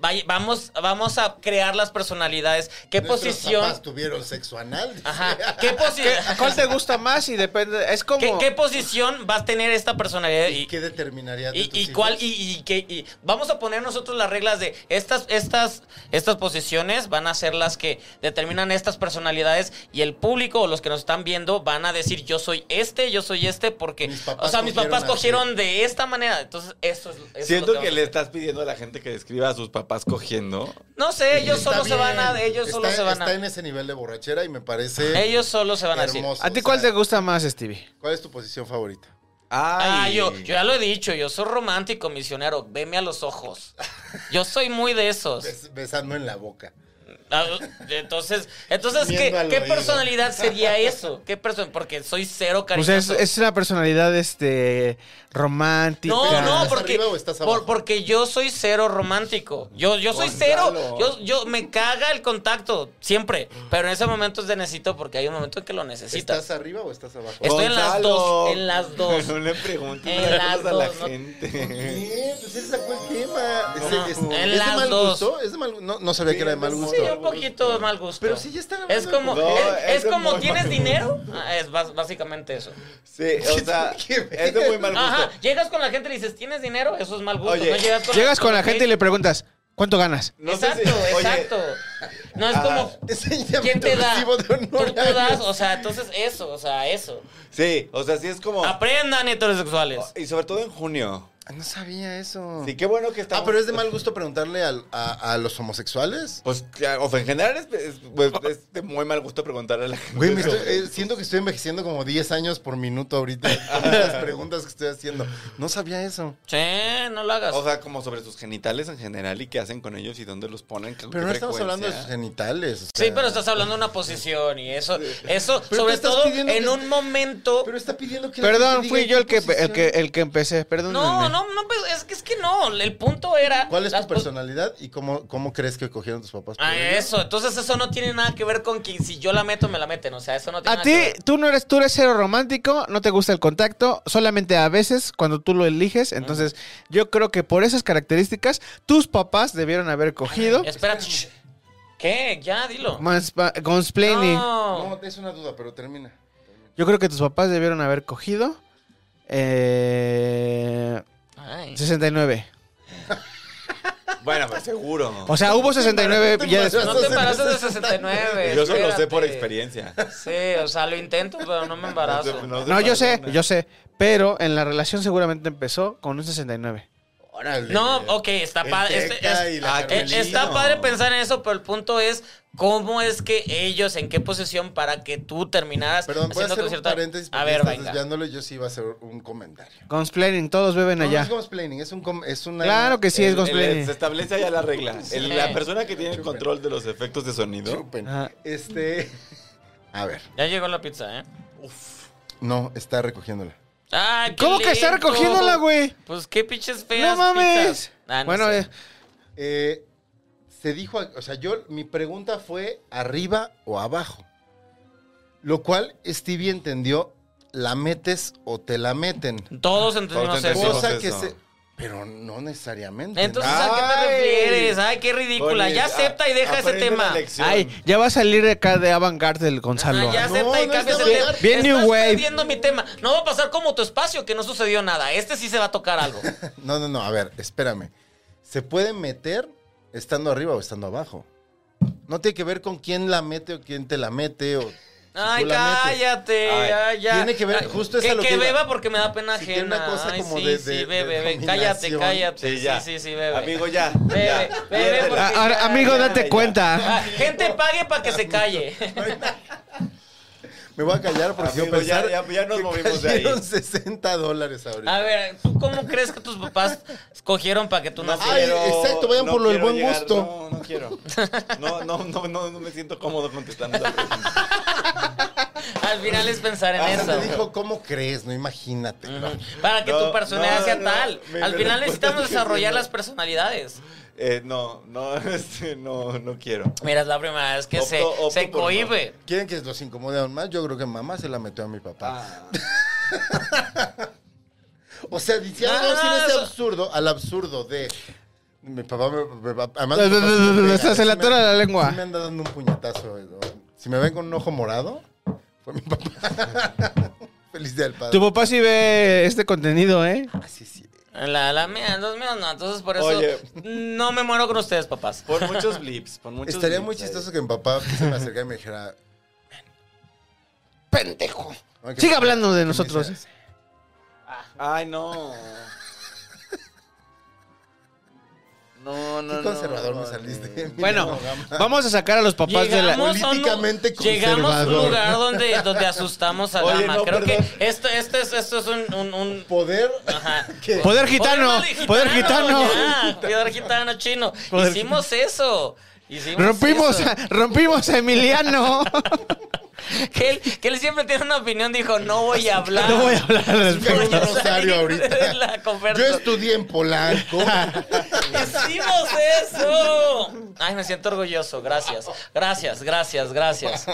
S1: vaya- vamos, vamos a crear las personalidades. ¿Qué
S2: Nuestros
S1: posición?
S2: papás tuvieron sexo anal. dice.
S1: Ajá. ¿Qué
S3: ¿Qué-
S1: posición?
S3: a ¿Cuál te gusta más? Y depende. Es como.
S1: ¿Qué, qué posición va a tener esta personalidad?
S2: ¿Y
S1: Y-
S2: qué determinaría de
S1: ¿Y,
S2: tus
S1: y
S2: hijos?
S1: cuál? Y, y, que- y vamos a poner nosotros las reglas de estas, estas, estas posiciones van a ser las que determinan estas personalidades y el público o los que nos están viendo van a decir yo soy este, yo soy este porque,
S2: Mis papás
S1: o sea, mis
S2: cogieron
S1: papás
S2: así.
S1: cogieron de esta manera. Entonces, esto es... esto es
S4: Siento
S1: lo
S4: que
S1: vamos
S4: le
S1: a hacer.
S4: estás pidiendo a la gente que describa a sus papás cogiendo.
S1: No sé, ellos
S2: Está
S1: solo se van a...
S2: bien.
S1: Ellos solo
S2: Está-
S1: se van
S2: Está
S1: a...
S2: en ese nivel de borrachera y me parece
S1: Ellos solo se van a decir.
S2: hermoso.
S3: ¿A ti
S2: O
S3: cuál
S2: sea,
S3: te gusta más, Stevie?
S2: ¿Cuál es tu posición favorita?
S1: Ah, yo, yo ya lo he dicho, yo soy romántico, misionero, veme a los ojos. Yo soy muy de esos.
S2: Bes- besando en la boca.
S1: Ah, Entonces, entonces ¿qué,
S2: Viendo al
S1: qué
S2: oído.
S1: personalidad sería eso? ¿Qué persona? Porque soy cero
S3: Pues
S1: cariñoso.
S3: es, es una personalidad este romántica.
S1: no, no,
S2: ¿Estás
S1: porque,
S2: arriba o estás
S1: por-
S2: abajo? Pues
S1: porque yo soy cero romántico. Yo, yo soy cero.
S4: Gonzalo.
S1: Yo, yo me caga el contacto, siempre. Pero en ese momento es de necesito porque hay un momento en que lo necesitas.
S2: ¿Estás arriba o estás abajo?
S1: Estoy en las
S4: Gonzalo.
S1: dos, en las dos.
S4: No le preguntes
S1: En
S4: esas
S1: las
S4: cosas a la
S1: dos, ¿no?
S4: gente.
S2: ¿Qué? Pues él sacó el tema. ¿Es,
S1: No,
S2: es-
S1: en
S2: es de
S1: las
S2: mal
S1: dos.
S2: gusto? ¿Es de mal gu- no, no sabía que era de mal gusto.
S1: Sí, un poquito de mal gusto.
S2: Pero si ya están hablando
S1: es
S2: de
S1: como,
S4: No,
S1: es, es
S4: es de
S1: como
S4: muy
S1: tienes
S4: mal
S1: dinero. Ah, es bas- básicamente eso.
S4: Sí, o sea,
S2: Qué
S4: es de muy mal gusto.
S1: Ajá, llegas con la gente y le dices, ¿tienes dinero? Eso es mal gusto.
S4: Oye,
S1: no llegas con
S3: Llegas con la
S1: gente
S3: gente y le preguntas, ¿cuánto ganas?
S4: No sé
S1: exacto,
S4: si- oye,
S1: exacto. No es
S4: ah,
S1: como
S2: Enséñame
S1: quién te
S2: tu
S1: da.
S2: recibo de
S1: Tú, tú
S2: honorarios.
S1: das, o sea, entonces eso, o sea, eso.
S4: Sí, o sea, sí es como.
S1: Aprendan heterosexuales.
S4: Y sobre todo en junio.
S2: No sabía eso.
S4: Sí, qué bueno que está.
S2: Ah, pero es de mal gusto preguntarle al- a, a los homosexuales.
S4: Pues, claro, o sea, en general es, es- pues,
S1: Ah.
S4: es de muy mal gusto preguntarle a la gente.
S2: Güey, me estoy- eh, siento que estoy envejeciendo como 10 años por minuto ahorita. con las preguntas que estoy haciendo. No sabía eso.
S1: Che, no lo hagas.
S4: O sea, como sobre sus genitales en general y qué hacen con ellos y dónde los ponen. qué-
S2: Pero
S4: qué
S2: no estamos
S4: frecuencia.
S2: hablando de sus genitales. o
S1: Sí,
S2: sea.
S1: pero estás hablando de una posición y eso, eso,
S2: eh. Pero
S1: sobre
S2: te estás
S1: todo
S2: pidiendo
S1: en
S2: que-
S1: un momento.
S2: Pero está pidiendo que. la
S3: Perdón,
S2: gente
S3: fui
S2: diga
S3: yo
S2: qué
S3: el que, el
S2: posición.
S3: que el que empecé, perdón.
S1: No, no, no, pues, es que es que no. El punto era.
S2: ¿Cuál es
S1: las
S2: tu
S1: pos-
S2: personalidad y cómo, cómo crees que cogieron tus papás? por
S1: Ah,
S2: ello?
S1: eso. Entonces eso no tiene nada que ver con que si yo la meto, me la meten. O sea, eso no tiene
S3: A
S1: nada
S3: ti,
S1: que ver.
S3: tú no eres, tú eres cero romántico, no te gusta el contacto, solamente a veces cuando tú lo eliges. Entonces, yo creo que por esas características, tus papás debieron haber cogido.
S1: Espérate. shh. ¿Qué? Ya, dilo.
S3: manspa- Consplaining.
S1: No.
S2: No, es una duda, pero termina.
S3: Yo creo que tus papás debieron haber cogido. eh,
S1: Ay.
S3: 69.
S4: Bueno, pues seguro.
S3: O sea, hubo 69 ya después.
S1: No te paraste de 69.
S4: Yo solo sé
S1: espérate.
S4: por experiencia.
S1: Sí, o sea, lo intento, pero no me embarazo.
S4: No sé
S3: No, yo
S4: para
S3: sé,
S4: dónde.
S3: yo sé. Pero en la relación seguramente empezó con un 69.
S2: Órale.
S1: No, ok, está
S2: El
S1: padre. este-
S2: Teca
S1: es-
S2: y la
S1: eh,
S2: Carmelina.
S1: está padre pensar en eso, pero el punto es cómo es que ellos, en qué posición para que tú terminaras
S2: Perdón, voy a
S1: haciendo
S2: hacer
S1: tu
S2: un
S1: cierta-
S2: paréntesis porque
S1: A ver,
S2: estás
S1: venga.
S2: desviándolo y yo sí iba a hacer un comentario.
S3: Consplaining, todos beben
S2: No, no
S3: allá.
S2: es complaining, es, un com- es una...
S3: Claro que sí,
S2: el-
S3: es
S4: El- el-
S3: consplaining.
S4: se establece ya la regla. El- la persona que tiene el control de los efectos de sonido.
S2: Chupen.
S3: Ajá.
S2: Este... A ver.
S1: Ya llegó la pizza, ¿eh?
S2: No, está recogiéndola.
S1: Ay, qué
S3: ¿Cómo que está
S1: lento.
S3: recogiéndola, güey?
S1: Pues qué pinches feas
S3: No mames.
S1: pizzas. Ah, no
S3: bueno,
S1: sé.
S3: eh,
S2: Eh, se dijo... O sea, yo... Mi pregunta fue arriba o abajo. Lo cual Stevie entendió la metes o te la meten.
S1: Todos entendimos
S4: Todos
S1: eso.
S4: entendimos.
S2: Cosa
S4: eso.
S2: que se... Pero no necesariamente.
S1: pues, Entonces,
S2: ¿no?
S1: ¿a qué te
S4: Ay.
S1: refieres? Ay, qué ridícula.
S4: Oye,
S1: ya
S4: a-
S1: acepta y deja ese
S4: aprende
S1: tema.
S4: una lección.
S3: ay, eh, ya va a salir acá de avant-garde el Gonzalo.
S1: Ah, ya
S3: ¿no?
S1: acepta y
S2: no
S1: cambia
S2: está
S1: ese tema.
S2: mal.
S3: Bien
S1: Estás
S3: New Wave.
S1: perdiendo mi tema. No va a pasar como tu espacio, que no sucedió nada. Este sí se va a tocar algo.
S2: No, no, no, a ver, espérame. ¿Se puede meter estando arriba o estando abajo? No tiene que ver con quién la mete o quién te la mete o
S1: Ay,
S2: tú la metes.
S1: cállate.
S4: Ay,
S1: ay, ya.
S2: tiene que ver-
S1: Ay,
S2: justo es a
S1: que,
S2: lo
S1: que
S2: que iba.
S1: beba porque me da pena
S2: Sí,
S1: ajena.
S2: tiene una cosa
S1: Ay,
S2: como
S1: sí,
S2: de-
S1: sí,
S2: de-
S1: bebe,
S2: de
S1: bebe. Cállate,
S2: dominación.
S1: cállate.
S4: Sí, ya.
S1: Sí, sí, sí, bebe.
S4: Amigo, ya.
S1: Bebe,
S4: ya.
S1: bebe. porque
S3: Ah, ahora,
S1: ya,
S3: amigo,
S1: ya.
S3: date cuenta.
S1: Ah, gente pague para que se calle.
S2: Me voy a callar porque
S4: Amigo,
S2: quiero pensar
S4: ya- ya- ya nos
S2: que
S4: movimos de ahí.
S2: cayeron 60 dólares ahorita.
S1: A ver, ¿tú cómo crees que tus papás escogieron para que tú
S4: No
S1: nacieras?
S2: Ay, exacto, vayan por lo del
S4: quiero
S2: buen gusto.
S4: No, no quiero. No, no, no, no, no me siento cómodo contestando esa pregunta.
S1: Al final es pensar en
S2: Ah,
S1: eso.
S2: me dijo, ¿cómo crees? No, imagínate.
S1: Ujú. Para que
S4: No,
S1: tu personalidad
S4: no,
S1: sea
S4: no,
S1: tal.
S4: me-
S1: Al
S4: me
S1: final
S4: respuesta
S1: necesitamos
S4: dije,
S1: desarrollar
S4: no.
S1: las personalidades.
S4: Eh, no, no, este, no, no quiero.
S1: Mira, es la primera vez que
S4: Opto-
S1: se,
S4: opto
S1: se
S4: por no.
S1: cohibe.
S2: ¿Quieren que los incomode aún más? Yo creo que mamá se la metió a mi papá.
S3: Ah.
S2: O sea, dice algo
S1: Ah,
S2: así en ese
S1: eso-
S2: absurdo, al absurdo de. Mi papá me. me- me- además,
S3: Se-
S2: mi papá
S3: se-
S2: sí me
S3: se-
S2: pega.
S3: se- se
S2: Sí
S3: le
S2: me-
S3: atora la lengua.
S2: sí me anda dando un puñetazo. eh, ¿no? Si me ven con un ojo morado, fue mi papá. Feliz día del padre.
S3: Tu papá sí ve este contenido, ¿eh?
S2: Sí, sí.
S1: La, la mía, los míos no. Entonces, por eso
S4: Oye.
S1: no me muero con ustedes, papás.
S4: Por muchos blips, por muchos
S2: Estaría
S4: blips
S2: muy
S4: ahí.
S2: chistoso que mi papá se me acercara y me dijera.
S3: Pendejo.
S2: ¿no? Que-
S3: Sigue hablando de
S2: que me
S3: nosotros.
S2: hiciera-
S4: Ay, no. No, no,
S2: Qué
S4: no.
S2: conservador me
S4: no,
S2: saliste.
S4: no.
S3: Bueno,
S2: Mira, no, gama.
S3: vamos a sacar a los papás de la.
S1: Llegamos a un,
S2: políticamente
S1: llegamos a un
S2: conservador.
S1: lugar donde, donde asustamos a
S4: Oye,
S1: Dama.
S4: no,
S1: Creo
S4: perdón.
S1: que esto, esto es, esto es un... un- un-
S2: Poder.
S1: ajá.
S2: que-
S3: Poder gitano, poder gitano.
S1: ya, poder gitano chino.
S3: Poder
S1: Hicimos eso. Hicimos
S3: Rompimos,
S1: eso.
S3: a- rompimos a Emiliano.
S1: Que él, que él siempre tiene una opinión, dijo, no voy a hablar.
S3: No voy a hablar al
S1: Voy a
S3: respecto.
S2: Pero- Rosario
S1: salir de
S2: ahorita.
S1: la
S2: Yo
S1: conversación.
S2: estudié en Polanco.
S1: ¡Hicimos eso! Ay, me siento orgulloso. Gracias. Gracias, gracias, gracias.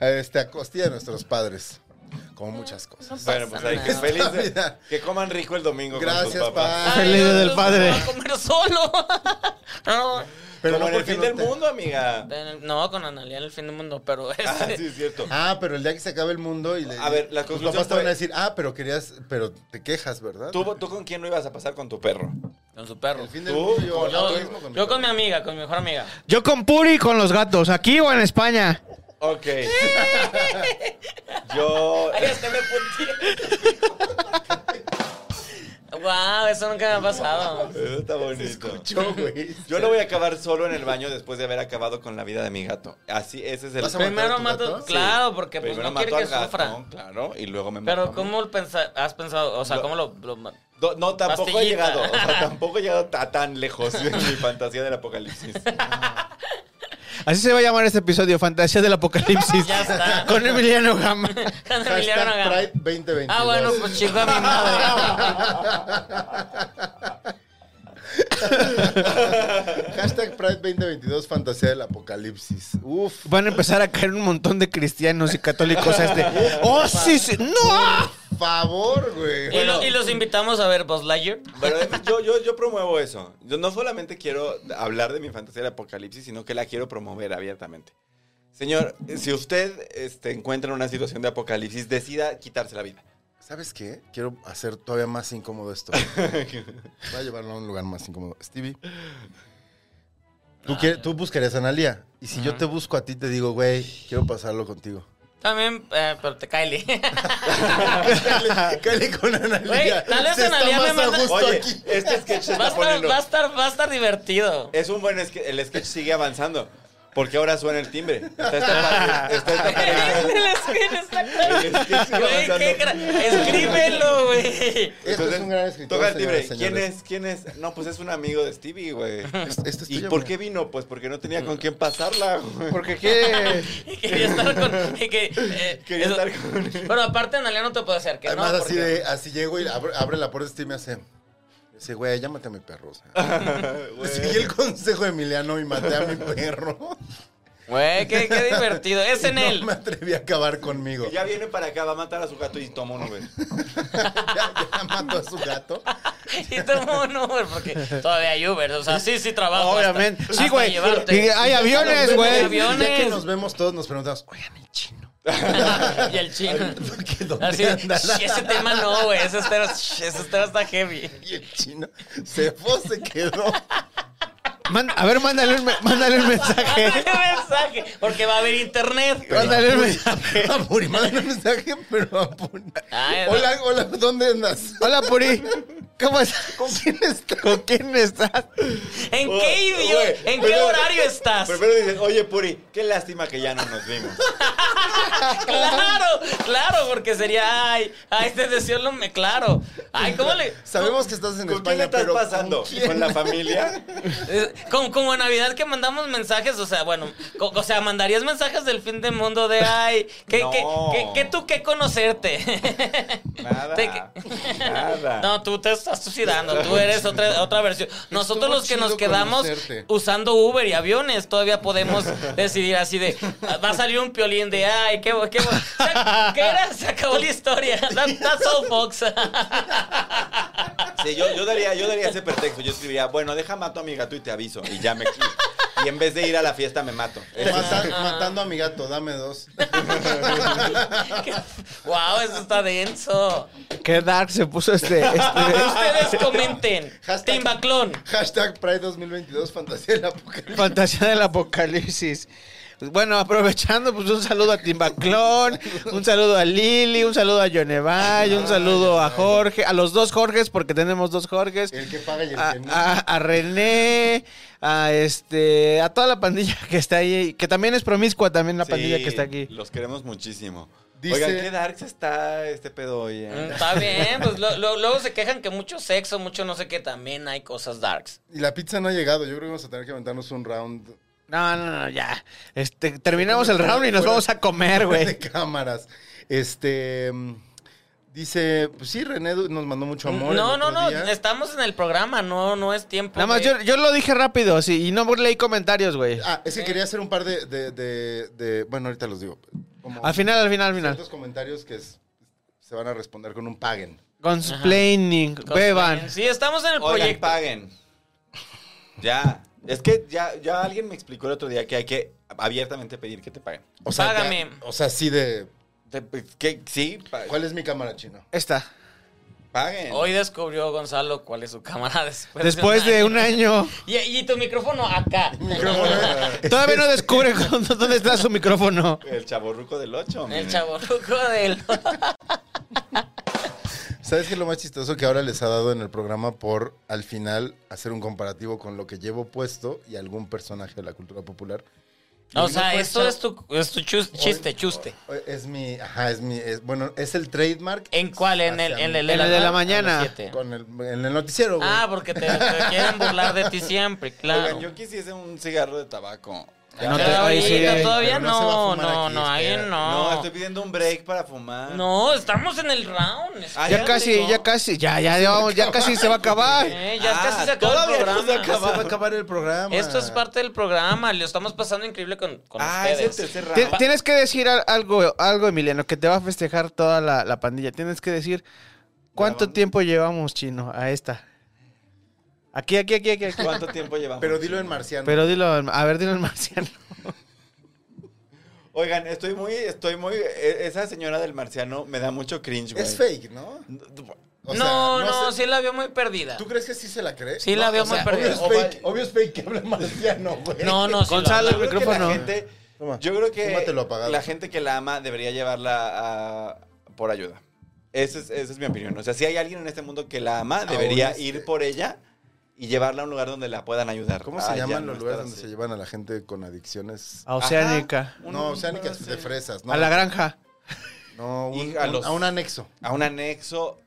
S2: este, a costilla de nuestros padres. Como muchas cosas.
S4: Bueno, pues ahí que
S1: Nada.
S4: feliz. de- que coman rico el domingo. con
S2: Gracias,
S4: sus papás.
S2: pa.
S3: Feliz Día del
S1: no
S3: Padre.
S1: voy a comer solo. No,
S2: Pero
S4: Como
S2: no
S4: en el
S2: porque
S4: fin
S2: no
S4: del
S2: te-
S4: mundo, amiga.
S1: no, con Analia en el fin del mundo, pero este,
S4: Ah, sí, es cierto.
S2: Ah, pero el día que se acabe el mundo y le-
S4: A ver, la
S2: tus
S4: conclusión
S2: papás te van a
S4: fue-
S2: decir, ah, pero querías, pero te quejas, ¿verdad?
S4: ¿Tú, ¿Tú con quién no ibas a pasar con tu perro?
S1: con su perro.
S2: el fin del
S4: tú,
S2: mundo yo,
S4: con-
S2: yo
S1: Yo,
S2: mismo
S1: yo con mi
S2: papá.
S1: amiga, con mi mejor amiga.
S3: Yo con Puri y con los gatos, aquí o en España.
S4: Ok. Yo.
S1: Ay, hasta me Wow, eso nunca me ha pasado.
S4: Eso está bonito.
S2: Escuchó, güey.
S4: Yo lo voy a acabar solo en el baño después de haber acabado con la vida de mi gato. Así, ese es el.
S2: ¿Vas a matar a
S1: Primero
S2: tu
S1: mato,
S2: gato?
S1: claro, porque pues,
S4: Primero
S1: no quiere que sufra.
S4: claro, y luego me
S1: Pero
S4: mato a mí.
S1: ¿cómo pensa- has pensado? O sea,
S4: Lo-
S1: ¿cómo lo, lo ma-
S4: Do- no, tampoco he
S1: Pastillita.
S4: llegado. O sea, tampoco he llegado a tan lejos de mi fantasía del apocalipsis.
S3: Así se va a llamar este episodio, Fantasía del Apocalipsis.
S1: Ya está.
S3: Con Emiliano Gama.
S1: Cuando me
S2: Hashtag
S1: liaron acá.
S2: Pride 2022.
S1: Ah, bueno, pues chico a mi madre.
S2: Hashtag Pride 2022, fantasía del apocalipsis. Uf.
S3: Van a empezar a caer un montón de cristianos y católicos a este. ¡Oh, sí, sí! ¡No!
S2: Por favor, güey.
S1: y, lo- y los invitamos a ver Buzz Lightyear.
S4: Pero además, yo, yo, yo promuevo eso. Yo no solamente quiero hablar de mi fantasía del apocalipsis, sino que la quiero promover abiertamente. Señor, si usted este, encuentra una situación de apocalipsis, decida quitarse la vida.
S2: ¿Sabes qué? Quiero hacer todavía más incómodo esto. Voy a llevarlo a un lugar más incómodo. Stevie.
S1: Ah.
S2: Tú, quie- tú buscarías a Analia. Y si yo te busco a ti, te digo, güey, quiero pasarlo contigo.
S1: También, eh, pero te Kylie.
S2: Cale con Analia.
S1: Güey, tal vez
S2: Se está
S1: Analia me
S2: más a
S1: manda-
S2: gusto
S4: Oye,
S2: aquí.
S4: este sketch se
S1: va, a
S4: está
S1: estar,
S4: poniendo...
S1: va, a estar, va a estar divertido.
S4: Es un buen sketch. El sketch sigue avanzando. Porque ahora suena el timbre. Está esta parte. Está esta parte.
S1: El skin está claro.
S4: El skin sigue
S1: Güey, qué
S4: avanzando.
S1: gra- Escríbelo, güey.
S2: Este es un gran escritor,
S4: Toca el timbre.
S2: señoras,
S4: ¿Quién
S2: señores. Este,
S4: es? ¿Quién es? No, pues es un amigo de Stevie, güey.
S2: esto es
S4: ¿Y
S2: tuyo,
S4: por
S2: güey.
S4: qué vino? Pues porque no tenía con quién pasarla, güey.
S3: Porque quiere.
S1: Y Quería estar con. y que, eh,
S4: Quería
S1: eso-
S4: estar con él.
S1: Pero aparte, Analia no te puede hacer que
S2: Además,
S1: no.
S2: así,
S1: porque-
S2: de, así llego y abre, abre la puerta de Stevie y este me hace... Dice, güey, llámate a mi perro. o
S1: Ah,
S2: sea. Seguí el consejo de Emiliano y maté a mi perro.
S1: Güey, qué, qué divertido. Es en
S2: no
S1: él.
S2: me atreví a acabar conmigo.
S4: Ya viene para acá, va a matar a su gato y toma uno, güey.
S2: ya, ya mató a su gato.
S1: Y tomo un Uber, porque todavía hay Uber. O sea, sí, sí trabajo. hasta-
S3: Obviamente.
S1: hasta
S3: Sí, güey.
S1: llevarte.
S3: Y Hay aviones,
S1: Hay
S3: güey.
S1: aviones.
S2: Ya que nos vemos todos, nos preguntamos, oigan, el chino.
S1: y el chino.
S2: ¿Qué, ¿Dónde
S1: Así,
S2: anda?
S1: "Shh, ese tema no, güey. Ese tema, shh, ese tema está heavy.
S2: Y el chino se fue, se quedó.
S3: Man- a ver, mándale un, me- mándale un mensaje.
S1: Mándale mensaje, porque va a haber internet.
S3: Mándale un mensaje.
S2: A Puri, mándale un mensaje, pero a Puri.
S1: Ay, no.
S2: Hola, hola, ¿dónde andas?
S3: Hola, Puri. ¿Cómo estás? ¿Con quién estás? ¿Con quién estás?
S1: ¿En
S4: Oh,
S1: qué idioma?
S4: güey,
S1: ¿En qué
S4: primero-
S1: horario estás?
S4: Primero dicen, oye, Puri, qué lástima que ya no nos vimos.
S1: Claro, claro, porque sería, ay, ay, este deseo lo me, claro. Ay, ¿cómo le?
S2: Sabemos que estás en
S4: ¿Con quién
S2: España,
S4: la estás
S2: pero
S4: pasando?
S2: ¿con quién?
S4: ¿Con la familia?
S1: eh, Como, como en Navidad que mandamos mensajes, o sea, bueno, co- o sea, mandarías mensajes del fin del mundo de, ay, que,
S4: No.
S1: que, que- que tú qué conocerte.
S4: Nada.
S1: Te que-
S4: Nada.
S1: No, tú te estás suicidando, tú eres otra, otra versión. Nosotros
S2: Estuvo
S1: los que nos
S2: chido
S1: quedamos
S2: conocerte.
S1: usando Uber y aviones, todavía podemos decidir así de, va a salir un piolín de, ay, qué, bo- qué, bo- se- ¿qué era? Se acabó la historia. That- that's all, folks.
S4: Sí, yo, yo daría, yo daría ese pretexto. Yo escribiría, bueno, deja mato a mi gato y te aviso. Y ya me. Y en vez de ir a la fiesta, me mato. Ese-
S2: Mata- matando a mi gato, dame dos.
S1: wow, eso está denso. Ah,
S3: Qué dark se puso este. este
S1: Ustedes comenten.
S2: Hashtag-
S1: Timbaclón.
S2: Hashtag Pride 2022, fantasía del apocalipsis.
S3: fantasía del apocalipsis. Bueno, aprovechando, pues un saludo a Timbaclón, un saludo a Lili, un saludo a Yonevay, un saludo a Jorge, a los dos Jorges, porque tenemos dos Jorges.
S2: El que paga y el
S3: a,
S2: que no.
S3: a- a René, a este, a toda la pandilla que está ahí, que también es promiscua también la pandilla
S4: Sí,
S3: que está aquí.
S4: Los queremos muchísimo.
S2: Dice-
S4: Oigan, qué darks está este pedo hoy. eh?
S1: Mm, Está bien, pues lo- lo- luego se quejan que mucho sexo, mucho no sé qué, también hay cosas darks.
S2: Y la pizza no ha llegado. Yo creo que vamos a tener que aventarnos un round
S3: No, no, no, ya. Este, terminamos el round y nos vamos a comer,
S2: de
S3: güey.
S2: cámaras. Este. mm, Dice, pues sí, René du- nos mandó mucho amor.
S1: No,
S2: el
S1: no,
S2: otro
S1: no,
S2: día.
S1: estamos en el programa, no, no es tiempo.
S3: Nada más,
S1: de-
S3: yo, yo lo dije rápido, sí, y no leí comentarios, güey.
S2: Ah, es que quería hacer un par de. de- de- de- bueno, ahorita los digo. Como
S3: Al final, al final, al final.
S2: ciertos comentarios que es- se van a responder con un paguen.
S3: Consplaining,
S1: cosas
S3: beban.
S1: bien. Sí, estamos en el
S4: Oigan,
S1: Mm. proyecto.
S4: paguen. Ya. Es que ya, ya alguien me explicó el otro día que hay que abiertamente pedir que te paguen.
S2: O sea, ya-
S1: Págame.
S2: o sea, sí de.
S4: Te- pues, ¿Qué? Sí, pa-
S2: ¿Cuál es mi cámara chino?
S3: Esta.
S4: paguen.
S1: Hoy descubrió Gonzalo cuál es su cámara después,
S3: Después de un
S1: año.
S3: año.
S1: Y, y tu micrófono acá.
S2: Este
S3: Todavía no descubre cuándo- dónde está su micrófono.
S4: El chaborruco del 8.
S1: El chaborruco del...
S2: ¿Sabes qué es lo más chistoso que ahora les ha dado en el programa por al final hacer un comparativo con lo que llevo puesto y algún personaje de la cultura popular?
S1: O
S2: Y
S1: sea,
S2: no fue
S1: esto
S2: Chavo-
S1: es tu, es tu chus- chiste, chuste.
S2: Es mi, ajá, es mi, es- bueno, es el trademark.
S1: ¿En cuál? ¿En el,
S2: hacia
S1: en
S2: mí.
S1: el
S3: En el de la
S1: a las
S3: mañana.
S1: siete.
S2: Con el, en el noticiero, güey.
S1: Ah, porque te, te quieren burlar de ti siempre, claro.
S4: Oigan, yo quisiese un cigarro de tabaco.
S3: No te-
S1: Pero
S3: ahí sí,
S1: ahorita
S3: ahí.
S1: todavía
S2: Pero no se va a
S1: no,
S2: fumar
S1: no,
S2: aquí,
S1: no, ahí
S2: espera.
S4: No,
S1: no.
S4: estoy pidiendo un break para fumar.
S1: No, estamos en el round.
S4: Ah,
S3: Ya
S4: ya
S3: casi,
S4: llegó.
S3: ya casi, ya, ya, ya, vamos, ya casi se va a acabar.
S1: Eh, ya
S4: Ah,
S1: casi se acabó el
S4: todavía no se
S1: programa.
S2: Ya se va a acabar el programa.
S1: Esto es parte del programa, lo estamos pasando increíble con, con
S4: Ah, es el
S1: ustedes.
S4: tercer
S3: Ti-
S4: round.
S3: Tienes que decir al- algo, algo, Emiliano, que te va a festejar toda la, la pandilla. Tienes que decir cuánto
S4: Grabando.
S3: tiempo llevamos, chino, a esta. Aquí, aquí, aquí, aquí. aquí.
S4: ¿Cuánto tiempo llevamos?
S2: Pero dilo en marciano.
S3: Pero dilo, a ver, dilo en marciano.
S4: Oigan, estoy muy, estoy muy. e- Esa señora del marciano me da mucho cringe, güey.
S2: es fake, ¿no? O sea,
S1: no, no,
S2: sé-
S1: sí la veo muy perdida.
S2: ¿Tú crees que sí se la cree?
S1: Sí la veo muy
S2: Obvio
S1: perdida.
S2: es, fake, obvio es fake que habla marciano, güey.
S1: No, no, sí la-
S3: Gonzalo,
S4: Yo
S3: el
S4: creo que la
S3: micrófono.
S4: gente.
S2: Toma.
S4: Yo creo que
S2: Fúmatelo apagado.
S4: la gente que la ama debería llevarla a- por ayuda. Esa es, esa es mi opinión. O sea, si hay alguien en este mundo que la ama, debería
S2: este.
S4: ir por ella y llevarla a un lugar donde la puedan ayudar.
S2: ¿Cómo se
S4: Ah, ya
S2: llaman
S4: no
S2: los lugares
S4: estar
S2: donde
S4: así.
S2: se llevan a la gente con adicciones?
S3: A Oceánica,
S4: Ajá. Un-
S2: No,
S4: un-
S2: o sea, ni que
S4: sí.
S2: de fresas, ¿no?
S3: a la granja.
S2: No,
S4: Y
S2: un-
S4: a
S2: un-
S4: los-
S2: a un anexo.
S4: A un anexo.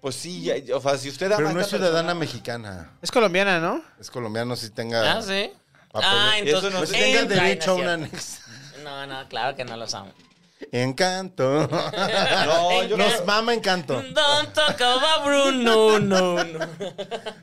S4: Pues sí, ya- o sea, si usted ama
S2: Pero
S4: a
S2: no es
S4: esta
S2: ciudadana
S4: persona-
S2: mexicana.
S3: Es colombiana, ¿no?
S2: Es colombiano si tenga.
S1: Ah, sí.
S2: Papel.
S1: Ah, entonces
S4: Eso no
S2: Pues
S4: se-
S1: entra
S2: tenga
S1: y no es
S2: derecho a un
S1: cierto.
S2: anexo.
S1: No, no, claro que no lo saben.
S2: Encanto.
S4: No,
S1: Eh,
S4: yo
S2: Nos mama encanto.
S1: Don't talk about Bruno, no, no.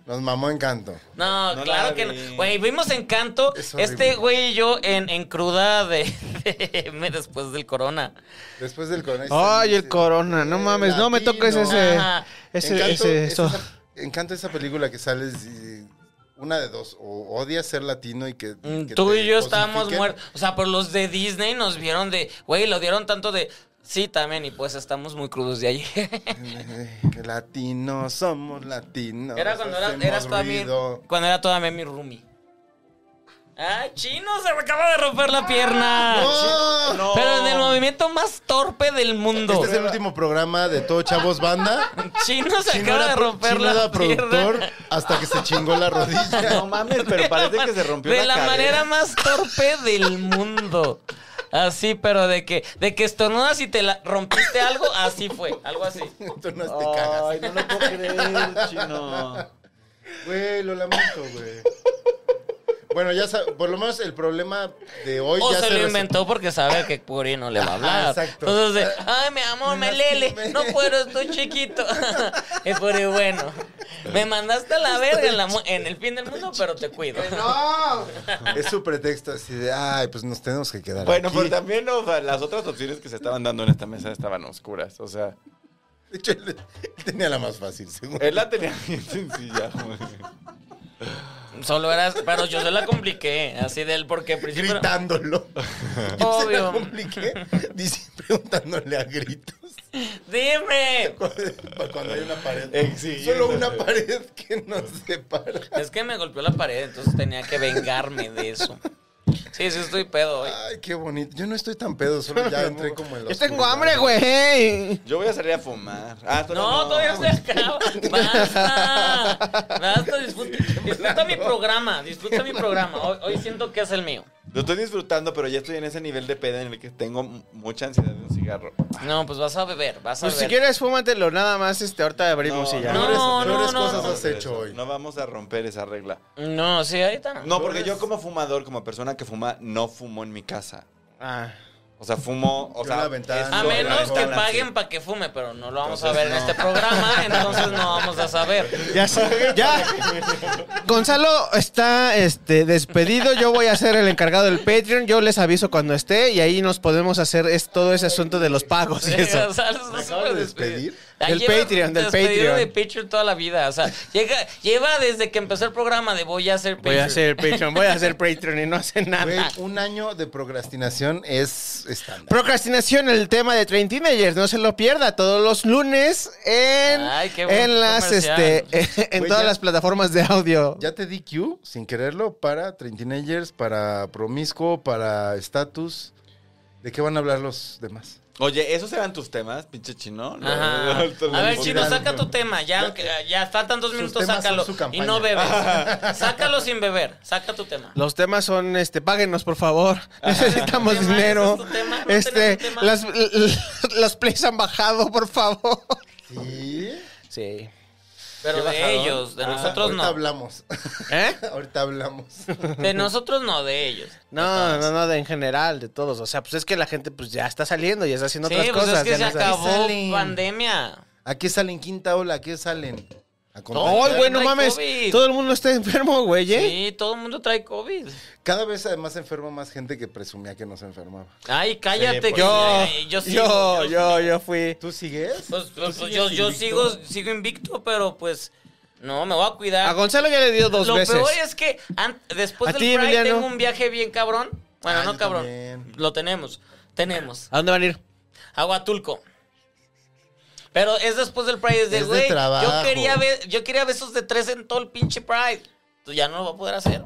S2: Nos mamó encanto.
S1: No,
S4: No
S1: claro
S4: la
S1: que
S4: vi.
S1: no. Güey, vimos Encanto.
S2: Es horrible.
S1: Este güey y yo en, en cruda de, de- después del corona.
S2: Después del corona.
S3: Ay, el corona, no mames, no me toques ese,
S1: Ajá.
S3: ese,
S2: Encanto,
S3: ese,
S2: es
S3: eso.
S2: esa- Encanto esa película que sales y una de dos, o odias ser latino y que,
S1: Mm,
S2: que
S1: Tú
S2: te
S1: y yo estábamos
S2: cosifiquen,
S1: muertos. O sea, por los de Disney nos vieron de. Güey, lo dieron tanto de. Sí, también, y pues estamos muy crudos de allí.
S2: Eh, que Latinos somos latinos.
S1: era cuando era,
S2: hacemos
S1: eras toda mi,
S2: ruido.
S1: cuando era toda mi mi roomie. ¡Ah, chino! Se me acaba de romper la pierna.
S2: Ah,
S4: No.
S1: Pero en el movimiento más torpe del mundo.
S2: ¡Oh! Este es el último programa de todo Chavos Banda.
S1: Chino se
S2: Chino
S1: acaba de
S2: era pro-
S1: romper
S2: Chino
S1: la
S2: era
S1: pierna.
S2: productor hasta que se chingó la rodilla.
S4: No mames, pero parece que se rompió
S1: De la
S4: cadera.
S1: manera más torpe del mundo. Así, pero de que, de que estornudas y te la- rompiste algo, así fue. Algo así.
S2: Tú no te cagas.
S4: Ay, no lo puedo creer, chino.
S2: Güey, lo lamento, güey. Bueno, ya sabes, por lo menos el problema de hoy
S1: O
S2: ya
S1: se lo
S2: resolvió.
S1: inventó porque sabe que Puri no le va a hablar.
S2: Ah, exacto.
S1: Entonces, de, ay, mi amor, me
S2: Una
S1: lele.
S2: simple.
S1: No puedo, estoy chiquito. es Puri, bueno. Me mandaste a la verga en, la mu- en el fin del mundo, pero te cuido.
S2: Es su pretexto así de, ay, pues nos tenemos que quedar
S4: Bueno,
S2: aquí.
S4: pero también o sea, las otras opciones que se estaban dando en esta mesa estaban oscuras. O sea,
S2: De hecho, él tenía la más fácil, seguro.
S4: él la tenía bien sencilla, güey.
S1: Solo eras, pero yo se la compliqué. Así del porque al principio.
S2: Gritándolo. Yo se
S1: Obvio.
S2: la compliqué dice, preguntándole a gritos
S1: ¡Dime!
S2: para cuando hay una pared.
S4: Exigiendo.
S2: Solo una pared que nos separa.
S1: Es que me golpeó la pared, entonces tenía que vengarme de eso. Sí, sí, estoy pedo hoy.
S2: Ay, qué bonito. Yo no estoy tan pedo, solo ya entré como en los.
S3: Yo tengo hambre, güey.
S4: Yo voy a salir a fumar. Ah,
S1: No, todavía se acaba. Basta. Basta, disfruta, disfruta mi programa. Disfruta mi programa. Hoy, hoy siento que es el mío.
S4: Lo estoy disfrutando, pero ya estoy en ese nivel de pedo en el que tengo m- mucha ansiedad de un cigarro.
S1: No, pues vas a beber. Vas a
S3: Pues si
S1: beber.
S3: quieres, fúmatelo nada más. Este, ahorita abrimos y ya.
S1: no,
S2: Peores-
S1: no,
S2: peores
S1: no,
S2: cosas
S1: no.
S2: has hecho hoy.
S4: No vamos a romper esa regla.
S1: No, sí, ahorita no.
S4: No, porque yo como fumador, como persona que fuma, no fumo en mi casa.
S3: Ah.
S4: O sea, fumo, o
S2: Yo
S4: sea,
S2: la ventana.
S4: es
S1: A
S4: lo-
S1: menos
S4: la
S1: que
S4: ventana, sí.
S1: paguen para que fume, pero no lo vamos a
S2: Entonces,
S1: ver en
S2: no.
S1: este programa, entonces no vamos a saber.
S3: Ya, sé- ya. Gonzalo está este, despedido. Yo voy a ser el encargado del Patreon. Yo les aviso cuando esté y ahí nos podemos hacer es- todo ese asunto de los pagos y
S1: Sí, o
S3: eso.
S1: sea, eso es
S2: acabo
S1: súper despedido.
S2: de despedir.
S1: Ah,
S3: Del
S1: lleva
S3: Patreon, del
S1: despedido
S3: Patreon.
S1: de Patreon toda la vida. O sea, llega, lleva desde que empezó el programa de voy a hacer Patreon.
S3: Voy a hacer Patreon, voy a hacer Patreon y no hace
S2: Güey,
S3: nada.
S2: un año de procrastinación es estándar.
S3: Procrastinación, el tema de Train Teenagers. No se lo pierda todos los lunes en,
S1: Ay, qué buen
S3: en las
S1: comercial.
S3: este, en
S2: Güey,
S3: todas
S2: ya-
S3: las plataformas de audio.
S2: Ya te di Q sin quererlo para Teenagers, para Promiscuo, para Status. ¿De qué van a hablar los demás?
S4: Oye, ¿esos eran tus temas, pinche chino?
S1: Ajá. A ver, chino, saca tu tema. Ya, ya faltan dos
S2: Sus
S1: minutos,
S2: temas son
S1: sácalo.
S2: su
S1: Y
S2: campaña.
S1: no bebes. Sácalo sin beber. Saca tu tema.
S3: Los temas son, este, páguenos por favor. Necesitamos
S1: ¿Tema?
S3: dinero.
S1: ¿Ese es tu tema? ¿No
S3: Este,
S1: tenemos tema?
S3: las, las plays han bajado, por favor.
S2: Sí.
S3: Sí.
S1: Pero de ellos, de nosotros
S2: Ah, Ahorita
S1: no.
S2: hablamos.
S3: ¿Eh?
S2: Ahorita hablamos.
S1: De nosotros no, de ellos.
S3: No, no, no, de en general, de todos. O sea, pues es que la gente pues ya está saliendo, ya está haciendo
S1: sí,
S3: otras
S1: pues
S3: cosas.
S1: es que
S3: ya
S1: se
S3: no está-
S1: acabó
S2: salen.
S1: pandemia.
S2: ¿A qué salen quinta ola? ¿A qué salen? A contagiar.
S3: Ay, güey, no
S1: No hay
S3: mames.
S1: COVID.
S3: Todo el mundo está enfermo, güey, ¿eh?
S1: Sí, todo el mundo trae COVID.
S2: Cada vez además se enferma más gente que presumía que no se enfermaba.
S1: Ay, cállate.
S4: pues.
S1: que-
S3: Yo,
S1: ay,
S3: yo,
S1: sigo,
S3: yo, yo, fui.
S2: ¿Tú sigues?
S1: Pues, pues,
S2: ¿Tú
S1: pues,
S2: sigues
S1: yo, yo sigo,
S2: invicto?
S1: sigo invicto, pero pues no, me voy a cuidar.
S3: A Gonzalo ya le dio dos
S1: Lo
S3: veces.
S1: peor es que an- después
S3: ¿A
S1: del
S3: ti,
S1: Pride
S3: Emiliano?
S1: tengo un viaje bien cabrón. Bueno,
S2: Ah,
S1: no
S2: yo
S1: cabrón.
S2: también.
S1: Lo tenemos. Tenemos.
S3: ¿A dónde van a ir?
S1: Aguatulco. Pero es después del Pride. Es de,
S2: Es de
S1: güey, yo
S2: trabajo.
S1: quería, be- yo quería besos de tres en todo el pinche Pride. Entonces ya no lo voy a poder hacer.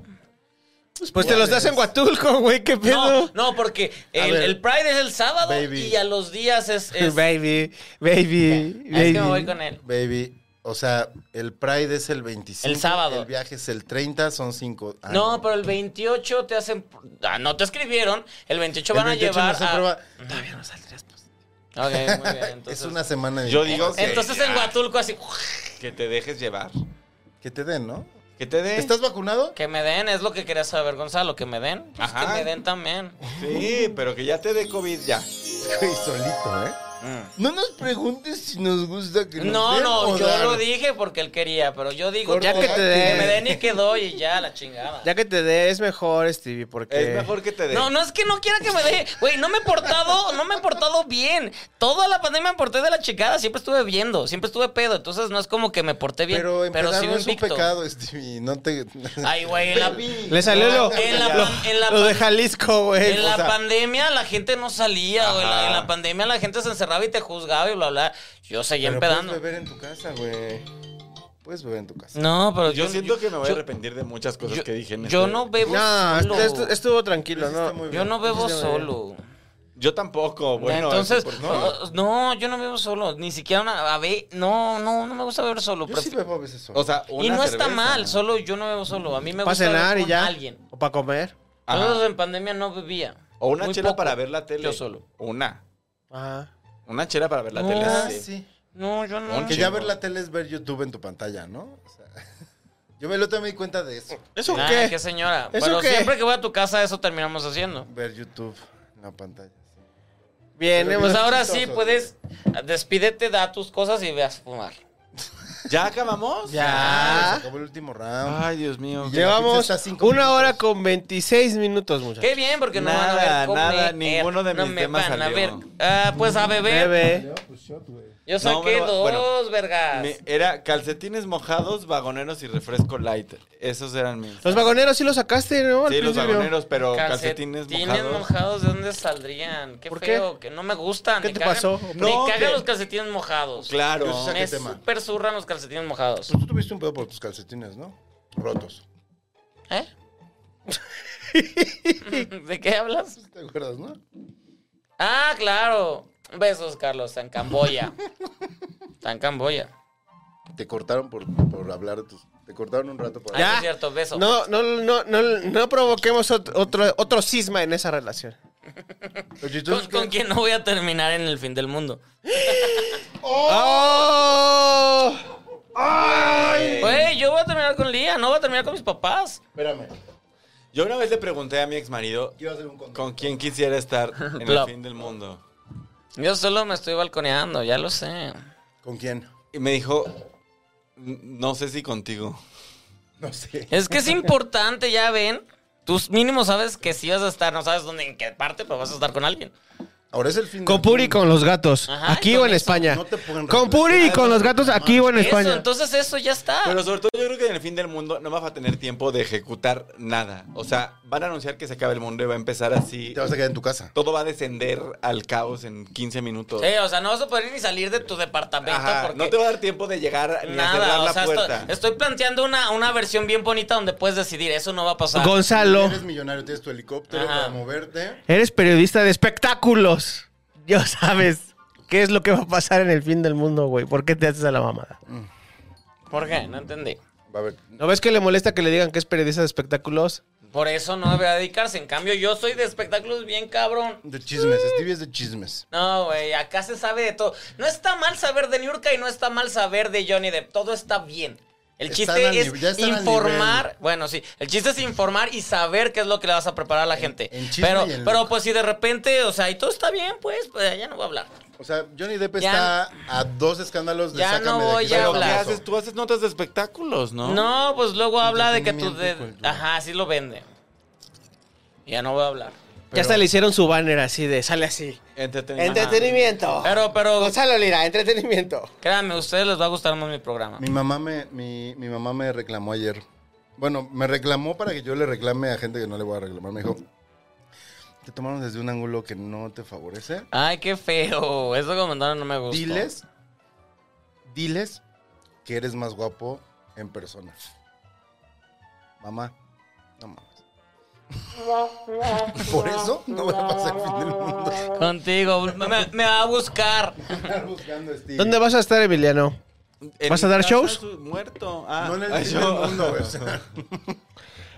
S3: Pues te los das en Huatulco, güey, qué pedo.
S1: No, no, porque
S2: A
S1: el,
S2: ver.
S1: el Pride es el sábado
S2: Baby.
S1: y a los días es... es-
S3: Baby, baby, baby.
S1: es que me voy con él.
S2: Baby, o sea, el Pride es el 25.
S1: El sábado.
S2: El viaje es el 30, son Ah, 5.
S1: No, pero el 28 te hacen... Ah, no te escribieron. El 28 van a llevar a...
S2: Todavía no saldrías.
S1: Ok, muy bien. Entonces,
S2: es una semana de
S4: Yo digo que,
S1: entonces en Huatulco así...
S4: que te dejes llevar.
S2: que te den, ¿no?
S4: Que te den.
S2: ¿Estás vacunado?
S1: Que me den, es lo que quería saber, Gonzalo. Que me den. Pues
S4: Ajá.
S1: Que me den también.
S4: Sí, pero que ya te dé COVID ya. Mm.
S2: Güey, solito, ¿eh? No nos preguntes si nos gusta que nos
S1: No,
S2: den
S1: no,
S2: o
S1: yo
S2: dar.
S1: lo dije porque él quería, pero yo digo
S2: Por
S3: Ya que te dé.
S1: me den y que doy y ya, la chingada.
S3: Ya que te dé, es mejor, Stevie, porque...
S4: Es mejor que te dé.
S1: No, no es que no quiera que me dé. Güey, no me he portado, no me he portado bien. Toda la pandemia me porté de la chingada, siempre estuve viendo, siempre estuve pedo, entonces no es como que me porté bien,
S2: Pero
S1: pero,
S2: empezar
S1: sí
S2: no es un
S1: invicto.
S2: pecado, Stevie. No te.
S1: Ay, güey, en la,
S3: Le salió lo,
S1: En la
S3: lo-
S1: pan- en la
S3: lo de
S1: pan-
S3: Jalisco, güey.
S1: En
S3: O
S1: la
S3: sea,
S1: pandemia la gente no salía, güey. La-
S4: Ajá.
S1: En la pandemia la gente se encerraba y te juzgaba y bla, bla. Yo seguía
S2: Pero pues,
S1: empedando.
S2: puedes beber en tu casa, güey. Puedes beber en tu casa.
S1: No, pero
S4: Yo siento que me voy a
S1: yo-
S4: arrepentir de muchas cosas
S1: yo-
S4: que dije en
S1: Yo
S4: este-
S1: no bebo
S3: No,
S1: solo.
S3: est- est- estuvo tranquilo,
S2: Pues Está muy
S3: ¿no?
S2: bien.
S1: yo no bebo
S3: Está muy bien.
S1: solo.
S4: Yo tampoco, bueno.
S1: Entonces,
S4: ¿por qué?
S1: no, no, yo no bebo solo. Ni siquiera una. A ver, no, no, no me gusta beber solo.
S2: Yo
S1: pref-
S2: sí bebo a veces solo.
S4: O sea, una
S1: y no está
S4: cerveza.
S1: mal, solo yo no bebo solo. A mí me
S3: Para
S1: gusta beber
S3: cenar y
S1: con
S3: ya.
S1: alguien.
S3: O para comer.
S4: Ajá.
S1: Nosotros en pandemia no bebía.
S4: O una
S1: Muy
S4: chela
S1: poco.
S4: para ver la tele.
S1: Yo solo.
S4: Una.
S3: Ajá.
S4: Una chela para ver la
S1: No.
S4: tele.
S2: Ah,
S4: sí.
S2: sí.
S1: No, yo no.
S4: Un
S2: Que ya
S4: chingo.
S2: ver la tele es ver YouTube en tu pantalla, ¿no? O sea, yo me lo tomé cuenta de eso.
S3: ¿Eso
S1: Nah,
S3: qué?
S1: qué señora.
S3: ¿Eso
S1: Pero
S3: qué?
S1: siempre que voy a tu casa, eso terminamos haciendo.
S2: Ver YouTube en la pantalla. sí.
S3: Bien, eh,
S2: Pero
S3: hemos-
S1: Pues
S2: es
S1: ahora
S2: chistoso.
S1: sí puedes. Despídete, da tus cosas y veas fumar.
S4: ¿Ya acabamos?
S2: Ah,
S3: Ya.
S2: Se acabó el último round.
S4: Ay, Dios mío.
S2: Ya. La
S3: Llevamos
S2: pizza está cinco
S3: una
S2: minutos.
S3: hora con 26 minutos, muchachos.
S1: Qué bien, porque no
S4: Nada,
S1: van a ver comer.
S4: nada, ninguno de mis
S1: no me
S4: temas
S1: van a
S4: salió.
S1: ver. Ah, pues a beber.
S3: Bebe.
S1: Yo
S4: No,
S1: saqué
S4: bueno,
S1: dos,
S4: bueno,
S1: vergas.
S4: Me- era calcetines mojados, vagoneros y refresco light. Esos eran mis.
S3: Los vagoneros sí los sacaste, ¿no? Al
S4: Sí, los
S3: principio.
S4: vagoneros, pero calcetines,
S1: calcetines
S4: mojados.
S1: mojados, ¿de dónde saldrían? Qué
S3: ¿Por qué?
S1: feo, que no me gustan.
S3: ¿Qué
S1: me
S3: te
S1: cagan-
S3: pasó?
S1: Me
S4: No,
S1: cagan
S4: que-
S1: los calcetines mojados.
S4: Claro.
S2: Yo sí saqué
S1: Me
S2: tema.
S1: super zurran los calcetines mojados.
S2: Pues tú tuviste un pedo por tus calcetines, ¿no? Rotos.
S1: ¿Eh?
S4: Pues,
S1: ¿De qué hablas?
S2: Pues, ¿Te acuerdas, no?
S1: Ah, claro. Besos, Carlos, en Camboya. Tan Camboya.
S2: Te cortaron por, por hablar de tus. Te cortaron un rato por
S1: Ah,
S3: Ya.
S1: sí es cierto, beso.
S3: No, no, no, no, no provoquemos ot- otro, otro cisma en esa relación.
S2: Oye,
S1: Con,
S2: entonces,
S1: con
S2: ¿qué?
S1: quien no voy a terminar en el fin del mundo.
S3: ¡Oh!
S1: Güey, yo voy a terminar con Lía, no voy a terminar con mis papás.
S2: Espérame.
S4: Yo una vez le pregunté a mi ex marido
S2: Quiero hacer un control.
S4: con quién quisiera estar en el
S1: Plop.
S4: fin del mundo.
S1: Yo solo me estoy balconeando, ya lo sé.
S2: ¿Con quién?
S4: Y me dijo, no sé si contigo.
S2: No sé.
S1: Es que es importante, ya ven. Tú mínimo sabes que sí vas a estar, no sabes dónde, en qué parte, pero vas a estar con alguien.
S2: Ahora es el fin
S3: Con
S2: del
S3: Puri y
S2: mundo.
S3: con los gatos.
S1: Ajá,
S3: aquí
S1: con
S3: o en
S1: eso
S3: España.
S2: no te pueden
S3: con Puri y con los gatos aquí o en España.
S1: Eso, entonces eso ya está.
S4: Pero sobre todo yo creo que en el fin del mundo no vas a tener tiempo de ejecutar nada. O sea, van a anunciar que se acaba el mundo y va a empezar así.
S2: Te vas a quedar en tu casa.
S4: Todo va a descender al caos en 15 minutos.
S1: Sí, o sea, no vas a poder ni salir de tu departamento
S4: Ajá,
S1: porque
S4: No te va a dar tiempo de llegar ni a cerrar
S1: nada.
S4: la
S1: O sea,
S4: puerta.
S1: estoy, estoy planteando una, una versión bien bonita donde puedes decidir, eso no va a pasar.
S3: Gonzalo,
S2: Eres millonario, tienes tu helicóptero
S1: Ajá.
S2: para moverte.
S3: eres periodista de espectáculos. Ya sabes qué es lo que va a pasar en el fin del mundo, güey. ¿Por qué te haces a la mamada?
S1: ¿Por qué? No entendí.
S2: Va a ver.
S3: ¿No ves que le molesta que le digan que es periodista de espectáculos?
S1: Por eso no debería dedicarse. En cambio, yo soy de espectáculos bien cabrón.
S2: De chismes. Stevie es de chismes.
S1: No, güey, acá se sabe de todo. No está mal saber de Niurka y no está mal saber de Johnny Depp. Todo está bien. El
S2: Están
S1: chiste
S2: al
S1: es
S2: nivel- ya están al
S1: informar.
S2: nivel.
S1: Bueno, sí. El chiste es informar y saber qué es lo que le vas a preparar a la gente.
S2: en chisme
S1: pero,
S2: y en
S1: pero
S2: look.
S1: pues si de repente, o sea, y todo está bien, pues, pues ya no voy a hablar.
S2: O sea, Johnny Depp
S1: Ya-
S2: está a dos escándalos de
S1: Ya
S2: sácame
S1: no
S2: de aquí,
S1: voy a
S2: sácame
S4: Pero ¿qué
S2: de
S1: hablar.
S2: eso.
S4: haces? Tú haces notas de espectáculos, ¿no?
S1: No, pues luego habla de que tú. de-
S2: Entretenimiento y cultura.
S1: ajá, así lo vende. Ya no voy a hablar.
S3: ya hasta le hicieron su banner así de, sale así.
S4: Entretenimiento.
S3: Entretenimiento.
S1: Pero, pero,
S3: Gonzalo Lira, entretenimiento.
S1: créanme, a ustedes les va a gustar más mi programa.
S2: Mi mamá me, mi, mi mamá me reclamó ayer. Bueno, me reclamó para que yo le reclame a gente que no le voy a reclamar. Me dijo, te tomaron desde un ángulo que no te favorece.
S1: Ay, qué feo. Eso que mandaron no me gusta.
S2: Diles, diles que eres más guapo en persona. Mamá, no mames. Por eso no voy a pasar el fin del mundo.
S1: Contigo, me, me va a buscar.
S2: Estar buscando a Steve.
S3: ¿Dónde vas a estar, Emiliano?
S4: En
S3: ¿Vas
S4: mi
S3: a dar
S4: casa
S3: shows?
S4: su- Muerto. Ah,
S2: No en el
S4: ay,
S2: fin del
S4: yo-
S2: mundo, güey, o sea.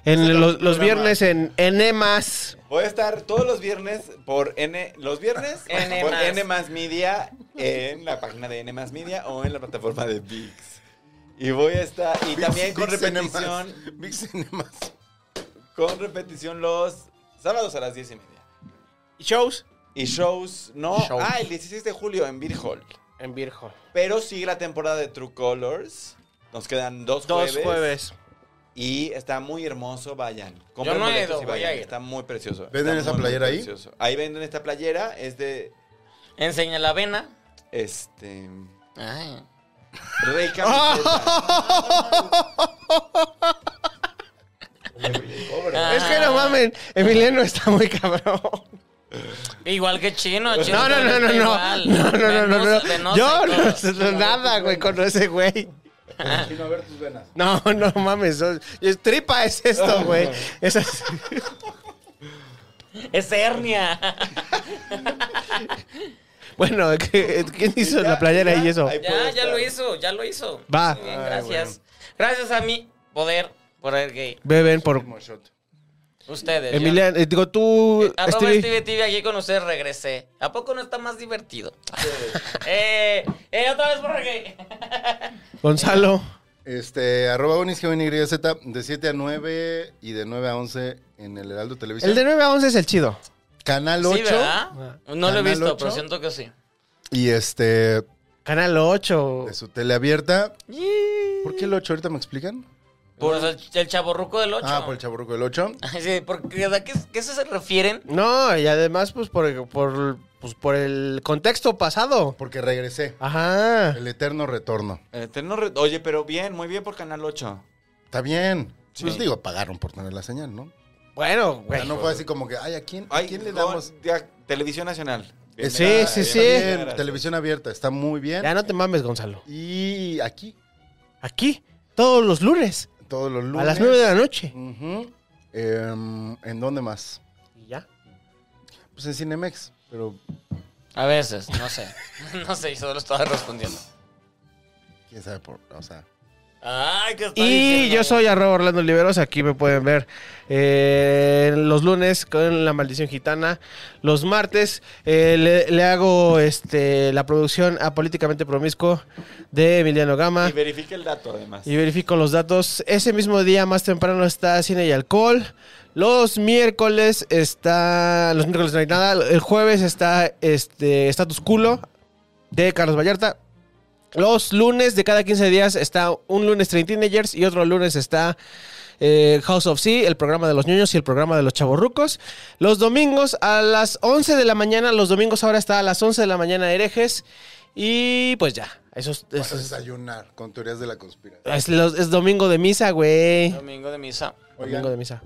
S3: En los, los
S2: programa.
S3: viernes en E Enemas.
S4: Voy a estar todos los viernes por N. Los viernes
S1: N+.
S4: por N más Media en la página de N más Media o en la plataforma de VIX. Y voy a estar. Y también con
S2: Big Cinemas.
S4: repetición.
S2: Big Cinemas.
S4: Con repetición los sábados a las 10 y media.
S3: ¿Shows?
S4: Y shows, no.
S3: Shows.
S4: Ah, el 16 de julio en Beer Hall.
S3: En Virgo.
S4: Pero sigue la temporada de True Colors. Nos quedan dos,
S3: Dos jueves.
S4: Y está muy hermoso, vayan. Compren
S1: no he
S4: boletos
S1: ido,
S4: y
S1: voy a ir.
S4: Está muy precioso.
S2: ¿Venden esa
S4: Está muy, muy
S2: playera ahí?
S4: precioso. Ahí venden esta playera, es de
S1: Enseña la vena.
S4: este
S1: Ay.
S4: Rey Camiseta.
S1: Ah,
S3: Es que no mamen, Emiliano está muy cabrón.
S1: Igual que chino, chino.
S3: No, no, no,
S1: está
S3: no, no.
S1: igual.
S3: No, no, no, no,
S1: Venosa-
S3: no.
S1: venosa
S3: Yo
S1: y todo.
S3: no sé nada, güey, con ese güey.
S2: Chino, a ver tus venas.
S3: No, no mames. son- es- Tripa es esto, güey. Esas-
S1: Es hernia.
S3: Bueno, ¿qué- ¿quién hizo la playera y eso?
S2: Ahí puede
S1: ya, ya
S2: estar.
S1: lo hizo, ya lo hizo.
S3: Va. Ah,
S1: Muy bien,
S2: Ay,
S1: gracias. Gracias a mi poder, poder gay.
S3: Beben por.
S2: Como shot.
S1: Ustedes. yo-
S3: Emiliano, eh, digo tú,
S1: Arroba
S3: Stevie.
S1: Stevie TV, aquí con ustedes regresé. ¿A poco no está más divertido? eh, eh, otra vez por gay.
S3: Gonzalo.
S2: Este, arroba Unis, GNYZ, de 7 a 9 y de 9 a 11 en el Heraldo Televisión.
S3: El de 9 a 11 es el chido.
S2: Canal 8.
S1: Sí, ¿verdad? No lo he
S2: Canal
S1: visto,
S2: ocho.
S1: pero siento que sí.
S2: y este,
S3: Canal 8.
S2: de su tele abierta. ¿Por qué el 8? ¿Ahorita me explican?
S1: Por el, el chaborruco del 8.
S2: Ah, por el chaburruco del 8.
S1: Sí, porque, ¿a qué, qué se refieren?
S3: No, y además, pues por, por, pues, por el contexto pasado.
S2: Porque regresé.
S3: Ajá.
S2: El eterno retorno.
S4: El Eterno Eh, Re- Oye, pero bien, muy bien por Canal 8.
S2: Está bien. Pues digo, pagaron por tener la señal, ¿no?
S3: Bueno,
S2: O sea,
S3: güey.
S2: no fue así como que, ay, ¿a quién, a
S4: Ay,
S2: quién le
S4: con-
S2: damos?
S4: ya, Televisión Nacional.
S2: Eh,
S3: sí,
S4: Bienvenida,
S3: sí,
S2: Está
S3: sí.
S4: bienvenida,
S2: bien,
S4: gracias.
S2: Televisión abierta, está muy bien.
S3: Ya no te mames, Gonzalo.
S2: Y aquí,
S3: Aquí, todos los lunes,
S2: todos los lunes.
S3: a las 9 de la noche.
S2: Ujú. Em, ¿En dónde más?
S3: Y ya.
S2: Pues en Cinemex, pero
S1: A veces, no sé. no sé, yo solo estaba respondiendo.
S2: quién sabe por, o sea.
S1: Ay, ¿qué está
S3: Y
S1: diciendo?
S3: yo soy arroba Orlando Oliveros, aquí me pueden ver eh, los lunes con La Maldición Gitana, los martes eh, le, le hago este la producción a Políticamente Promiscuo de Emiliano Gama
S4: Y verifique el dato, además.
S3: y verifico los datos. Ese mismo día más temprano está Cine y Alcohol, los miércoles está, los miércoles no hay nada, el jueves está este Status Culo de Carlos Vallarta, los lunes de cada 15 días está un lunes Train Teenagers y otro lunes está eh, House of Sea, el programa de los niños y el programa de los chavorrucos. Los domingos a las 11 de la mañana, los domingos ahora está a las 11 de la mañana herejes. Y pues ya, eso es,
S2: Para
S3: eso es-
S2: desayunar con teorías de la conspiración.
S3: es, los- es domingo de misa, güey.
S1: Domingo de misa.
S2: Oigan,
S3: Domingo de misa.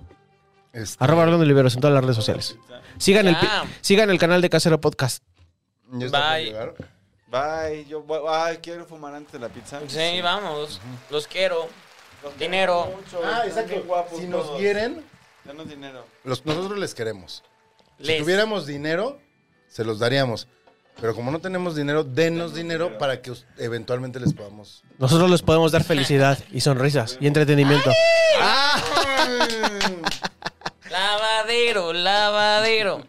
S2: este,
S3: Arroba Orlando Oliveros en todas las redes sociales. Sigan, el, pi-
S1: Ya.
S3: sigan el canal de Casero Podcast.
S2: ¿ya está por
S1: Bye.
S2: llegar?
S4: Bye, yo voy- ay, quiero fumar antes de la pizza.
S1: Sí, vamos. Los quiero. Dinero.
S2: Ah,
S4: Bien
S2: exacto.
S4: guapos
S2: Si nos
S4: todos.
S2: quieren,
S4: Danos dinero.
S2: los- nosotros les queremos. Si
S1: Les.
S2: tuviéramos dinero, se los daríamos. Pero como no tenemos dinero, denos dinero para que us- eventualmente les podamos.
S3: Nosotros les podemos dar felicidad y sonrisas y entretenimiento.
S1: Lavadero, lavadero.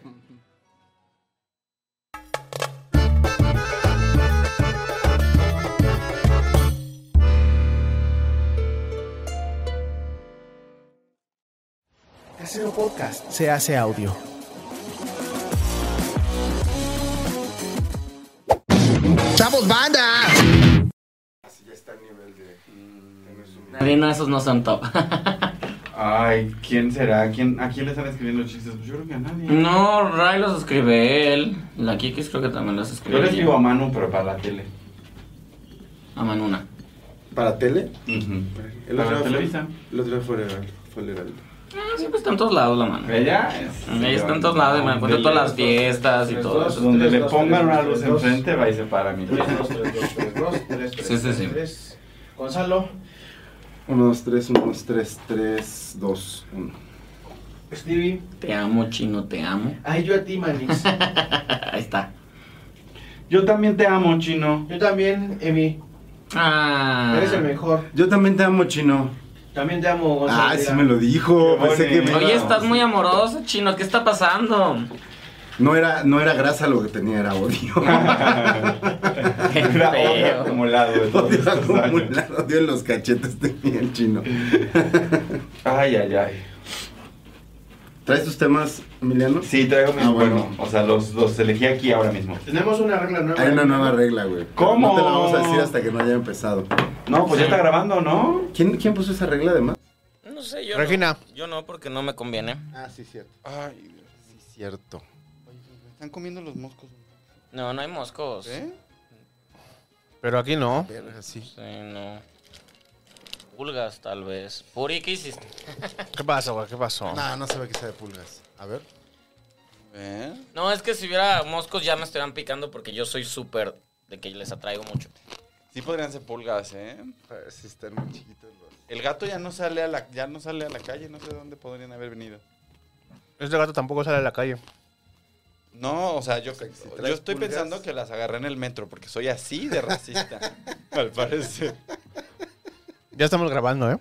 S6: Casero Podcast se hace audio.
S5: ¡Chavos, banda!
S1: No, esos no son top.
S4: Ay, ¿quién será? ¿Quién, ¿A quién le están escribiendo chistes? Pues Yo creo que a nadie.
S1: Mm. No, Ray los escribe él. La Kikis creo que también los escribe.
S4: Yo le escribo a Manu, pero para la tele.
S1: a Manuna.
S7: ¿Para tele?
S4: El para la televisa.
S7: El otro fue legal. Fue legal.
S1: Ah, siempre está en todos lados la mano.
S4: Ella es.
S1: Ella Mm, está en todos lados y me encuentro en todas las fiestas y todo eso.
S4: Donde le
S7: Tres, dos,
S4: pongan
S7: tres,
S4: una
S7: tres,
S4: luz
S7: tres, dos.
S4: enfrente, va y se para mi
S7: 3,
S4: tele.
S7: 2, 3, 2, 3, 2, 3, 3.
S1: Sí, sí, sí.
S7: Gonzalo. 1, 2, 3, 1, 2, 3, 3, 2, 1. Stevie.
S1: Te amo, chino, te amo.
S7: Ay, yo a ti, Manix.
S1: Ahí está.
S4: Yo también te amo, chino.
S7: yo también, Emi.
S1: Ah.
S7: Eres el mejor.
S4: Yo también te amo, chino.
S7: También te amo, Gonzalo.
S8: Ah, sí me lo dijo.
S4: Qué
S8: Pensé que
S4: bonito.
S8: me-
S1: Oye, estás muy amoroso, chino. ¿Qué está pasando?
S8: no era, no era grasa lo que tenía, era odio.
S1: Qué
S4: Era odio
S1: feo.
S4: acumulado de todos
S8: odio
S4: estos años.
S8: acumulado, odio en los cachetes tenía el chino.
S4: Ay, ay, ay.
S8: ¿Traes tus temas, Emiliano?
S4: Sí, traigo mis
S8: Ah, bueno.
S4: bueno. O sea, los, los elegí aquí ahora mismo.
S7: Tenemos una regla nueva.
S8: Hay una nueva regla, güey.
S4: ¿Cómo?
S8: No te la vamos a decir hasta que no haya empezado.
S4: No, pues ya está grabando, ¿no?
S8: ¿Quién, quién puso esa regla además?
S1: No sé, yo.
S3: Regina.
S1: no. yo no, porque no me conviene.
S2: Ah, sí, cierto.
S4: Ay,
S2: Sí, cierto.
S4: están comiendo los moscos.
S1: No, no hay moscos.
S3: Pero aquí no.
S2: Verga, sí.
S1: Sí, no. Pulgas, tal vez. Puri, ¿qué hiciste?
S3: ¿Qué pasó, güey? ¿Qué pasó?
S2: No, no se ve que sea de pulgas. A ver.
S4: ¿Eh?
S1: No, es que si hubiera moscos ya me estarían picando porque yo soy súper de que les atraigo mucho.
S4: Sí podrían ser pulgas, ¿eh?
S2: Sí, están muy chiquitos los.
S4: El gato ya no sale a la, ya no sale a la calle, no sé de dónde podrían haber venido.
S3: Este gato tampoco sale a la calle.
S4: No, o sea, yo,
S2: si
S4: yo
S2: traes
S4: estoy
S2: pulgas-
S4: pensando que las agarré en el metro porque soy así de racista, al parecer.
S3: Ya estamos grabando, ¿eh?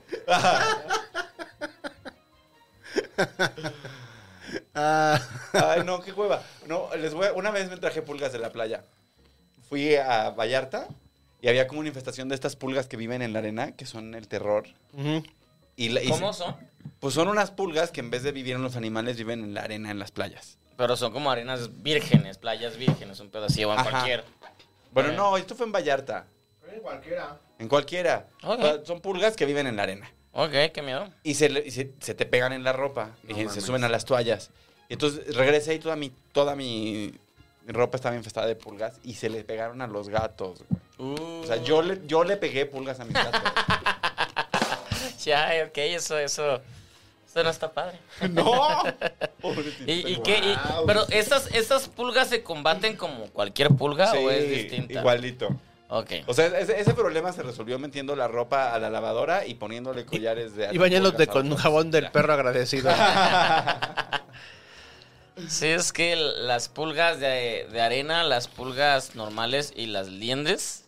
S2: Ah.
S4: Ay, no, qué hueva. No, les voy a- una vez me traje pulgas de la playa. Fui a Vallarta y había como una infestación de estas pulgas que viven en la arena, que son el terror. Y la- y-
S1: ¿Cómo son?
S4: Pues son unas pulgas que en vez de vivir en los animales, viven en la arena, en las playas.
S1: Pero son como arenas vírgenes, playas vírgenes, un pedacito en
S4: Ajá.
S1: cualquier.
S4: Bueno,
S1: Eh.
S4: no, esto fue en Vallarta.
S7: Cualquiera.
S4: En cualquiera.
S1: Ok.
S4: Pa- Son pulgas que viven en la arena.
S1: Ok, qué miedo.
S4: Y se, le- y se, se te pegan en la ropa.
S2: No
S4: y se
S2: mames.
S4: suben a las toallas. Y entonces regresé y toda mi, toda mi ropa estaba infestada de pulgas. Y se le pegaron a los gatos. güey. O sea, yo le, yo le pegué pulgas a mis gatos.
S1: Ya, ok, eso, eso. Eso no está padre.
S4: ¡No!
S1: ¿Y, y
S2: Wow.
S1: qué? Y- pero estas, estas pulgas se combaten como cualquier pulga o es distinta.
S4: Igualito.
S1: Ok.
S4: O sea, ese, ese problema se resolvió metiendo la ropa a la lavadora y poniéndole collares de
S3: Y bañándote
S4: pulgas a
S3: con un
S4: los
S3: jabón del perro agradecido.
S1: Sí, es que las pulgas de, de arena, las pulgas normales y las liendres.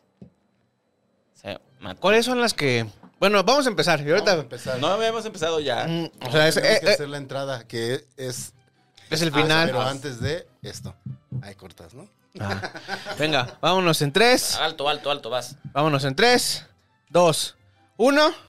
S1: Se matan.
S3: ¿Cuáles son las que.? Bueno, vamos a empezar. Y
S2: Vamos a
S3: ahorita.
S2: empezar.
S4: No habíamos empezado ya.
S3: Mm, o sea, es,
S2: Tenemos
S3: eh,
S2: que
S3: eh,
S2: hacer la entrada, que es.
S3: es el
S2: Ah,
S3: final.
S2: Pero antes de esto. Ahí cortas, ¿no?
S3: Ah. Venga, vámonos en tres.
S1: Alto, alto, alto, vas.
S3: Vámonos en tres, dos, uno.